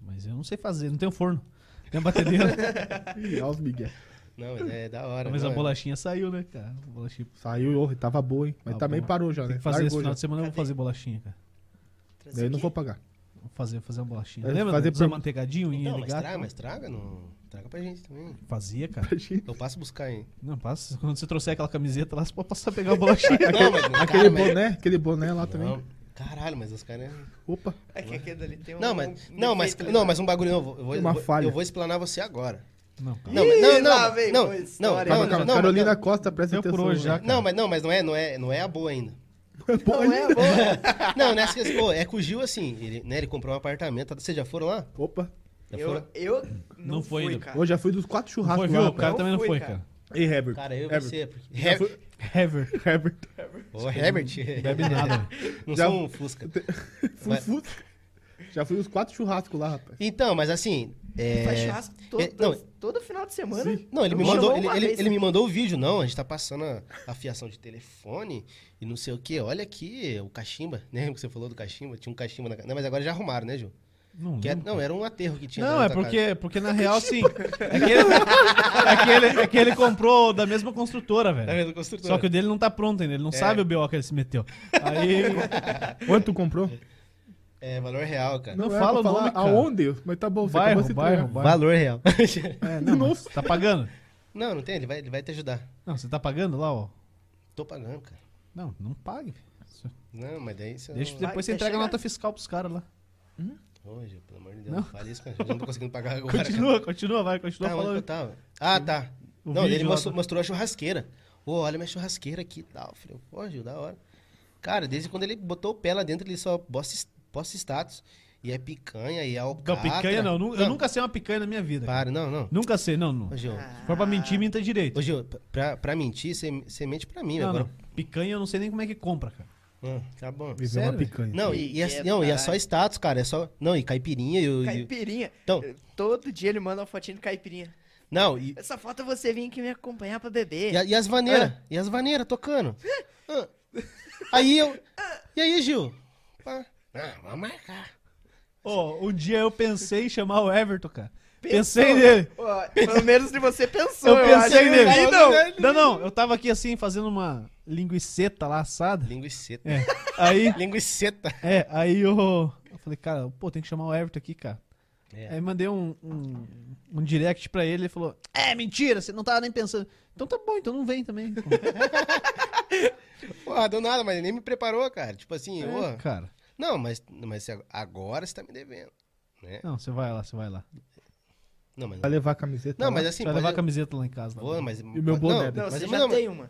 Speaker 2: Mas eu não sei fazer, não tenho forno. Tem a batedeira.
Speaker 3: Ih, olha os Miguel.
Speaker 1: Não, mas é da hora.
Speaker 2: mas
Speaker 1: não,
Speaker 2: a
Speaker 1: é-
Speaker 2: bolachinha saiu, né, cara? A bolachinha.
Speaker 3: Saiu, oh, tava boa, hein? Mas
Speaker 2: Tá
Speaker 3: também
Speaker 2: boa.
Speaker 3: parou já,
Speaker 2: Tem
Speaker 3: né?
Speaker 2: que fazer esse
Speaker 3: Largou
Speaker 2: final
Speaker 3: já.
Speaker 2: de semana, eu vou fazer bolachinha, cara.
Speaker 3: Daí eu não vou pagar.
Speaker 2: Vou fazer, fazer uma bolachinha.
Speaker 3: É,
Speaker 2: Lembra
Speaker 3: fazer
Speaker 2: dos
Speaker 3: por-
Speaker 2: amanteigadinhos em
Speaker 1: Não, mas
Speaker 2: ligado?
Speaker 1: traga, mas traga, não... Traga pra gente também.
Speaker 2: Fazia, cara.
Speaker 1: Eu passo buscar, hein?
Speaker 2: Não, passa. Quando você trouxer aquela camiseta lá, você pode passar a pegar a bolachinha.
Speaker 1: Não, mas...
Speaker 3: Aquele
Speaker 1: cara, mas-
Speaker 3: boné, aquele boné lá também.
Speaker 1: Não, Caralho, mas os caras...
Speaker 3: Opa,
Speaker 4: É que aquele ali tem um.
Speaker 1: Não, mas, não, mas,
Speaker 4: defeito,
Speaker 1: não,
Speaker 4: né?
Speaker 1: mas um bagulho novo. Eu vou,
Speaker 3: Uma
Speaker 1: eu vou-
Speaker 3: falha.
Speaker 1: Eu vou explanar você agora.
Speaker 2: Não, cara.
Speaker 1: Não, mas- não,
Speaker 4: Ih,
Speaker 1: não,
Speaker 4: lá
Speaker 1: mas-
Speaker 4: vem
Speaker 1: não,
Speaker 4: com
Speaker 1: não, não,
Speaker 4: história.
Speaker 3: calma, calma. Carolina
Speaker 1: não.
Speaker 3: Costa, presta
Speaker 2: Deu por
Speaker 3: atenção.
Speaker 2: hoje já,
Speaker 3: né?
Speaker 1: Não, mas não, mas não é, não é, não é a boa ainda.
Speaker 3: Pô,
Speaker 4: Não é boa.
Speaker 1: Não, nessa, pô, é que o Gil, assim, ele, né, ele comprou um apartamento. Vocês já foram lá?
Speaker 3: Opa,
Speaker 1: Já
Speaker 4: Eu,
Speaker 1: foram?
Speaker 4: eu não,
Speaker 2: Não foi
Speaker 4: fui,
Speaker 2: ainda.
Speaker 4: cara.
Speaker 3: hoje já fui dos quatro
Speaker 2: Não
Speaker 3: churrascos
Speaker 2: foi,
Speaker 3: lá,
Speaker 2: viu? O
Speaker 3: rapaz.
Speaker 2: cara
Speaker 4: Não
Speaker 2: também não
Speaker 4: foi,
Speaker 2: foi,
Speaker 4: cara.
Speaker 2: cara.
Speaker 3: Ei, Herbert.
Speaker 1: Cara, eu e
Speaker 3: Herbert.
Speaker 1: você. Porque...
Speaker 3: Já fui-
Speaker 2: Hever.
Speaker 3: Herbert.
Speaker 1: Ô, Herbert.
Speaker 2: Bebe nada.
Speaker 1: Não
Speaker 3: Já-
Speaker 1: sou um Fusca.
Speaker 3: Fui- fui- Já fui os quatro churrascos lá, rapaz.
Speaker 1: Então, mas assim. é,
Speaker 4: Faz churrasco todo,
Speaker 1: é, não,
Speaker 4: todo final de semana.
Speaker 1: não, ele me
Speaker 4: chamou
Speaker 1: mandou.
Speaker 4: uma
Speaker 1: Ele, ele-
Speaker 4: vez.
Speaker 1: ele me mandou o vídeo, não. A gente tá passando a, a fiação de telefone e não sei o quê. Olha aqui, o cachimba. Lembra que você falou do cachimba? Tinha um cachimba na ca- Não, mas agora já arrumaram, né, Ju?
Speaker 2: Não
Speaker 1: Que é-
Speaker 2: lembro.
Speaker 1: não, era um aterro que tinha.
Speaker 2: Não,
Speaker 1: na
Speaker 2: é
Speaker 1: outra casa.
Speaker 2: porque, porque na real, sim. É que, ele, é, que ele, é que ele comprou da mesma construtora,
Speaker 1: Tá
Speaker 2: velho.
Speaker 1: vendo, construtor?
Speaker 2: Só que o dele não tá pronto ainda, ele não sabe o BO que ele se meteu. Aí.
Speaker 3: Quanto tu comprou?
Speaker 1: É valor real, cara.
Speaker 2: Não,
Speaker 3: era
Speaker 2: fala
Speaker 3: pra
Speaker 2: o nome, cara.
Speaker 3: Aonde? Mas tá bom, você
Speaker 2: Bairro,
Speaker 3: acabou se
Speaker 2: bairro,
Speaker 3: entregar.
Speaker 2: bairro.
Speaker 1: Valor real.
Speaker 2: É, não, mas tá pagando?
Speaker 1: não, não tem, ele vai, ele vai te ajudar.
Speaker 2: Não, você tá pagando lá, ó.
Speaker 1: Tô pagando, cara.
Speaker 2: Não, não pague, velho.
Speaker 1: Não, mas daí é um você
Speaker 2: Deixa,
Speaker 1: não...
Speaker 4: Então, vai-
Speaker 2: depois você
Speaker 4: vai
Speaker 2: entrega
Speaker 4: chegar.
Speaker 2: a nota fiscal pros caras lá.
Speaker 1: Hoje, pelo amor de Deus, não fale isso, cara. Eu não tô conseguindo pagar agora. cara.
Speaker 2: Continua, continua, vai, continua
Speaker 1: Tá, onde que
Speaker 2: falando.
Speaker 1: eu tava? Ah, tá.
Speaker 2: o
Speaker 1: não,
Speaker 2: vídeo
Speaker 1: ele
Speaker 2: lá
Speaker 1: mostrou,
Speaker 2: do-
Speaker 1: mostrou a churrasqueira. Ô, olha minha churrasqueira aqui e tal. Falei, pô, Gil, da hora. Cara, desde quando ele botou o pé lá dentro, ele só posta, posta status. E é picanha, e é
Speaker 2: Não,
Speaker 1: alcatra.
Speaker 2: picanha não. nu- Eu nunca sei uma picanha na minha vida.
Speaker 1: Para, não, não.
Speaker 2: Nunca sei, não, não.
Speaker 1: Ô, Gil,
Speaker 2: Se for pra mentir, minta direito.
Speaker 1: ô, Gil pra, pra mentir, você- você mente pra mim
Speaker 2: Não,
Speaker 1: agora.
Speaker 2: não. Picanha eu não sei nem como é que compra, cara.
Speaker 1: Hum, tá bom.
Speaker 3: Viver uma
Speaker 2: Sério, velho?
Speaker 3: picanha.
Speaker 1: Não, e, e é, não, e é só status, cara. É só. Não, e caipirinha. E, o- e,
Speaker 4: Caipirinha.
Speaker 1: então,
Speaker 4: Todo dia ele manda uma fotinha do caipirinha.
Speaker 1: não, e,
Speaker 4: Essa foto você vinha aqui me acompanhar pra beber.
Speaker 1: e, a- e as vaneiras.
Speaker 2: Ah.
Speaker 1: E as vaneiras tocando. Ah. Aí eu. E aí, Gil? Pá. Ah, vamos marcar.
Speaker 2: Ô, um dia eu pensei em chamar o Everton, cara.
Speaker 4: Pensou.
Speaker 2: Pensei nele.
Speaker 4: Ó, pelo menos de você pensou,
Speaker 2: Eu
Speaker 4: eu,
Speaker 2: pensei
Speaker 4: acho.
Speaker 2: nele.
Speaker 4: Aí não.
Speaker 2: Não, não, eu tava aqui assim, fazendo uma linguiceta lá assada.
Speaker 1: Linguiceta.
Speaker 2: É. Aí,
Speaker 1: Linguiceta.
Speaker 2: é, aí eu, eu falei, cara, pô, tem que chamar o Everton aqui, cara.
Speaker 1: É.
Speaker 2: Aí mandei um, um, um direct pra ele, ele falou, é, mentira, você não tava nem pensando. Então tá bom, então não vem também.
Speaker 1: Porra, do nada, mas ele nem me preparou, cara. Tipo assim, ô.
Speaker 2: É, cara,
Speaker 1: Não, mas, mas você- agora você tá me devendo. Né?
Speaker 2: não, você vai lá, você vai lá.
Speaker 1: Não, mas.
Speaker 3: Vai levar a camiseta? né?
Speaker 1: Não,
Speaker 3: lá?
Speaker 1: mas assim.
Speaker 2: Você vai levar a
Speaker 1: pode-
Speaker 2: camiseta lá em casa. lá.
Speaker 1: Vou, mas,
Speaker 3: E o meu boné?
Speaker 1: Não,
Speaker 4: Não,
Speaker 1: mas,
Speaker 4: você
Speaker 1: eu-
Speaker 4: já
Speaker 1: não,
Speaker 4: tem uma.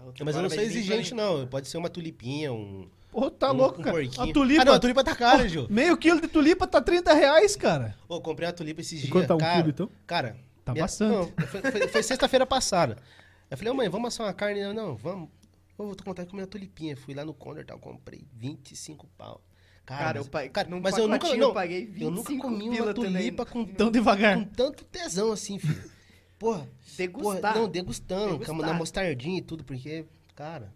Speaker 4: A outra
Speaker 1: mas eu não sou
Speaker 4: hora vai vir pra então, né?
Speaker 1: exigente,
Speaker 4: mim.
Speaker 1: não. Pode ser uma tulipinha, um.
Speaker 2: Pô, tá
Speaker 1: um-
Speaker 2: louco,
Speaker 1: um
Speaker 2: cara.
Speaker 1: porquinho.
Speaker 2: A tulipa,
Speaker 1: Ah, não, a tulipa tá cara, Gil.
Speaker 2: meio quilo de tulipa tá 30 reais, cara.
Speaker 1: Ô, comprei uma tulipa esses
Speaker 3: E quanto
Speaker 1: dias.
Speaker 3: tá um
Speaker 1: cara,
Speaker 3: quilo, então?
Speaker 1: Cara.
Speaker 2: Tá bastante.
Speaker 1: não, foi foi- foi sexta-feira passada. Eu falei, ô mãe, vamos assar uma carne? Não, não vamos. Ô, Eu tô com vontade de comer uma tulipinha. Fui lá no Condor e tal, comprei 25 pau. Cara,
Speaker 4: Cara,
Speaker 1: mas-
Speaker 4: eu paguei.
Speaker 1: cara,
Speaker 4: num
Speaker 1: mas eu nunca,
Speaker 4: pacotinho
Speaker 1: não,
Speaker 4: eu paguei 25
Speaker 1: eu nunca comi uma
Speaker 4: pila
Speaker 1: tulipa
Speaker 4: também.
Speaker 1: com,
Speaker 3: Então,
Speaker 2: Tão
Speaker 1: tanto,
Speaker 2: Então devagar.
Speaker 1: com tanto tesão assim, filho. Porra,
Speaker 4: Degustar.
Speaker 1: porra, não, degustando,
Speaker 4: Degustar.
Speaker 1: com a- na mostardinha e tudo, porque, cara,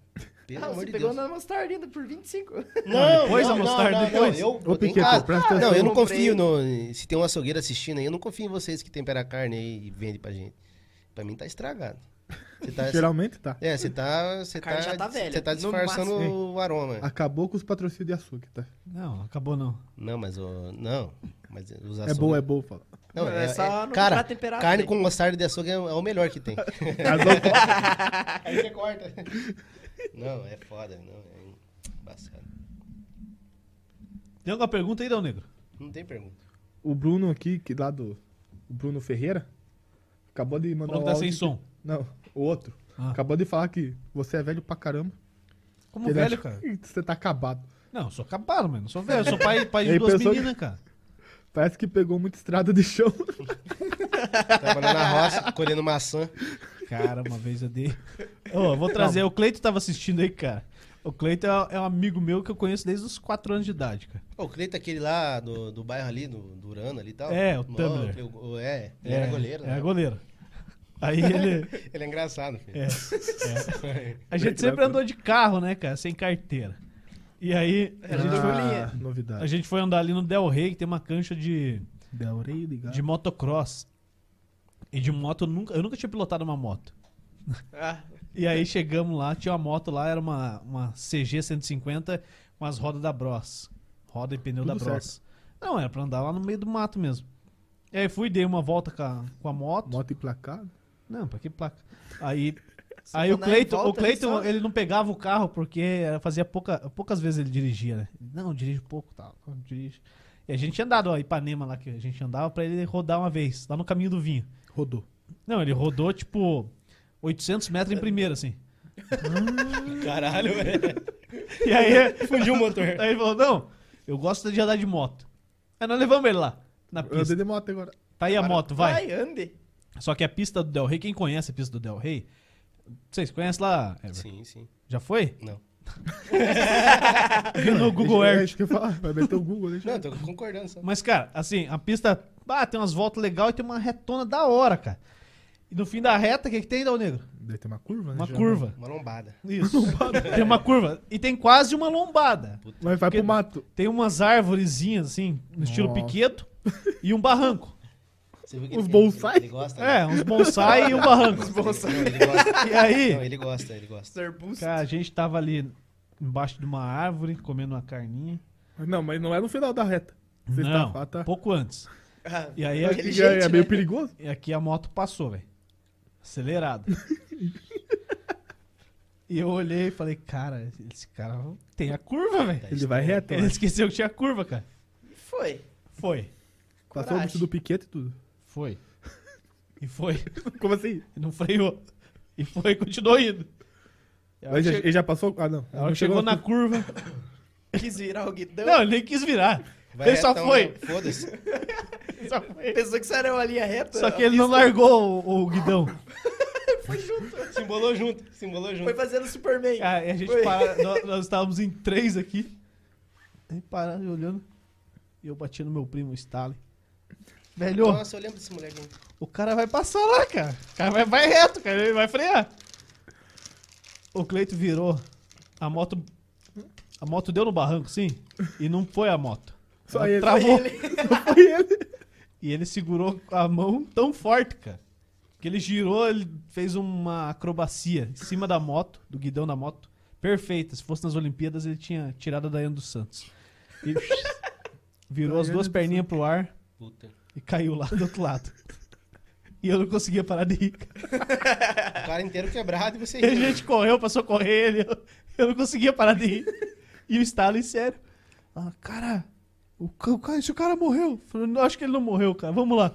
Speaker 1: pelo
Speaker 4: Ah,
Speaker 1: amor
Speaker 4: você
Speaker 1: de
Speaker 4: pegou
Speaker 1: Deus.
Speaker 4: na mostarda ainda por 25.
Speaker 1: Não,
Speaker 2: depois
Speaker 1: não,
Speaker 2: a
Speaker 1: não,
Speaker 2: mostarda,
Speaker 1: não,
Speaker 2: depois.
Speaker 1: Não, eu
Speaker 3: Ô,
Speaker 1: botei em
Speaker 3: Piquet,
Speaker 1: casa. Ah,
Speaker 3: presta atenção.
Speaker 1: Não, eu não
Speaker 4: Comprei.
Speaker 1: confio no. Se tem um açougueiro assistindo aí, eu não confio em vocês que tempera a carne aí e vende pra gente. Pra mim tá estragado. Você tá,
Speaker 3: Geralmente tá.
Speaker 1: é, você tá. Você
Speaker 4: A carne
Speaker 1: tá,
Speaker 4: já tá velha,
Speaker 1: Você tá
Speaker 4: no
Speaker 1: disfarçando
Speaker 2: máximo.
Speaker 1: o aroma.
Speaker 3: Acabou com os patrocínios de açúcar, tá?
Speaker 2: Não, acabou não.
Speaker 1: Não, mas o. Não. Mas os
Speaker 3: É
Speaker 1: açougues-
Speaker 3: bom, é bom, fala.
Speaker 1: Não,
Speaker 4: Não,
Speaker 1: é,
Speaker 4: é só
Speaker 1: é-
Speaker 4: não
Speaker 1: cara,
Speaker 4: comprar temperado
Speaker 1: carne
Speaker 4: aí.
Speaker 1: com mostarda de açougue é, é o melhor que tem. aí você corta. Não, é foda. Não, é embaçado.
Speaker 2: Tem alguma pergunta aí, Dão Negro?
Speaker 1: Não tem pergunta.
Speaker 3: O Bruno aqui, que lá do. O Bruno Ferreira, acabou de mandar
Speaker 2: Falou que
Speaker 3: um
Speaker 2: tá sem
Speaker 3: áudio
Speaker 2: som.
Speaker 3: que- Não, o outro.
Speaker 2: Ah.
Speaker 3: Acabou de falar que você é velho pra caramba.
Speaker 2: Como
Speaker 3: Ele
Speaker 2: velho,
Speaker 3: acha
Speaker 2: cara?
Speaker 3: que Você tá acabado.
Speaker 2: Não, eu sou capado, mano. Eu sou velho, eu sou pai, pai de
Speaker 3: Aí
Speaker 2: duas
Speaker 3: pensou-
Speaker 2: meninas, cara.
Speaker 3: Parece que pegou muita estrada de chão.
Speaker 1: Trabalhando na roça, colhendo maçã.
Speaker 2: Cara, uma vez eu dei. Ô, eu vou trazer. O Cleito tava assistindo aí, cara. O Cleito é, é um amigo meu que eu conheço desde os 4 anos de idade, cara.
Speaker 1: Ô, O Cleito é aquele lá do, do bairro ali, do, do Urano ali e tal.
Speaker 2: É, o
Speaker 1: Nó,
Speaker 2: Tumblr.
Speaker 1: que o- o- É, ele era goleiro,
Speaker 2: É
Speaker 1: né?
Speaker 2: goleiro. Aí ele.
Speaker 1: Ele é engraçado, filho.
Speaker 2: É, é. A gente sempre andou de carro, né, cara? Sem carteira. E aí, É, a gente, foi,
Speaker 3: Ah, novidade.
Speaker 2: a gente foi andar ali no Del Rey, que tem uma cancha de,
Speaker 3: Da orelha de gato.
Speaker 2: de motocross. E de moto, eu nunca, eu nunca tinha pilotado uma moto.
Speaker 4: Ah,
Speaker 2: E aí chegamos lá, tinha uma moto lá, era uma, uma CG 150 com as rodas da Bros. Roda e pneu
Speaker 3: Tudo
Speaker 2: da Bros. Não, era pra andar lá no meio do mato mesmo. E aí fui, dei uma volta com a, com a moto.
Speaker 3: Moto emplacada.
Speaker 2: Não, pra que placa? Aí, aí
Speaker 4: pra
Speaker 2: o
Speaker 4: andar em
Speaker 2: Cleiton, o
Speaker 4: volta, ele
Speaker 2: Cleiton,
Speaker 4: só-
Speaker 2: ele é não pegava o carro porque era- fazia pouca, poucas vezes ele dirigia, né? Não, eu dirijo pouco, tal, eu dirijo. E a gente tinha dado, ó, Ipanema lá que a gente andava pra ele rodar uma vez, lá no caminho do vinho.
Speaker 3: Rodou.
Speaker 2: Não, ele rodou tipo 800 metros em primeira, assim. é.
Speaker 1: Caralho, velho.
Speaker 2: E aí,
Speaker 1: Fundiu o motor.
Speaker 2: Aí ele falou, não, eu gosto de andar de moto. Aí nós levamos ele lá, na
Speaker 3: Eu andei
Speaker 2: pista.
Speaker 3: de moto agora.
Speaker 2: Tá aí a moto, vai.
Speaker 4: vai, ande.
Speaker 2: Só que a pista do Del Rey, quem conhece a pista do Del Rey? Vocês conhecem lá, Everton?
Speaker 1: Sim, sim.
Speaker 2: Já foi?
Speaker 1: Não.
Speaker 2: Viu no Google
Speaker 3: Deixa- é,
Speaker 2: Earth. É.
Speaker 3: isso que eu ia falar. Vai meter o Google, deixa
Speaker 1: Não,
Speaker 3: eu
Speaker 1: eu tô concordando só.
Speaker 2: Mas, cara, assim, a pista ah, tem umas voltas legais e tem uma retona da hora, cara. E no fim da reta, o que, que tem, Dal Negro?
Speaker 3: Deve ter uma curva, né?
Speaker 2: Uma
Speaker 3: geralmente.
Speaker 2: curva.
Speaker 1: Uma lombada.
Speaker 2: Isso. tem uma curva. E tem quase uma lombada.
Speaker 3: Mas vai
Speaker 2: Porque-
Speaker 3: pro mato.
Speaker 2: Tem umas árvorezinhas, assim, no estilo
Speaker 3: Nossa.
Speaker 2: piqueto, e um barranco.
Speaker 1: Você viu que
Speaker 3: Os
Speaker 1: ele-
Speaker 3: bonsai?
Speaker 1: Ele, ele gosta, né?
Speaker 2: É, uns bonsai e um barranco.
Speaker 1: Não, ele gosta.
Speaker 2: E aí,
Speaker 1: Não, é ele gosta, ele gosta.
Speaker 4: Arbustos.
Speaker 2: Cara, a gente tava ali embaixo de uma árvore, comendo uma carninha.
Speaker 3: Não, mas não é no final da reta. Você
Speaker 2: não,
Speaker 3: tá- tá-
Speaker 2: pouco antes.
Speaker 4: Ah,
Speaker 2: E aí,
Speaker 3: É,
Speaker 2: aqui,
Speaker 4: Aquele
Speaker 3: é- é
Speaker 4: jeito,
Speaker 3: meio
Speaker 4: né?
Speaker 3: perigoso.
Speaker 2: e aqui a moto passou, velho. Acelerado. e eu olhei e falei, cara, esse cara tem a curva, velho.
Speaker 3: Ele vai reto.
Speaker 2: Ele
Speaker 3: né?
Speaker 2: esqueceu que tinha curva, cara.
Speaker 4: E foi.
Speaker 2: Foi.
Speaker 3: Passou o bicho do piquete e tudo.
Speaker 2: Foi. E foi.
Speaker 3: Como assim?
Speaker 2: E não freou. E foi, continuou indo. E a hora
Speaker 3: Mas
Speaker 2: que
Speaker 3: já-
Speaker 2: che-
Speaker 3: Ele já passou. Ah, não.
Speaker 2: a hora
Speaker 3: Não
Speaker 2: que chegou na curva.
Speaker 4: Quis virar o guidão.
Speaker 2: Não, ele nem quis virar.
Speaker 1: Vai
Speaker 2: ele só
Speaker 1: retão,
Speaker 2: foi.
Speaker 1: né? Foda-se.
Speaker 2: Ele só foi.
Speaker 4: Pensou que isso era uma linha reta.
Speaker 2: Só que ele não largou o, o guidão.
Speaker 4: Foi junto.
Speaker 1: Se embolou junto, se embolou junto.
Speaker 4: Foi fazendo Superman.
Speaker 2: Ah, e a gente
Speaker 4: Foi.
Speaker 2: para, nós, nós estávamos em três aqui. Aí parar e olhando. E eu bati no meu primo, o Stalin. Velho,
Speaker 1: Nossa, eu lembro desse molequinho.
Speaker 2: o cara vai passar lá, cara. O cara vai, vai reto, cara, ele vai frear. O Cleito virou. A moto. A moto deu no barranco, sim. E não foi a moto.
Speaker 3: Só
Speaker 2: Ela
Speaker 3: ele.
Speaker 2: Travou.
Speaker 3: Foi ele.
Speaker 2: E ele segurou a mão tão forte, cara. Que ele girou, ele fez uma acrobacia em cima da moto, do guidão da moto. Perfeita. Se fosse nas Olimpíadas, ele tinha tirado a Daiane dos Santos. E virou as duas
Speaker 3: Daiane dos
Speaker 2: perninhas pro ar
Speaker 1: Puta. O
Speaker 2: e caiu lá do outro lado. E eu não conseguia parar de rir. cara.
Speaker 1: cara inteiro quebrado e você
Speaker 2: E a
Speaker 1: rindo.
Speaker 2: gente correu pra socorrer ele. Eu, eu não conseguia parar de rir. E o Stalin, sério. Ah, cara, o, ca- o cara, esse cara morreu. Eu Falei, não, acho que ele não morreu, cara. Vamos lá.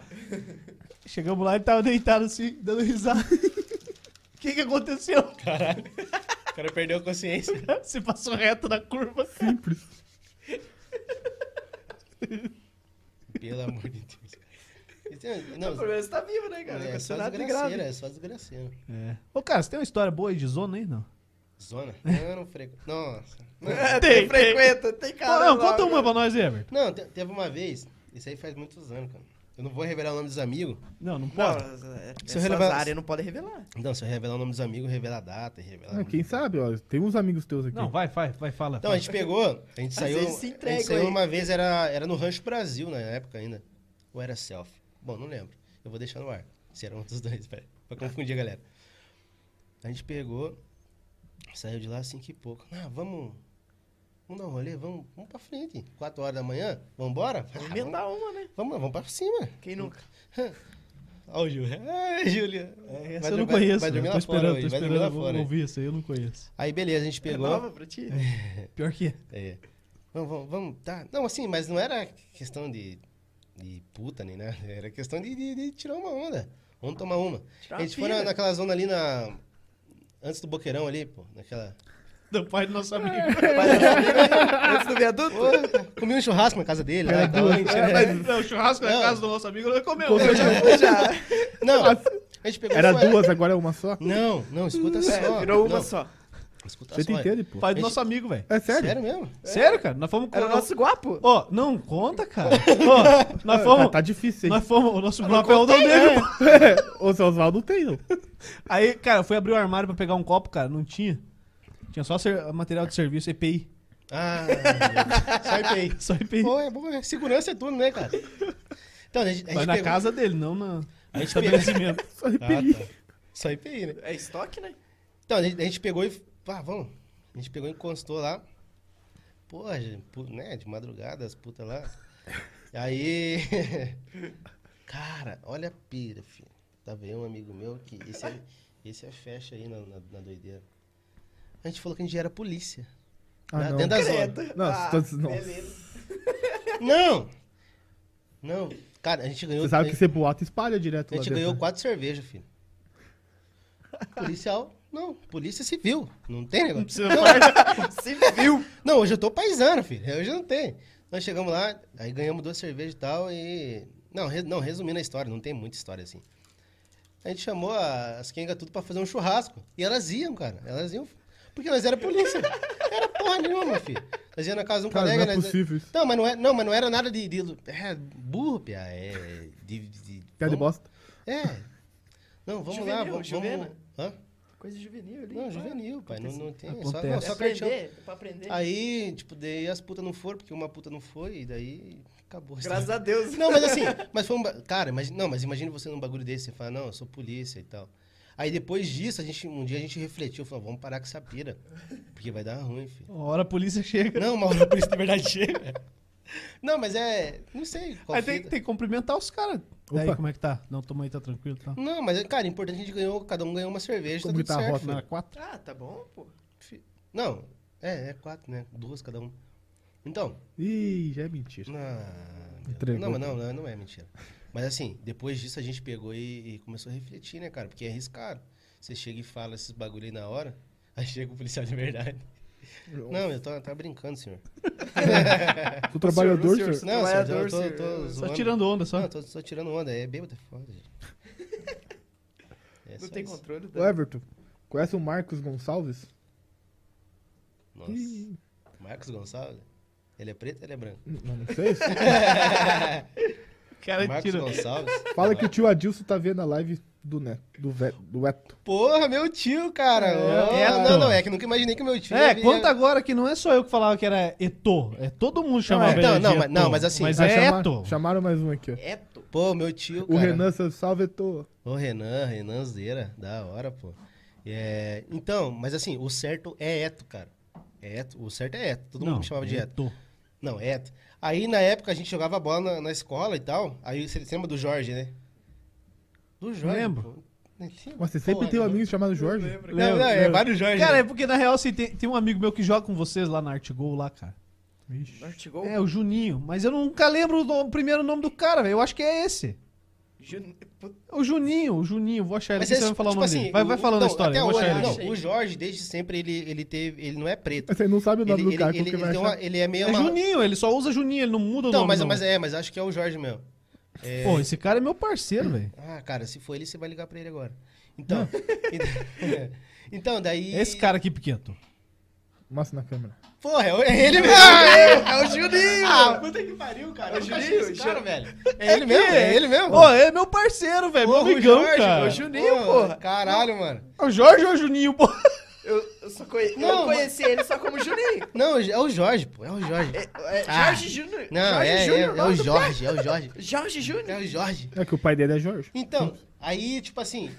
Speaker 2: Chegamos lá, ele tava deitado assim, dando risada. O que que aconteceu?
Speaker 1: O cara perdeu a consciência.
Speaker 2: Você passou reto na curva. cara.
Speaker 1: Pelo amor de Deus. Isso é-
Speaker 4: Não,
Speaker 1: Não,
Speaker 4: o problema você tá vivo, né, cara? Não
Speaker 1: é
Speaker 4: aconteceu
Speaker 1: só
Speaker 4: nada de
Speaker 1: desgraceira,
Speaker 4: grave.
Speaker 1: é só desgraceira.
Speaker 2: É. Ô, cara, você tem uma história boa aí de zona aí, não?
Speaker 1: Zona? Não, não freco. Nossa.
Speaker 2: Tem,
Speaker 4: É,
Speaker 2: tem.
Speaker 4: tem, frequenta, tem
Speaker 2: Não,
Speaker 4: cara. né?
Speaker 2: não, conta uma pra nós aí, Everton.
Speaker 1: Não, te- teve uma vez, isso aí faz muitos anos, cara. Eu não vou revelar o nome dos amigos.
Speaker 2: Não, não
Speaker 4: Não,
Speaker 2: pode.
Speaker 4: é,
Speaker 1: Se eu
Speaker 4: essas
Speaker 1: relevar-
Speaker 4: áreas não podem revelar.
Speaker 1: Não, se eu revelar o nome dos amigos, revela a data, revela.
Speaker 3: Ah, quem sabe, ó. Tem uns amigos teus aqui.
Speaker 2: Não, vai, vai, vai, fala.
Speaker 1: Então, a gente pegou, a gente
Speaker 4: Às
Speaker 1: saiu.
Speaker 4: vezes se entrega,
Speaker 1: a gente saiu
Speaker 4: hein?
Speaker 1: uma vez, era, era no Rancho Brasil na época ainda. Ou era self? Bom, não lembro. Eu vou deixar no ar. Se era um dos dois, pera, pra confundir a galera. A gente pegou, saiu de lá cinco e pouco. Ah, vamos. Vamos dar um rolê, vamos, vamos pra frente. Quatro horas da manhã, vambora? Ah, vamos,
Speaker 4: Inventar uma, né?
Speaker 1: vamos, vamos pra cima.
Speaker 4: Quem nunca?
Speaker 1: Ó, o Júlio. Ai, Júlio.
Speaker 2: É, Essa
Speaker 1: Vai
Speaker 2: eu não
Speaker 1: dormir-
Speaker 2: conheço.
Speaker 1: vai
Speaker 2: eu
Speaker 1: dormir
Speaker 2: tô
Speaker 1: lá
Speaker 2: esperando,
Speaker 1: fora
Speaker 2: tô
Speaker 1: hoje, vai dormir
Speaker 2: esperando.
Speaker 1: lá
Speaker 2: vou
Speaker 1: fora.
Speaker 2: ouvir essa aí, eu não conheço.
Speaker 1: Aí, beleza, a gente
Speaker 4: É
Speaker 1: pegou.
Speaker 4: nova pra ti?
Speaker 2: Pior que é.
Speaker 1: É. Vamos, vamos, vamos, tá. Não, assim, mas não era questão de, de puta, nem nada. Era questão de, de- de tirar uma onda. Vamos tomar uma.
Speaker 4: Tirar
Speaker 1: a gente
Speaker 4: uma
Speaker 1: foi na-
Speaker 4: pira.
Speaker 1: naquela zona ali na. Antes do boqueirão ali, pô. Naquela.
Speaker 2: Do pai do nosso amigo.
Speaker 4: Antes do viaduto?
Speaker 1: Pô, comi um churrasco na casa dele. Lá, e tal, É. a gente-
Speaker 2: É, Não, churrasco na
Speaker 1: um. Não.
Speaker 2: casa do nosso amigo não comeu.
Speaker 3: Com
Speaker 2: né?
Speaker 3: certeza.
Speaker 1: Não, a gente pegou.
Speaker 3: Era
Speaker 1: foi-
Speaker 3: duas, agora é uma só.
Speaker 1: Não, não, escuta só.
Speaker 4: É, virou uma
Speaker 1: Não,
Speaker 4: só.
Speaker 1: Escuta
Speaker 3: Você
Speaker 1: só. é.
Speaker 3: entende, pô?
Speaker 2: Pai do nosso amigo, velho.
Speaker 3: É sério?
Speaker 1: Sério mesmo?
Speaker 2: Sério, cara? Nós fomos com
Speaker 4: Era o nosso guapo.
Speaker 2: Ó, não conta, cara. Ó, nós
Speaker 3: Tá,
Speaker 2: fomos.
Speaker 3: tá difícil, hein?
Speaker 2: Nós fomos, o nosso grupo é o Dal Negro.
Speaker 1: né?
Speaker 3: Ô, seu Oswaldo não tem, não.
Speaker 2: Aí, cara, eu fui abrir o armário pra pegar um copo, cara, não tinha. Tinha só ser- material de serviço, EPI.
Speaker 1: Ah, só IPI.
Speaker 2: Só EPI.
Speaker 1: Pô, é bom, é- segurança é tudo, né, cara? Então, a gente, a
Speaker 2: Mas
Speaker 1: gente
Speaker 2: na
Speaker 1: pegou-
Speaker 2: casa dele, não na
Speaker 1: A gente pegou-
Speaker 2: estabelecimento.
Speaker 3: Só
Speaker 1: Ah,
Speaker 3: repeli.
Speaker 1: tá. Só IPI, né?
Speaker 4: É estoque, né?
Speaker 1: Então, a gente, a gente pegou e. Ah, vamos. A gente pegou e encostou lá. Pô, gente, pu- né? De madrugada, as putas lá. Aí. Cara, olha a pira, filho. Tava eu, um amigo meu, que esse é, esse é fecha aí na, na- na doideira. A gente falou que a gente era polícia.
Speaker 3: Ah,
Speaker 2: tá.
Speaker 1: na-
Speaker 3: não.
Speaker 1: Dentro Ah, da zona.
Speaker 4: Credo.
Speaker 3: Nossa, todos- nossa.
Speaker 4: Ah, Beleza.
Speaker 1: Não! Não, cara, a gente ganhou.
Speaker 3: Você sabe
Speaker 1: a
Speaker 3: que você boato espalha direto
Speaker 1: a
Speaker 3: lá
Speaker 1: gente
Speaker 3: dentro.
Speaker 1: ganhou
Speaker 3: né?
Speaker 1: quatro cervejas, filho. Policial? Não, polícia civil. Não tem negócio. Não,
Speaker 4: Se viu.
Speaker 1: Não, hoje eu tô paisano, filho. Hoje não tem. Nós chegamos lá, aí ganhamos duas cervejas e tal e... Não, re- não resumindo a história, não tem muita história assim. A gente chamou a- as quengas tudo pra fazer um churrasco. E elas iam, cara. Elas iam. Porque nós era polícia. Era porra nenhuma, filho. Nós ia na casa de um
Speaker 3: Cara,
Speaker 1: colega...
Speaker 3: não é
Speaker 1: nós-
Speaker 3: possível isso.
Speaker 1: Não, mas não, é, não, mas não era nada de... de é, burro, pia. É... De, de,
Speaker 3: Piada de bosta.
Speaker 1: É. Não, Não, vamos
Speaker 4: Juvenil,
Speaker 1: lá, vamos.
Speaker 4: Juvena?
Speaker 1: vamos... Hã?
Speaker 4: Coisa juvenil ali.
Speaker 1: Não,
Speaker 4: vai.
Speaker 1: juvenil, pai. Não, não tem. Só,
Speaker 2: Acontece.
Speaker 1: não,
Speaker 4: É
Speaker 1: só
Speaker 4: pra
Speaker 1: cartão.
Speaker 4: aprender, pra aprender.
Speaker 1: Aí, tipo, daí as putas não foram, porque uma puta não foi, e daí acabou. a história.
Speaker 4: Graças a Deus.
Speaker 1: Não, mas assim, mas foi um. ba- Cara, imagina, não, mas imagina você num bagulho desse, você fala, não, eu sou polícia e tal. Aí depois disso, a gente, um dia a gente refletiu, falou, vamos parar com essa pira. Porque vai dar ruim, filho.
Speaker 2: Uma hora a polícia chega.
Speaker 1: Não, mas a polícia de verdade chega. Não, mas é. Não sei. Qual
Speaker 2: Aí tem,
Speaker 1: fita.
Speaker 2: tem que cumprimentar os caras. Daí
Speaker 3: Opa.
Speaker 2: como é que tá? Não, toma aí, tá tranquilo, tá?
Speaker 1: Não, mas, cara, o importante é que a gente ganhou, cada um ganhou uma cerveja,
Speaker 3: Como
Speaker 1: tá tudo
Speaker 3: que tá a
Speaker 1: certo.
Speaker 3: rota?
Speaker 2: Não era quatro?
Speaker 4: Ah, tá bom, pô.
Speaker 1: Fi- Não, é, é quatro, né? Duas cada um. Então.
Speaker 3: Ih, já é mentira.
Speaker 1: Ah, meu-
Speaker 3: Entregou.
Speaker 1: não, mas não, não, não é mentira. Mas assim, depois disso a gente pegou e, e começou a refletir, né, cara? Porque é arriscado. Você chega e fala esses bagulho aí na hora, aí chega o policial de verdade. Não, eu tô, tá brincando, senhor.
Speaker 3: Sou trabalhador, senhor.
Speaker 4: senhor, Sou
Speaker 1: Não, senhor, eu
Speaker 4: trabalhador,
Speaker 1: tô,
Speaker 4: senhor.
Speaker 1: tô
Speaker 2: Só
Speaker 1: zoando.
Speaker 2: tirando onda, só.
Speaker 1: Não, tô, tô tirando onda. É bêbado, é foda, gente. É
Speaker 4: Não
Speaker 1: só
Speaker 4: tem
Speaker 1: isso.
Speaker 4: controle.
Speaker 3: Ô, Everton, conhece o Marcos Gonçalves?
Speaker 1: Nossa. Marcos Gonçalves? Ele é preto ou ele é branco?
Speaker 3: Não, não sei.
Speaker 2: O cara
Speaker 1: Marcos
Speaker 2: tirou.
Speaker 1: Gonçalves?
Speaker 3: Fala que o tio Adilson tá vendo a live do Neto. Do, ve, do Eto.
Speaker 1: Porra, meu tio, cara. Ô,
Speaker 2: é,
Speaker 1: não, não, é que nunca imaginei que meu tio.
Speaker 2: É,
Speaker 1: ia-
Speaker 2: conta agora que não é só eu que falava que era Eto. É todo mundo chamava
Speaker 1: Não,
Speaker 2: ele de
Speaker 1: não, mas- não,
Speaker 2: Eto.
Speaker 1: mas assim-
Speaker 2: Mas
Speaker 3: Ah,
Speaker 2: é
Speaker 3: chama-
Speaker 2: Eto.
Speaker 3: Chamaram mais um aqui, ó.
Speaker 4: Eto.
Speaker 1: É Pô, meu tio,
Speaker 3: O
Speaker 1: cara.
Speaker 3: Renan, Santos, salve, Eto.
Speaker 1: Ô, Renan, Renan Zeira, da hora, pô. É, então, mas assim, o certo é Eto, cara. É Eto, o certo é Eto, todo mundo me chamava de Eto.
Speaker 2: Eto.
Speaker 1: Não, é Eto. Aí na época a gente jogava bola na, na escola e tal. Aí você lembra do Jorge, né? Do Jorge.
Speaker 2: Lembro.
Speaker 1: pô. Nem sei,
Speaker 3: Nossa, você sempre
Speaker 1: porra,
Speaker 3: tem um
Speaker 1: eu-
Speaker 3: amigo chamado Jorge?
Speaker 1: Não, não, é
Speaker 2: Lembro.
Speaker 1: vários Jorge.
Speaker 2: Cara, é
Speaker 1: né?
Speaker 2: porque na real assim, tem, tem um amigo meu que joga com vocês lá na Artgol lá, cara.
Speaker 3: Ixi.
Speaker 4: Artigol.
Speaker 2: É, o Juninho. Mas eu nunca lembro o, nome- o primeiro nome do cara, velho. Eu acho que é esse.
Speaker 4: Jun- Puta,
Speaker 2: É O Juninho, o Juninho. Vou achar ele.
Speaker 1: Mas
Speaker 2: aqui,
Speaker 1: é,
Speaker 2: Você vai falar o
Speaker 1: tipo
Speaker 2: nome
Speaker 1: assim,
Speaker 2: dele. Vai, vai
Speaker 1: o-
Speaker 2: falando a
Speaker 1: então,
Speaker 2: história.
Speaker 1: até
Speaker 2: Eu vou
Speaker 1: hoje-
Speaker 2: achar ele.
Speaker 1: Não, o Jorge, desde sempre, ele, ele teve. Ele não é preto.
Speaker 3: Você não sabe o nome
Speaker 1: Ele,
Speaker 3: do
Speaker 1: ele,
Speaker 3: cara,
Speaker 1: ele,
Speaker 3: como que
Speaker 1: ele,
Speaker 3: vai
Speaker 1: tem
Speaker 3: achar?
Speaker 1: uma- ele é meio.
Speaker 2: É
Speaker 1: ama-
Speaker 2: Juninho, ele só usa Juninho, ele não muda o
Speaker 1: Não,
Speaker 2: nome.
Speaker 1: mas,
Speaker 2: não.
Speaker 1: mas é, mas acho que é o Jorge mesmo. É,
Speaker 2: Pô, esse cara é meu parceiro, velho.
Speaker 1: Ah, cara, se for ele, você vai ligar pra ele agora. Então. ent- então, daí.
Speaker 2: Esse cara aqui, Piqueto.
Speaker 3: Mostra na câmera.
Speaker 1: Porra, é ele mesmo! é, o Juninho! Ah, puta que pariu, cara.
Speaker 4: É o
Speaker 1: Eu nunca achei
Speaker 4: Juninho,
Speaker 1: esse cara,
Speaker 4: Ju-
Speaker 1: velho. É ele mesmo, é ele mesmo.
Speaker 2: Ô, é meu parceiro, velho. Meu
Speaker 1: Porra, o
Speaker 2: amigão,
Speaker 1: Jorge,
Speaker 2: cara.
Speaker 1: o Juninho, porra.
Speaker 4: porra.
Speaker 1: Caralho, mano.
Speaker 2: É O Jorge ou o Juninho, pô?
Speaker 4: Eu, eu só conhe...
Speaker 1: Não,
Speaker 4: eu
Speaker 1: mas-
Speaker 4: conheci ele só como Juninho.
Speaker 1: Não, é o Jorge, pô, é o Jorge.
Speaker 4: É, é
Speaker 1: Ah.
Speaker 4: Jorge Júnior.
Speaker 1: Não,
Speaker 4: Jorge
Speaker 1: é, é,
Speaker 4: Júnior,
Speaker 1: é o
Speaker 4: nome do
Speaker 1: Jorge, é o Jorge.
Speaker 4: pai. Jorge
Speaker 1: É
Speaker 4: Júnior.
Speaker 1: o Jorge.
Speaker 3: É que o pai dele é Jorge.
Speaker 1: Então, aí, tipo assim.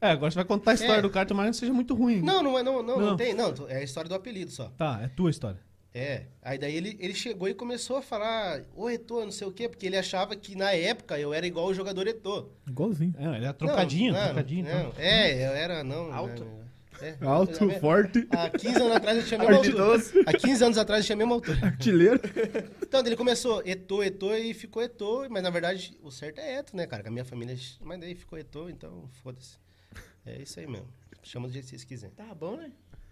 Speaker 2: É, agora você vai contar a história
Speaker 1: É.
Speaker 2: do cara, tomara que não seja muito ruim.
Speaker 1: Não, não, é- não, não,
Speaker 2: Não.
Speaker 1: não tem. Não, é a história do apelido só.
Speaker 2: Tá, é tua história.
Speaker 1: É, aí daí ele, ele chegou e começou a falar, ô Etô, não sei o quê, porque ele achava que na época eu era igual o jogador Etô.
Speaker 3: Igualzinho.
Speaker 2: É, ele é trocadinho,
Speaker 1: não,
Speaker 2: trocadinho. então.
Speaker 1: Não, É, eu era, não.
Speaker 4: Alto.
Speaker 1: né, é.
Speaker 3: Alto,
Speaker 1: É,
Speaker 3: forte,
Speaker 1: Há 15 anos atrás eu tinha a mesma altura. Há 15 anos atrás eu tinha a mesma altura.
Speaker 3: artilheiro.
Speaker 1: Então ele começou Etô, Etô e ficou Etô, mas na verdade o certo é Eto, né, cara? Que a minha família. Mas daí ficou Etô, então foda-se. É isso aí mesmo. Chama do jeito que vocês quiserem.
Speaker 4: Tá bom, né?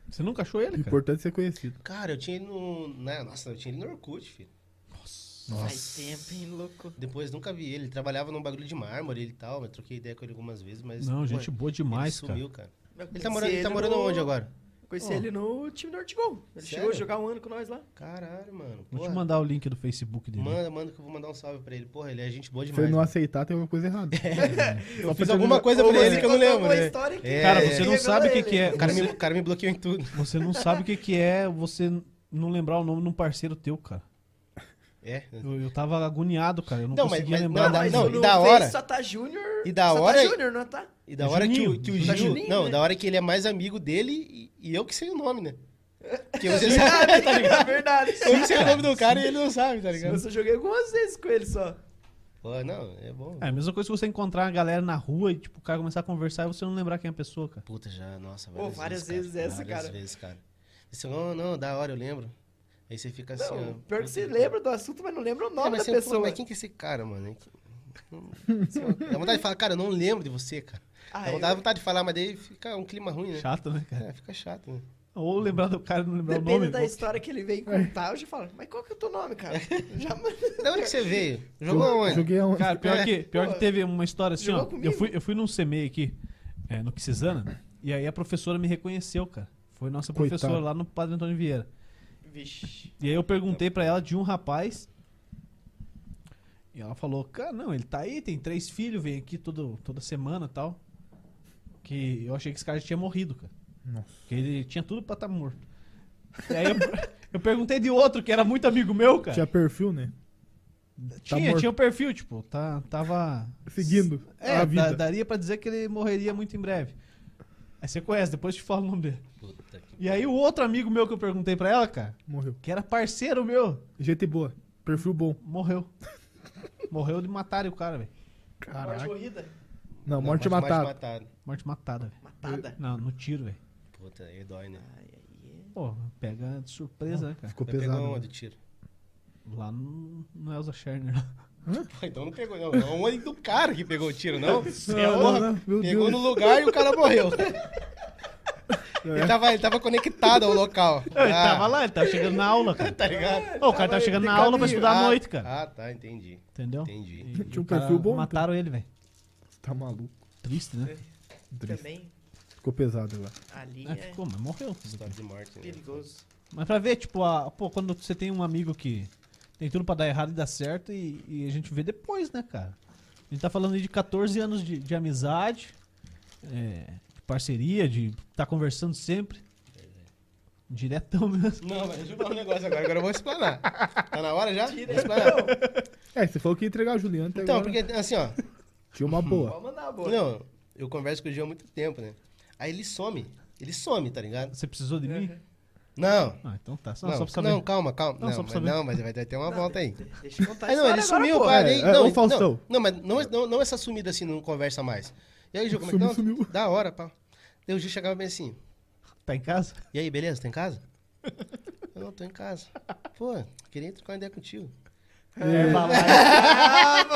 Speaker 2: Você nunca achou ele, cara?
Speaker 3: Importante ser conhecido.
Speaker 1: Cara, eu tinha ele no. na- Nossa, eu tinha ele no Orkut, filho.
Speaker 4: Faz tempo, hein, louco.
Speaker 1: Depois nunca vi ele. Ele trabalhava num bagulho de mármore e tal. Eu troquei ideia com ele algumas vezes, mas.
Speaker 2: Não,
Speaker 1: pô,
Speaker 2: gente
Speaker 1: ele
Speaker 2: boa demais, cara.
Speaker 1: sumiu, cara. Ele tá morando, ele tá morando onde agora?
Speaker 4: Conheci
Speaker 2: Ó.
Speaker 4: ele no time do Artigol. Ele
Speaker 1: Sério?
Speaker 4: chegou a jogar um ano com nós lá.
Speaker 1: Caralho, mano.
Speaker 2: Vou te
Speaker 1: porra.
Speaker 2: mandar o link do Facebook dele.
Speaker 1: Manda, manda que eu vou mandar um salve pra ele. Porra, ele é gente boa
Speaker 3: Se
Speaker 1: demais.
Speaker 3: ele não
Speaker 1: mano.
Speaker 3: aceitar, tem alguma coisa errada.
Speaker 1: Eu fiz alguma coisa pra
Speaker 4: Ou
Speaker 1: ele
Speaker 4: você
Speaker 1: que eu não
Speaker 4: contou
Speaker 1: lembro,
Speaker 4: alguma
Speaker 1: né?
Speaker 4: história que-
Speaker 1: É,
Speaker 2: Cara,
Speaker 1: é,
Speaker 2: você não
Speaker 4: revelou
Speaker 2: sabe o que, que
Speaker 4: ele.
Speaker 2: é.
Speaker 1: O cara,
Speaker 2: Você,
Speaker 1: me, o cara me bloqueou em tudo.
Speaker 2: você não sabe o que, que é você não lembrar o nome de um parceiro teu, cara.
Speaker 1: É.
Speaker 2: Eu, eu tava agoniado, cara. Eu não
Speaker 1: Não, mas-
Speaker 2: conseguia
Speaker 1: mas-
Speaker 2: lembrar.
Speaker 1: não,
Speaker 2: mais
Speaker 1: não,
Speaker 2: nada.
Speaker 1: e
Speaker 4: no
Speaker 1: da
Speaker 4: Face
Speaker 1: hora-
Speaker 4: Só tá Júnior.
Speaker 1: e da
Speaker 4: só
Speaker 1: hora-
Speaker 4: Tá Júnior, não tá?
Speaker 1: E da hora que o, que o
Speaker 2: Juninho,
Speaker 1: Gil.
Speaker 4: Juninho,
Speaker 1: não,
Speaker 4: né?
Speaker 1: da hora que ele é mais amigo dele e, e eu que sei o nome, né? Porque você sabe, tá ligado?
Speaker 4: É verdade.
Speaker 1: Eu que sei o nome do cara e ele não sabe, tá
Speaker 4: Eu
Speaker 1: ligado?
Speaker 4: só joguei algumas vezes com ele só.
Speaker 1: Pô, não, é bom.
Speaker 2: É a mesma coisa que você encontrar a galera na rua e tipo, o cara começar a conversar e você não lembrar quem é a pessoa, cara.
Speaker 1: Puta, já, nossa,
Speaker 4: Pô,
Speaker 1: várias,
Speaker 4: várias
Speaker 1: vezes,
Speaker 4: vezes
Speaker 1: cara.
Speaker 4: essa,
Speaker 1: várias
Speaker 4: cara.
Speaker 1: vezes, cara. Você, não, não, da hora, eu lembro. Aí você fica assim,
Speaker 4: Não,
Speaker 1: ó.
Speaker 4: pior que você lembra do assunto, mas não lembra o
Speaker 1: É,
Speaker 4: nome
Speaker 1: mas
Speaker 4: da
Speaker 1: você, pô,
Speaker 4: pessoa.
Speaker 1: mas quem que é esse cara, mano? Dá vontade de falar, cara, eu não lembro de você, cara.
Speaker 4: Ah,
Speaker 1: Dá
Speaker 4: eu-
Speaker 1: vontade, vontade de falar, mas daí fica um clima ruim, né?
Speaker 2: Chato, né, cara?
Speaker 1: É, fica chato, né?
Speaker 2: Ou lembrar do cara e não lembrar
Speaker 4: Depende
Speaker 2: o nome.
Speaker 4: da
Speaker 2: pô.
Speaker 4: história que ele
Speaker 1: É.
Speaker 4: vem contar, eu já falo, mas qual que é o teu nome, cara? Já
Speaker 1: Da onde que você veio? Jogou aonde?
Speaker 3: Joguei um- aonde?
Speaker 2: Cara, pior,
Speaker 1: É.
Speaker 2: que, pior que
Speaker 4: Pô,
Speaker 2: teve uma história assim,
Speaker 4: jogou
Speaker 2: ó. Eu
Speaker 4: comigo?
Speaker 2: fui, eu fui num CME aqui, é, no Quisana, e aí a professora me reconheceu, cara. Foi nossa
Speaker 3: Coitado.
Speaker 2: professora lá no Padre Antônio Vieira.
Speaker 4: Vixe.
Speaker 2: E aí eu perguntei pra ela de um rapaz. E ela falou, cara, não, ele tá aí, tem três filhos, vem aqui todo, toda semana e tal. Que eu achei que esse cara já tinha morrido, cara.
Speaker 3: Nossa.
Speaker 2: Que ele tinha tudo pra estar morto. E aí eu, eu perguntei de outro que era muito amigo meu, cara.
Speaker 3: Tinha perfil, né?
Speaker 2: Tinha,
Speaker 3: morto.
Speaker 2: tinha o perfil, tipo, tá, tava.
Speaker 3: Seguindo
Speaker 2: É,
Speaker 3: a
Speaker 2: da-
Speaker 3: vida.
Speaker 2: daria pra dizer que ele morreria muito em breve. Aí você conhece, depois eu te falo o nome dele.
Speaker 1: Puta que...
Speaker 2: E aí o outro amigo meu que eu perguntei pra ela, cara,
Speaker 3: Morreu.
Speaker 2: que era parceiro meu,
Speaker 3: Gente boa. Perfil bom.
Speaker 2: morreu. Morreu de matarem o cara, velho.
Speaker 4: Morte
Speaker 3: Caraca.
Speaker 4: corrida.
Speaker 3: Não, morte
Speaker 1: Não, mas- mas
Speaker 3: matada.
Speaker 2: Morte matada, velho.
Speaker 4: Matada.
Speaker 2: Não, no tiro, velho.
Speaker 1: Puta, aí dói, né?
Speaker 4: Ai, aí é-
Speaker 2: Pô, pega de surpresa, né, cara?
Speaker 3: Ficou
Speaker 1: Mas pegou
Speaker 3: pesado.
Speaker 1: onde
Speaker 3: né?
Speaker 1: o tiro?
Speaker 2: Lá no, no Elza Scherner. lá.
Speaker 1: Pô, então não pegou, não. É onde do cara que pegou o tiro,
Speaker 3: Não,
Speaker 1: não?
Speaker 3: não,
Speaker 1: Porra,
Speaker 3: não, meu
Speaker 1: pegou
Speaker 3: Deus.
Speaker 1: no lugar e o cara morreu.
Speaker 3: é?
Speaker 1: Ele tava, ele tava conectado ao local. Ah,
Speaker 2: Ele tava lá, ele tava chegando na aula, cara.
Speaker 1: Tá ligado?
Speaker 2: Ô, o cara tava chegando na aula pra estudar à noite, cara.
Speaker 1: Ah, tá, entendi.
Speaker 2: Entendeu?
Speaker 1: Entendi.
Speaker 2: E
Speaker 3: Tinha um
Speaker 2: o cara-
Speaker 3: perfil bom,
Speaker 2: Mataram ele, velho.
Speaker 3: Tá maluco.
Speaker 2: Triste, né?
Speaker 3: Triste.
Speaker 4: Também,
Speaker 3: Ficou pesado lá.
Speaker 4: ali
Speaker 2: É,
Speaker 4: é
Speaker 2: ficou, mas morreu.
Speaker 1: História de morte, né?
Speaker 4: perigoso.
Speaker 2: Mas pra ver, tipo, a- pô, quando você tem um amigo que tem tudo pra dar errado e dar certo, e, e a gente vê depois, né, cara? A gente tá falando aí de 14 anos de, de amizade, é, de parceria, de tá conversando sempre. Diretão mesmo.
Speaker 1: Não, mas deixa eu falar um negócio agora, agora eu vou explanar. Tá na hora já? Vou explanar.
Speaker 3: É, você falou que ia entregar a Juliana até
Speaker 1: Então,
Speaker 3: agora.
Speaker 1: porque assim, ó.
Speaker 3: Tinha uma boa.
Speaker 4: Pode mandar, boa.
Speaker 1: Não, eu converso com o Gil há muito tempo, né? Aí ele some. Ele some, tá ligado?
Speaker 2: Você precisou de mim?
Speaker 1: Não.
Speaker 2: Ah, então tá. Só,
Speaker 1: Não,
Speaker 2: só pra saber.
Speaker 1: não, calma, calma.
Speaker 2: Não,
Speaker 1: Não,
Speaker 2: só pra
Speaker 1: mas,
Speaker 2: saber.
Speaker 1: não, mas vai ter uma volta aí.
Speaker 4: De- Deixa eu
Speaker 2: Tá
Speaker 4: contar a
Speaker 1: Aí É, não, ele
Speaker 4: história agora,
Speaker 1: sumiu,
Speaker 4: pô.
Speaker 1: pá, nem-
Speaker 3: É, é,
Speaker 1: não,
Speaker 3: ô,
Speaker 1: ele-
Speaker 3: Faustão.
Speaker 1: Não, não, mas não, não, não essa sumida assim, não conversa mais. E aí, Gil, como é
Speaker 3: Sumiu,
Speaker 1: que não?
Speaker 3: sumiu.
Speaker 1: Da hora, pá. Daí o Gil chegava bem assim.
Speaker 2: Tá em casa?
Speaker 1: E aí, beleza? Tá em casa? Eu não tô em casa. Pô, queria trocar uma ideia contigo.
Speaker 2: Herbalife.
Speaker 4: Ah,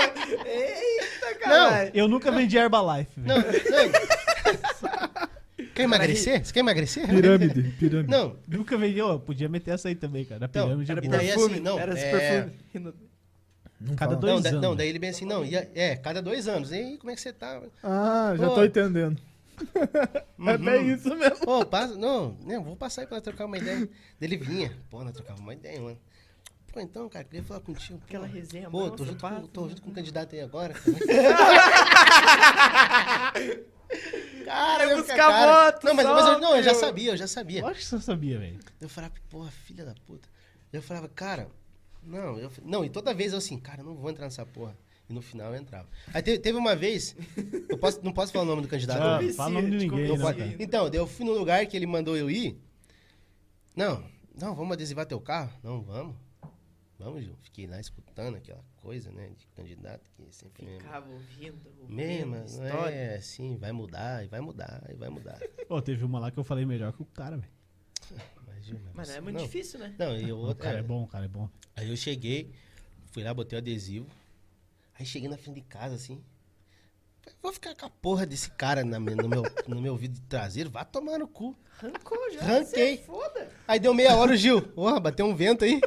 Speaker 4: Eita, caralho.
Speaker 2: Eu nunca vendi Herbalife, velho.
Speaker 1: Não, não. quer emagrecer? Você quer emagrecer?
Speaker 3: Pirâmide, pirâmide.
Speaker 1: Não,
Speaker 2: Nunca vendi. Ô, podia meter essa aí também, cara. Da
Speaker 1: Então,
Speaker 2: pirâmide é
Speaker 1: era
Speaker 2: boa.
Speaker 1: E daí,
Speaker 4: perfume,
Speaker 1: assim, não,
Speaker 4: Era esse
Speaker 1: é-
Speaker 4: perfume.
Speaker 3: Não
Speaker 2: cada
Speaker 3: fala.
Speaker 2: dois
Speaker 1: não, da-
Speaker 2: anos.
Speaker 1: não, daí ele bem assim, não, e a- é, cada dois anos, hein? Como é que você tá?
Speaker 3: Ah, já
Speaker 1: Ô.
Speaker 3: tô entendendo. É
Speaker 1: Uhum.
Speaker 3: bem isso mesmo.
Speaker 1: Ô, passa, não, né, vou passar aí pra trocar uma ideia. Daí ele vinha, pô, nós trocava uma ideia, mano. Pô, então, cara, queria falar contigo. pô.
Speaker 4: Aquela resenha,
Speaker 1: Pô,
Speaker 4: mano,
Speaker 1: tô junto,
Speaker 4: papo,
Speaker 1: com, tô
Speaker 4: né?
Speaker 1: junto com um candidato aí agora. cara, eu
Speaker 4: buscar
Speaker 1: fiquei, cara.
Speaker 4: voto,
Speaker 1: Não, mas, mas eu, não, eu já
Speaker 4: só,
Speaker 1: sabia, eu já sabia.
Speaker 2: Eu acho que você sabia, velho.
Speaker 1: Eu falava, porra, filha da puta. Eu falava, cara, não, eu, não, e toda vez eu assim, cara, eu não vou entrar nessa porra. E no final eu entrava. Aí teve, teve uma vez, eu posso, não posso falar o nome do candidato.
Speaker 2: Ah,
Speaker 1: né?
Speaker 4: Convencia,
Speaker 2: fala o nome de
Speaker 4: te
Speaker 2: ninguém,
Speaker 1: Não
Speaker 2: né,
Speaker 1: pode.
Speaker 2: cara?
Speaker 4: convencia.
Speaker 1: Então, daí eu fui no lugar que ele mandou eu ir. Não, não, vamos adesivar teu carro? Não, vamos. Vamos, Gil. Fiquei lá escutando aquela coisa, né, de candidato que sempre...
Speaker 4: Ficava ouvindo, ouvindo
Speaker 1: Mesma,
Speaker 4: história.
Speaker 1: é, sim, vai mudar, e vai mudar, e vai mudar.
Speaker 2: Ô, teve uma lá que eu falei melhor que o cara, velho.
Speaker 1: Mas, Gil,
Speaker 4: Mas não é muito
Speaker 1: não.
Speaker 4: difícil, né?
Speaker 1: Não, e o
Speaker 2: O
Speaker 1: outro...
Speaker 2: cara é bom, o cara é bom.
Speaker 1: Aí eu cheguei, fui lá, botei o adesivo. Aí cheguei na frente de casa, assim. falei, Vou ficar com a porra desse cara na minha- no, meu, no meu vidro traseiro, vá tomar no cu.
Speaker 4: Arrancou já.
Speaker 1: Ranquei.
Speaker 4: você é Foda.
Speaker 1: Aí deu meia hora o Gil. Porra, bateu um vento aí.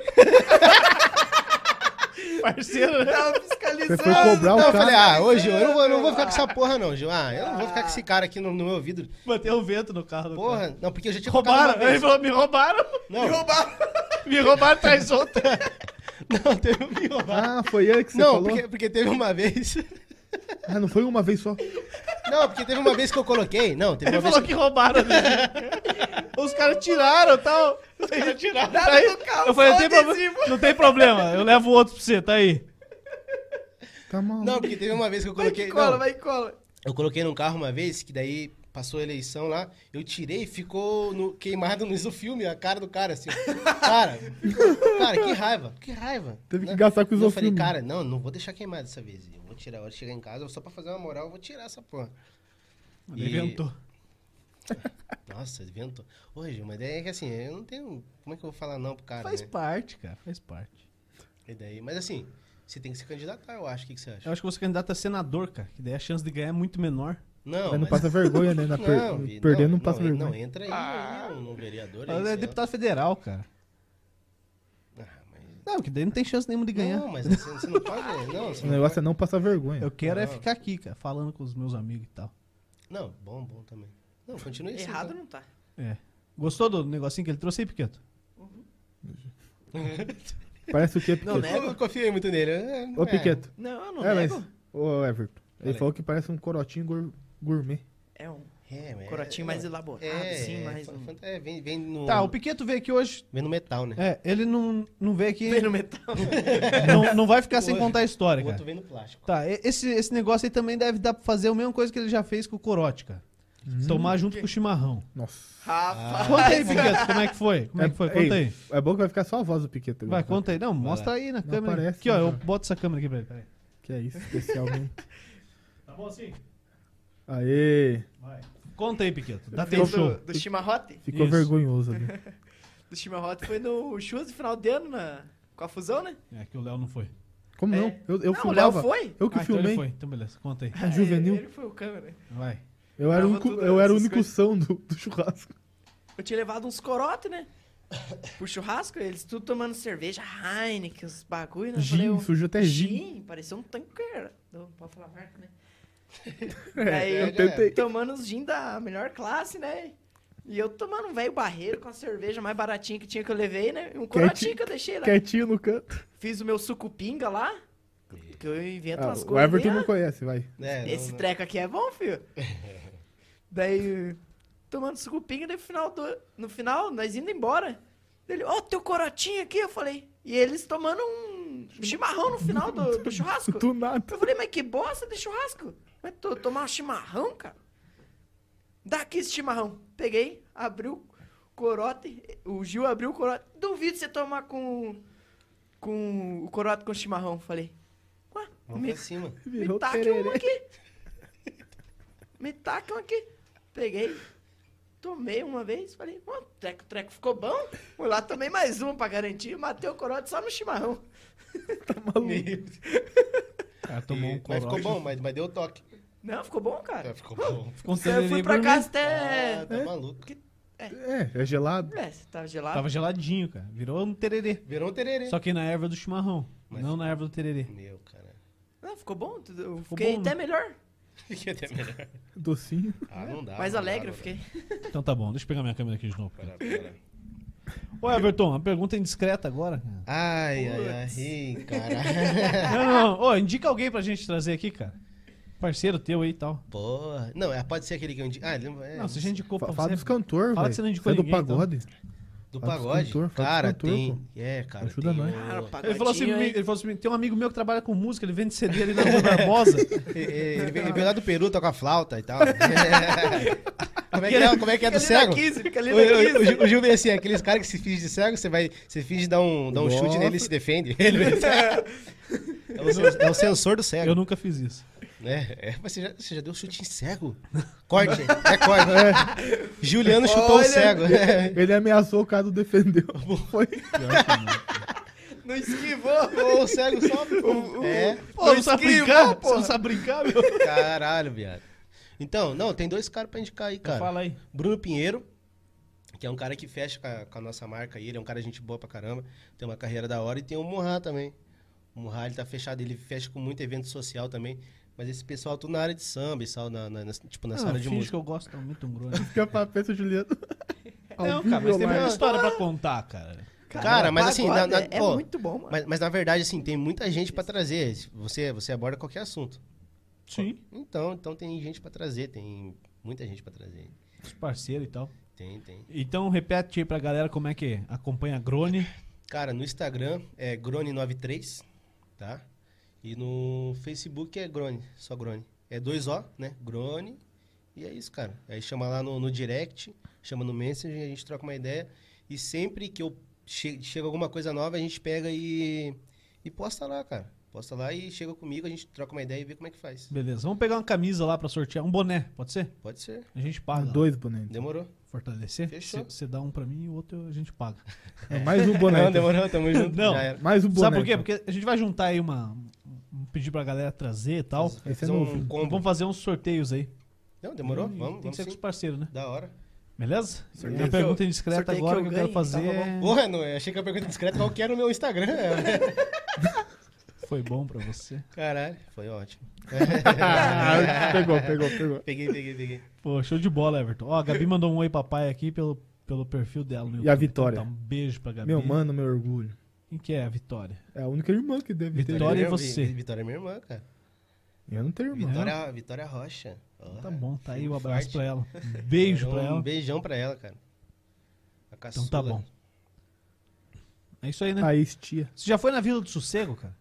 Speaker 2: Parceiro, né?
Speaker 4: Tava
Speaker 3: Você
Speaker 4: fiscalizando.
Speaker 3: foi cobrar
Speaker 1: Não,
Speaker 3: o
Speaker 1: eu falei,
Speaker 3: cara.
Speaker 1: ah, ô Gil, eu não vou, não vou ficar com essa porra, não, Gil. Ah, eu não vou ficar com esse cara aqui no, no meu vidro.
Speaker 2: Bateu o vento no carro do cara.
Speaker 1: Porra, não, porque eu já tinha tocado
Speaker 2: Roubaram.
Speaker 1: uma
Speaker 2: Ele
Speaker 1: vez.
Speaker 2: falou, me roubaram.
Speaker 1: Não,
Speaker 3: né?
Speaker 2: Me roubaram, traz outra.
Speaker 1: não, teve um me roubaram.
Speaker 3: Ah, foi ele que você
Speaker 1: Não,
Speaker 3: falou?
Speaker 1: porque, porque teve uma vez.
Speaker 3: Ah, não foi uma vez só.
Speaker 1: Não, porque teve uma vez que eu coloquei. Não, teve
Speaker 2: Ele
Speaker 1: uma vez
Speaker 2: falou que roubaram. né? Os caras tiraram e tal. tiraram. Tá aí. Eu falei, não tem, problema, não tem problema, eu levo outro pra você, tá aí.
Speaker 3: Tá maluco.
Speaker 1: Não, porque teve uma vez que eu
Speaker 4: Vai
Speaker 1: coloquei.
Speaker 4: que cola,
Speaker 1: não,
Speaker 4: vai que cola.
Speaker 1: Eu coloquei num carro uma vez, que daí passou a eleição lá, eu tirei e ficou no- queimado no do filme, a cara do cara, assim. Cara, cara, que raiva, que raiva.
Speaker 3: Teve que
Speaker 1: né?
Speaker 3: gastar com
Speaker 1: Eu falei,
Speaker 3: isofilme.
Speaker 1: cara, não, não vou deixar queimado dessa vez. Eu vou tirar, a hora de chegar em casa, só pra fazer uma moral, eu vou tirar essa porra.
Speaker 2: Ele inventou.
Speaker 1: Nossa, inventou. Hoje, uma ideia é que assim, eu não tenho... Como é que eu vou falar não pro cara,
Speaker 2: Faz
Speaker 1: né?
Speaker 2: parte, cara, faz parte.
Speaker 1: E daí, mas assim, você tem que se candidatar, eu acho. O que, que você acha?
Speaker 2: Eu acho que você é candidato a senador, cara, que daí a chance de ganhar é muito menor.
Speaker 1: Não,
Speaker 3: Mas não
Speaker 1: mas-
Speaker 3: passa vergonha, né? Na per-
Speaker 1: Não, Vi,
Speaker 3: Perdendo não, passa
Speaker 1: en- Não,
Speaker 3: vergonha.
Speaker 1: entra aí,
Speaker 4: Ah.
Speaker 1: aí no, no vereador. Aí,
Speaker 2: Mas
Speaker 1: sei
Speaker 2: é
Speaker 1: lá.
Speaker 2: deputado federal, cara.
Speaker 1: Ah, mas...
Speaker 2: Não, que daí não tem chance nenhuma de ganhar.
Speaker 1: Não, mas você, você não pode. né? Não, você
Speaker 3: O
Speaker 1: não
Speaker 3: negócio é não passar vergonha.
Speaker 2: Eu quero é
Speaker 1: Não.
Speaker 2: ficar aqui, cara, falando com os meus amigos e tal.
Speaker 1: pode- Não, bom, bom também. Não, continue assim.
Speaker 4: Errado
Speaker 1: então.
Speaker 4: não tá.
Speaker 2: É. Gostou do negocinho que ele trouxe aí, Piqueto?
Speaker 3: Parece o que é Piqueto.
Speaker 4: Não, né?
Speaker 1: Eu não confiei muito nele. é,
Speaker 3: Ô,
Speaker 1: é.
Speaker 3: Piqueto.
Speaker 4: Não, eu não
Speaker 3: É, mas...
Speaker 4: nego.
Speaker 3: Ô, Everton. Ele
Speaker 1: Falei.
Speaker 3: falou que parece um corotinho gour- gourmet.
Speaker 4: É um
Speaker 1: É, mas é-
Speaker 4: Corotinho mais elaborado,
Speaker 1: é,
Speaker 4: assim,
Speaker 1: é,
Speaker 4: mais.
Speaker 1: fa-
Speaker 4: um-
Speaker 1: fanta- é, vem, vem no.
Speaker 2: Tá, o Piqueto veio aqui hoje.
Speaker 1: Vem no metal, né?
Speaker 2: É, ele não, não veio aqui.
Speaker 4: Bem no metal.
Speaker 2: Não, não vai ficar sem
Speaker 1: Hoje.
Speaker 2: contar a história,
Speaker 1: o
Speaker 2: cara.
Speaker 1: outro vem no plástico.
Speaker 2: Tá, e- esse, esse negócio aí também deve dar pra fazer a mesma coisa que ele já fez com o Corote, cara. Tomar junto com o chimarrão.
Speaker 3: Nossa.
Speaker 1: Ah,
Speaker 4: Rapaz.
Speaker 2: Conta aí, Piqueto, como é que foi? Como é que foi? Conta
Speaker 3: ei,
Speaker 2: aí.
Speaker 3: É bom que vai ficar só a voz do tá? Piquet.
Speaker 2: Vai, conta aí. Não, mostra aí na câmera.
Speaker 3: aparece,
Speaker 2: aqui, ó,
Speaker 3: né,
Speaker 2: eu
Speaker 3: cara?
Speaker 2: boto essa câmera aqui pra ele. peraí.
Speaker 3: Que é isso, especialmente.
Speaker 2: Tá bom assim?
Speaker 3: Aê!
Speaker 2: Vai. Conta aí, Piqueto. Dá
Speaker 4: Fez
Speaker 2: teu
Speaker 4: do,
Speaker 3: Ah.
Speaker 2: show.
Speaker 4: do chimarrote?
Speaker 3: Ficou
Speaker 2: Isso.
Speaker 3: vergonhoso ali.
Speaker 4: Do chimarrote foi no churras de final de ano na, com a fusão, né?
Speaker 2: É que o Léo não foi.
Speaker 3: Como
Speaker 4: É.
Speaker 3: não? Eu, eu
Speaker 4: não,
Speaker 3: filmava.
Speaker 4: o Léo foi.
Speaker 3: Eu que
Speaker 2: Ah, Então, ele
Speaker 3: filmei.
Speaker 2: foi. então beleza, conta aí.
Speaker 3: Ah, Juvenil.
Speaker 4: Ele foi o câmera.
Speaker 2: Vai.
Speaker 3: Eu era o
Speaker 4: Tava
Speaker 3: único,
Speaker 4: tudo
Speaker 3: eu era o
Speaker 4: essas
Speaker 3: único
Speaker 4: coisas.
Speaker 3: som do, do churrasco.
Speaker 4: Eu tinha levado uns corote, né? Pro churrasco, eles tudo tomando cerveja, Heineken, os bagulho, né? Eu falei,
Speaker 3: Gin,
Speaker 4: eu-
Speaker 3: surgiu até gin.
Speaker 4: Gin, parecia um tanqueiro. Não pode falar marca, né?
Speaker 3: É,
Speaker 4: Aí
Speaker 1: eu
Speaker 4: eu
Speaker 1: tentei.
Speaker 4: tomando os gin da melhor classe, né? E eu tomando um velho barreiro com a cerveja mais baratinha que tinha que eu levei, né? E um corotinho que eu deixei lá.
Speaker 3: Quietinho no canto.
Speaker 4: Fiz o meu sucupinga lá, que eu invento
Speaker 3: Ah,
Speaker 4: umas
Speaker 3: o
Speaker 4: coisas.
Speaker 3: Everton
Speaker 4: né?
Speaker 3: não conhece, vai.
Speaker 1: É, não-
Speaker 4: Esse
Speaker 1: não-
Speaker 4: treco aqui é bom, filho. Daí, tomando sucupinga, daí no final, do, no final nós indo embora. Ele, ó, teu corotinho aqui, eu falei. E eles tomando um chimarrão no final do, do churrasco.
Speaker 3: Do nada.
Speaker 4: Eu falei, mas que bosta de churrasco. Mas to- tomar um chimarrão, cara? Dá aqui esse chimarrão. Peguei, abriu o corote. O Gil abriu o corote. Duvido você tomar com, com o corote com chimarrão. Falei, ué,
Speaker 1: Vamos
Speaker 4: me-
Speaker 1: pra cima.
Speaker 3: Virou
Speaker 4: me taca um
Speaker 3: tereré.
Speaker 4: aqui. me taca um aqui. Peguei, tomei uma vez, falei, ó, treco, treco, ficou bom. Fui lá, tomei mais uma pra garantir, matei o corote só no chimarrão.
Speaker 2: O cara tomou um
Speaker 1: mas ficou
Speaker 2: corote.
Speaker 1: bom, mas, mas deu o toque.
Speaker 4: Não, ficou bom, cara.
Speaker 1: É, ficou bom.
Speaker 2: Ficou um
Speaker 4: Então Eu fui
Speaker 2: tererê
Speaker 4: pra
Speaker 2: gourmet.
Speaker 4: casa até...
Speaker 1: Ah, tá maluco.
Speaker 3: É, é gelado.
Speaker 4: É, você tava gelado.
Speaker 2: Tava geladinho, cara. Virou um tererê.
Speaker 1: Virou um tererê.
Speaker 2: Só que na erva do chimarrão.
Speaker 1: Mas-
Speaker 2: Não na erva do tererê.
Speaker 1: Meu, cara.
Speaker 4: Não, ficou bom. tudo- Eu
Speaker 2: Ficou
Speaker 4: fiquei
Speaker 2: bom,
Speaker 4: até
Speaker 2: né?
Speaker 4: melhor.
Speaker 1: Fiquei até melhor.
Speaker 3: Docinho.
Speaker 1: Ah, não dá.
Speaker 4: mais
Speaker 1: não dá,
Speaker 4: alegre eu
Speaker 1: não dá.
Speaker 4: fiquei.
Speaker 2: Então tá bom, deixa eu pegar minha câmera aqui de novo.
Speaker 1: Pera, pera.
Speaker 2: Ô, Everton, uma pergunta indiscreta agora, cara.
Speaker 1: Ai, ai, ai. Ih, caralho.
Speaker 2: Não, não, não. Ô, indica alguém pra gente trazer aqui, cara. Parceiro teu aí e tal.
Speaker 1: Porra. Não, é, pode ser aquele que eu indico. Ah, ele não- é,
Speaker 2: Não, você já indicou pra
Speaker 3: Fa- Fala
Speaker 2: você.
Speaker 3: dos
Speaker 2: Fala
Speaker 3: cantor, velho.
Speaker 2: que você não indicou
Speaker 3: Você é do
Speaker 2: ninguém, então.
Speaker 3: pagode.
Speaker 1: Do
Speaker 3: Fala dos
Speaker 1: pagode?
Speaker 3: cantor, fala dos
Speaker 1: cara,
Speaker 3: cantor,
Speaker 1: tem. É, cara.
Speaker 3: Ajuda
Speaker 1: tem
Speaker 3: nós.
Speaker 1: o-
Speaker 4: Cara, Ah, pagodinho,
Speaker 2: Ele falou, assim, pra mim-
Speaker 4: hein?
Speaker 2: ele falou assim, pra mim, tem um amigo meu que trabalha com música, ele vende CD ali na Rua Barbosa.
Speaker 1: É, é, Ele veio, ele veio lá do Peru, toca flauta e tal. como, é que é, como é que é do
Speaker 4: Fica ali
Speaker 1: cego?
Speaker 4: na 15, fica ali
Speaker 1: O,
Speaker 4: na 15.
Speaker 1: o- o Gil- o Gil vem assim, aqueles caras que se finge de cego, você vai, você finge dar um, dar um chute nele e se defende. Ele vem assim. é, o, sen- é o sensor do cego.
Speaker 2: Eu nunca fiz isso.
Speaker 1: né? É, mas você já, você já deu chute em cego? Corte, é corte.
Speaker 4: É.
Speaker 1: Juliano chutou o cego. É.
Speaker 3: Ele ameaçou, o cara não defendeu. Foi.
Speaker 4: Não esquivou.
Speaker 1: Ô, É. o cego sobe. pô. É,
Speaker 2: Pô,
Speaker 4: Não
Speaker 2: não sabe
Speaker 4: esquiva,
Speaker 2: brincar?
Speaker 4: porra.
Speaker 2: Você não sabe brincar, meu?
Speaker 1: caralho, viado. Então, não, tem dois caras pra indicar aí, cara.
Speaker 2: Fala aí.
Speaker 1: Bruno Pinheiro, que é um cara que fecha com a, com a nossa marca aí, ele é um cara gente boa pra caramba, tem uma carreira da hora e tem o Murra também. O Murra, ele tá fechado, ele fecha com muito evento social também, mas esse pessoal é tudo na área de samba e sal, na, na- na- tipo, nessa
Speaker 2: Ah,
Speaker 1: área de
Speaker 2: finge
Speaker 1: música.
Speaker 2: que eu gosto, tá muito grande.
Speaker 3: Fica é pra pensa, Juliano.
Speaker 2: Não, cara, mas tem
Speaker 3: mais.
Speaker 2: uma história pra contar, cara.
Speaker 1: Cara, mas assim, na-
Speaker 4: pagode
Speaker 1: na-
Speaker 4: é
Speaker 1: ó,
Speaker 4: muito bom, mano.
Speaker 1: Mas, mas na verdade, assim, tem muita gente pra trazer, você, você aborda qualquer assunto.
Speaker 2: Sim.
Speaker 1: Então, então tem gente pra trazer, tem muita gente pra trazer.
Speaker 2: Os parceiros e tal.
Speaker 1: Tem, tem.
Speaker 2: Então repete aí pra galera como é que acompanha a Grone.
Speaker 1: Cara, no Instagram é Grone93, tá? E no Facebook é Grone, só Grone. É dois O, né? Grone. E é isso, cara. Aí chama lá no, no direct, chama no Messenger, a gente troca uma ideia. E sempre que eu che chega alguma coisa nova, a gente pega e, e posta lá, cara. Posta lá e chega comigo, a gente troca uma ideia e vê como é que faz.
Speaker 2: Beleza, vamos pegar uma camisa lá pra sortear. Um boné, pode ser?
Speaker 1: Pode ser.
Speaker 2: A gente paga. lá.
Speaker 3: Ah, Dois bonecos.
Speaker 1: Demorou.
Speaker 2: Fortalecer?
Speaker 1: Fechou.
Speaker 2: Você dá um pra mim e o outro a gente paga.
Speaker 3: Mais um
Speaker 1: Não,
Speaker 3: boneco.
Speaker 1: demorou, tamo junto.
Speaker 2: Não.
Speaker 1: É, Já era.
Speaker 3: Mais um boneco.
Speaker 2: É. Sabe por quê? Porque a gente vai juntar aí uma. Um pedir pra galera trazer e tal.
Speaker 1: Vai
Speaker 3: Esse é
Speaker 1: fazer um
Speaker 3: novo.
Speaker 1: combo.
Speaker 2: Vamos fazer uns sorteios aí.
Speaker 1: Não, demorou?
Speaker 2: E
Speaker 1: Vamos,
Speaker 2: Tem que
Speaker 1: vamos
Speaker 2: ser com os
Speaker 1: sim.
Speaker 2: parceiros, né?
Speaker 1: Da hora.
Speaker 2: Beleza?
Speaker 4: Sorteio
Speaker 2: Minha
Speaker 4: que eu-
Speaker 2: pergunta indiscreta
Speaker 4: sorteio que
Speaker 2: agora
Speaker 4: eu
Speaker 2: que eu quero
Speaker 4: ganhei,
Speaker 2: fazer
Speaker 4: tá
Speaker 2: é-
Speaker 1: Porra, não, eu achei que a pergunta discreta qual que era o meu Instagram. né?
Speaker 2: foi bom pra você.
Speaker 1: Caralho, foi ótimo.
Speaker 3: Ah, pegou, pegou, pegou.
Speaker 1: Peguei, peguei, peguei.
Speaker 2: Pô, show de bola, Everton. Ó, a Gabi mandou um oi papai aqui pelo, pelo perfil dela. no
Speaker 3: E
Speaker 2: YouTube.
Speaker 3: a Vitória?
Speaker 2: Então, um beijo pra Gabi.
Speaker 3: Meu mano, meu orgulho.
Speaker 2: Quem que é a Vitória?
Speaker 3: É a única irmã que deve ter.
Speaker 2: Vitória e
Speaker 1: Minha-
Speaker 2: você?
Speaker 1: Vitória é minha irmã, cara.
Speaker 3: Eu não tenho irmão.
Speaker 1: Vitória, Vitória Rocha. Ó,
Speaker 2: Tá bom, tá aí o
Speaker 1: firme e
Speaker 2: abraço
Speaker 1: forte.
Speaker 2: pra ela. Um beijo
Speaker 1: Então,
Speaker 2: pra ela.
Speaker 1: Um beijão pra ela, cara. A
Speaker 2: Então tá
Speaker 1: caçula.
Speaker 2: bom. É isso aí, né?
Speaker 3: Aí, tia.
Speaker 2: Você já foi na Vila do Sossego, cara?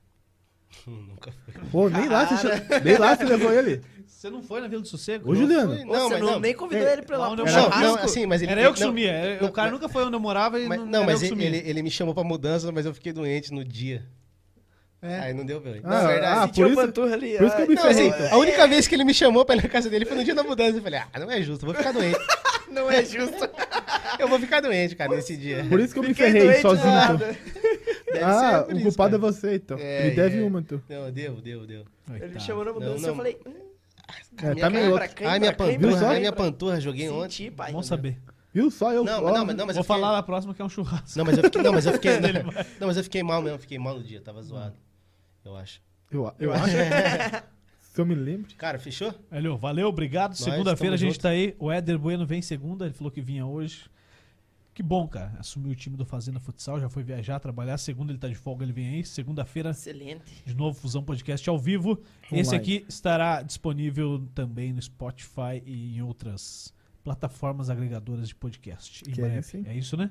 Speaker 1: Hum, Nunca foi.
Speaker 3: Pô, nem lá, você, chama- nem lá você levou ele.
Speaker 2: Você não foi na Vila do Sossego?
Speaker 3: Ô, Juliano.
Speaker 1: Foi?
Speaker 4: Ô, você não, nem convidou
Speaker 3: É,
Speaker 4: ele pra ir lá.
Speaker 2: onde eu
Speaker 4: pro
Speaker 1: Não,
Speaker 2: morava.
Speaker 4: churrasco.
Speaker 1: não, assim, mas ele.
Speaker 2: era eu que
Speaker 1: não,
Speaker 2: sumia. era-
Speaker 1: não,
Speaker 2: o cara
Speaker 1: mas-
Speaker 2: nunca foi onde eu morava e
Speaker 1: Mas,
Speaker 2: não,
Speaker 1: não,
Speaker 2: era
Speaker 1: mas
Speaker 2: eu que
Speaker 1: ele,
Speaker 2: sumia.
Speaker 1: ele, ele me chamou pra mudança, mas eu fiquei doente no dia.
Speaker 2: É.
Speaker 1: Aí não deu, velho.
Speaker 3: Ah, ah,
Speaker 4: Sentiu né?
Speaker 3: por
Speaker 4: a
Speaker 3: isso-
Speaker 4: panturra ali.
Speaker 3: por isso que eu me
Speaker 4: ai,
Speaker 1: Não, assim,
Speaker 3: ferrou,
Speaker 1: a única vez que ele me chamou pra ir na casa dele foi no dia da mudança. Eu falei, ah, não é justo, eu vou ficar doente.
Speaker 4: Não é justo.
Speaker 1: Eu vou ficar doente, cara, nesse dia.
Speaker 3: Por isso que eu me
Speaker 4: Fiquei
Speaker 3: ferrei
Speaker 4: doente
Speaker 3: sozinho.
Speaker 4: do
Speaker 3: então.
Speaker 4: nada.
Speaker 1: Deve
Speaker 3: Ah,
Speaker 1: ser por
Speaker 3: o
Speaker 1: isso,
Speaker 3: culpado é
Speaker 1: cara.
Speaker 3: você, então.
Speaker 1: É,
Speaker 3: Ele deve
Speaker 1: é.
Speaker 3: uma, então.
Speaker 1: Não, deu, deu, deu.
Speaker 4: Ele me chamou na mudança
Speaker 1: Não,
Speaker 4: e eu
Speaker 1: não.
Speaker 4: falei... hum,
Speaker 3: É, tá meio
Speaker 4: cãibra,
Speaker 3: outro.
Speaker 4: cãibra,
Speaker 1: ai, Ah, minha
Speaker 4: cãibra,
Speaker 1: panturra,
Speaker 4: cãibra.
Speaker 1: ai, minha panturra, joguei ontem.
Speaker 4: Senti, pai. né?
Speaker 2: Bom saber.
Speaker 3: Viu só eu?
Speaker 1: né? Não,
Speaker 3: ó,
Speaker 1: mas não, mas não, mas
Speaker 2: Vou
Speaker 1: eu fiquei-
Speaker 2: falar na próxima que é um churrasco.
Speaker 1: Não, mas eu fiquei, não, mas eu fiquei, não, não, mas eu fiquei mal mesmo, fiquei mal no dia, tava zoado. Eu acho.
Speaker 3: Eu, eu acho. Se eu me lembro.
Speaker 1: Cara, fechou?
Speaker 2: Valeu, valeu, obrigado. Segunda-feira a
Speaker 1: estamos
Speaker 2: gente
Speaker 1: juntos.
Speaker 2: tá aí. O Éder Bueno vem segunda, ele falou que vinha hoje. Que bom, cara. Assumiu o time do Fazenda Futsal, já foi viajar, trabalhar. Segunda ele tá de folga, ele vem aí. Segunda-feira,
Speaker 4: Excelente.
Speaker 2: de novo, Fusão Podcast ao vivo. Esse aqui estará disponível também no Spotify e em outras plataformas agregadoras de podcast. Em
Speaker 3: Que é
Speaker 2: breve. É
Speaker 3: isso,
Speaker 2: isso,
Speaker 3: hein?
Speaker 2: né?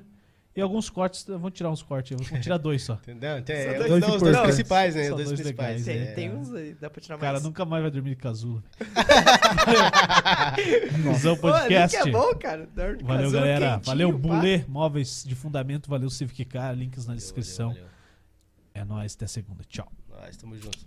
Speaker 2: E alguns cortes, vão tirar uns cortes, vão tirar dois só.
Speaker 1: Entendeu? Tem, é,
Speaker 4: dois
Speaker 1: dois, não, os dois
Speaker 3: importantes.
Speaker 1: principais, né?
Speaker 2: Só
Speaker 1: Os dois,
Speaker 2: dois
Speaker 1: principais.
Speaker 2: legais,
Speaker 1: é.
Speaker 4: né? Tem, tem uns aí, dá pra tirar
Speaker 2: O
Speaker 4: mais.
Speaker 2: cara nunca mais vai dormir de casula.
Speaker 3: Nossa.
Speaker 2: Fusão
Speaker 4: Pô, ali
Speaker 2: um Podcast.
Speaker 4: que é bom, cara. Dorme
Speaker 2: Valeu,
Speaker 4: casando
Speaker 2: galera.
Speaker 4: é quentinho,
Speaker 2: valeu,
Speaker 4: pá.
Speaker 2: Bulê, móveis de fundamento. Valeu, Civic Car. Links na descrição.
Speaker 1: Valeu, valeu.
Speaker 2: É nóis, até segunda. Tchau.
Speaker 1: Nós, tamo junto.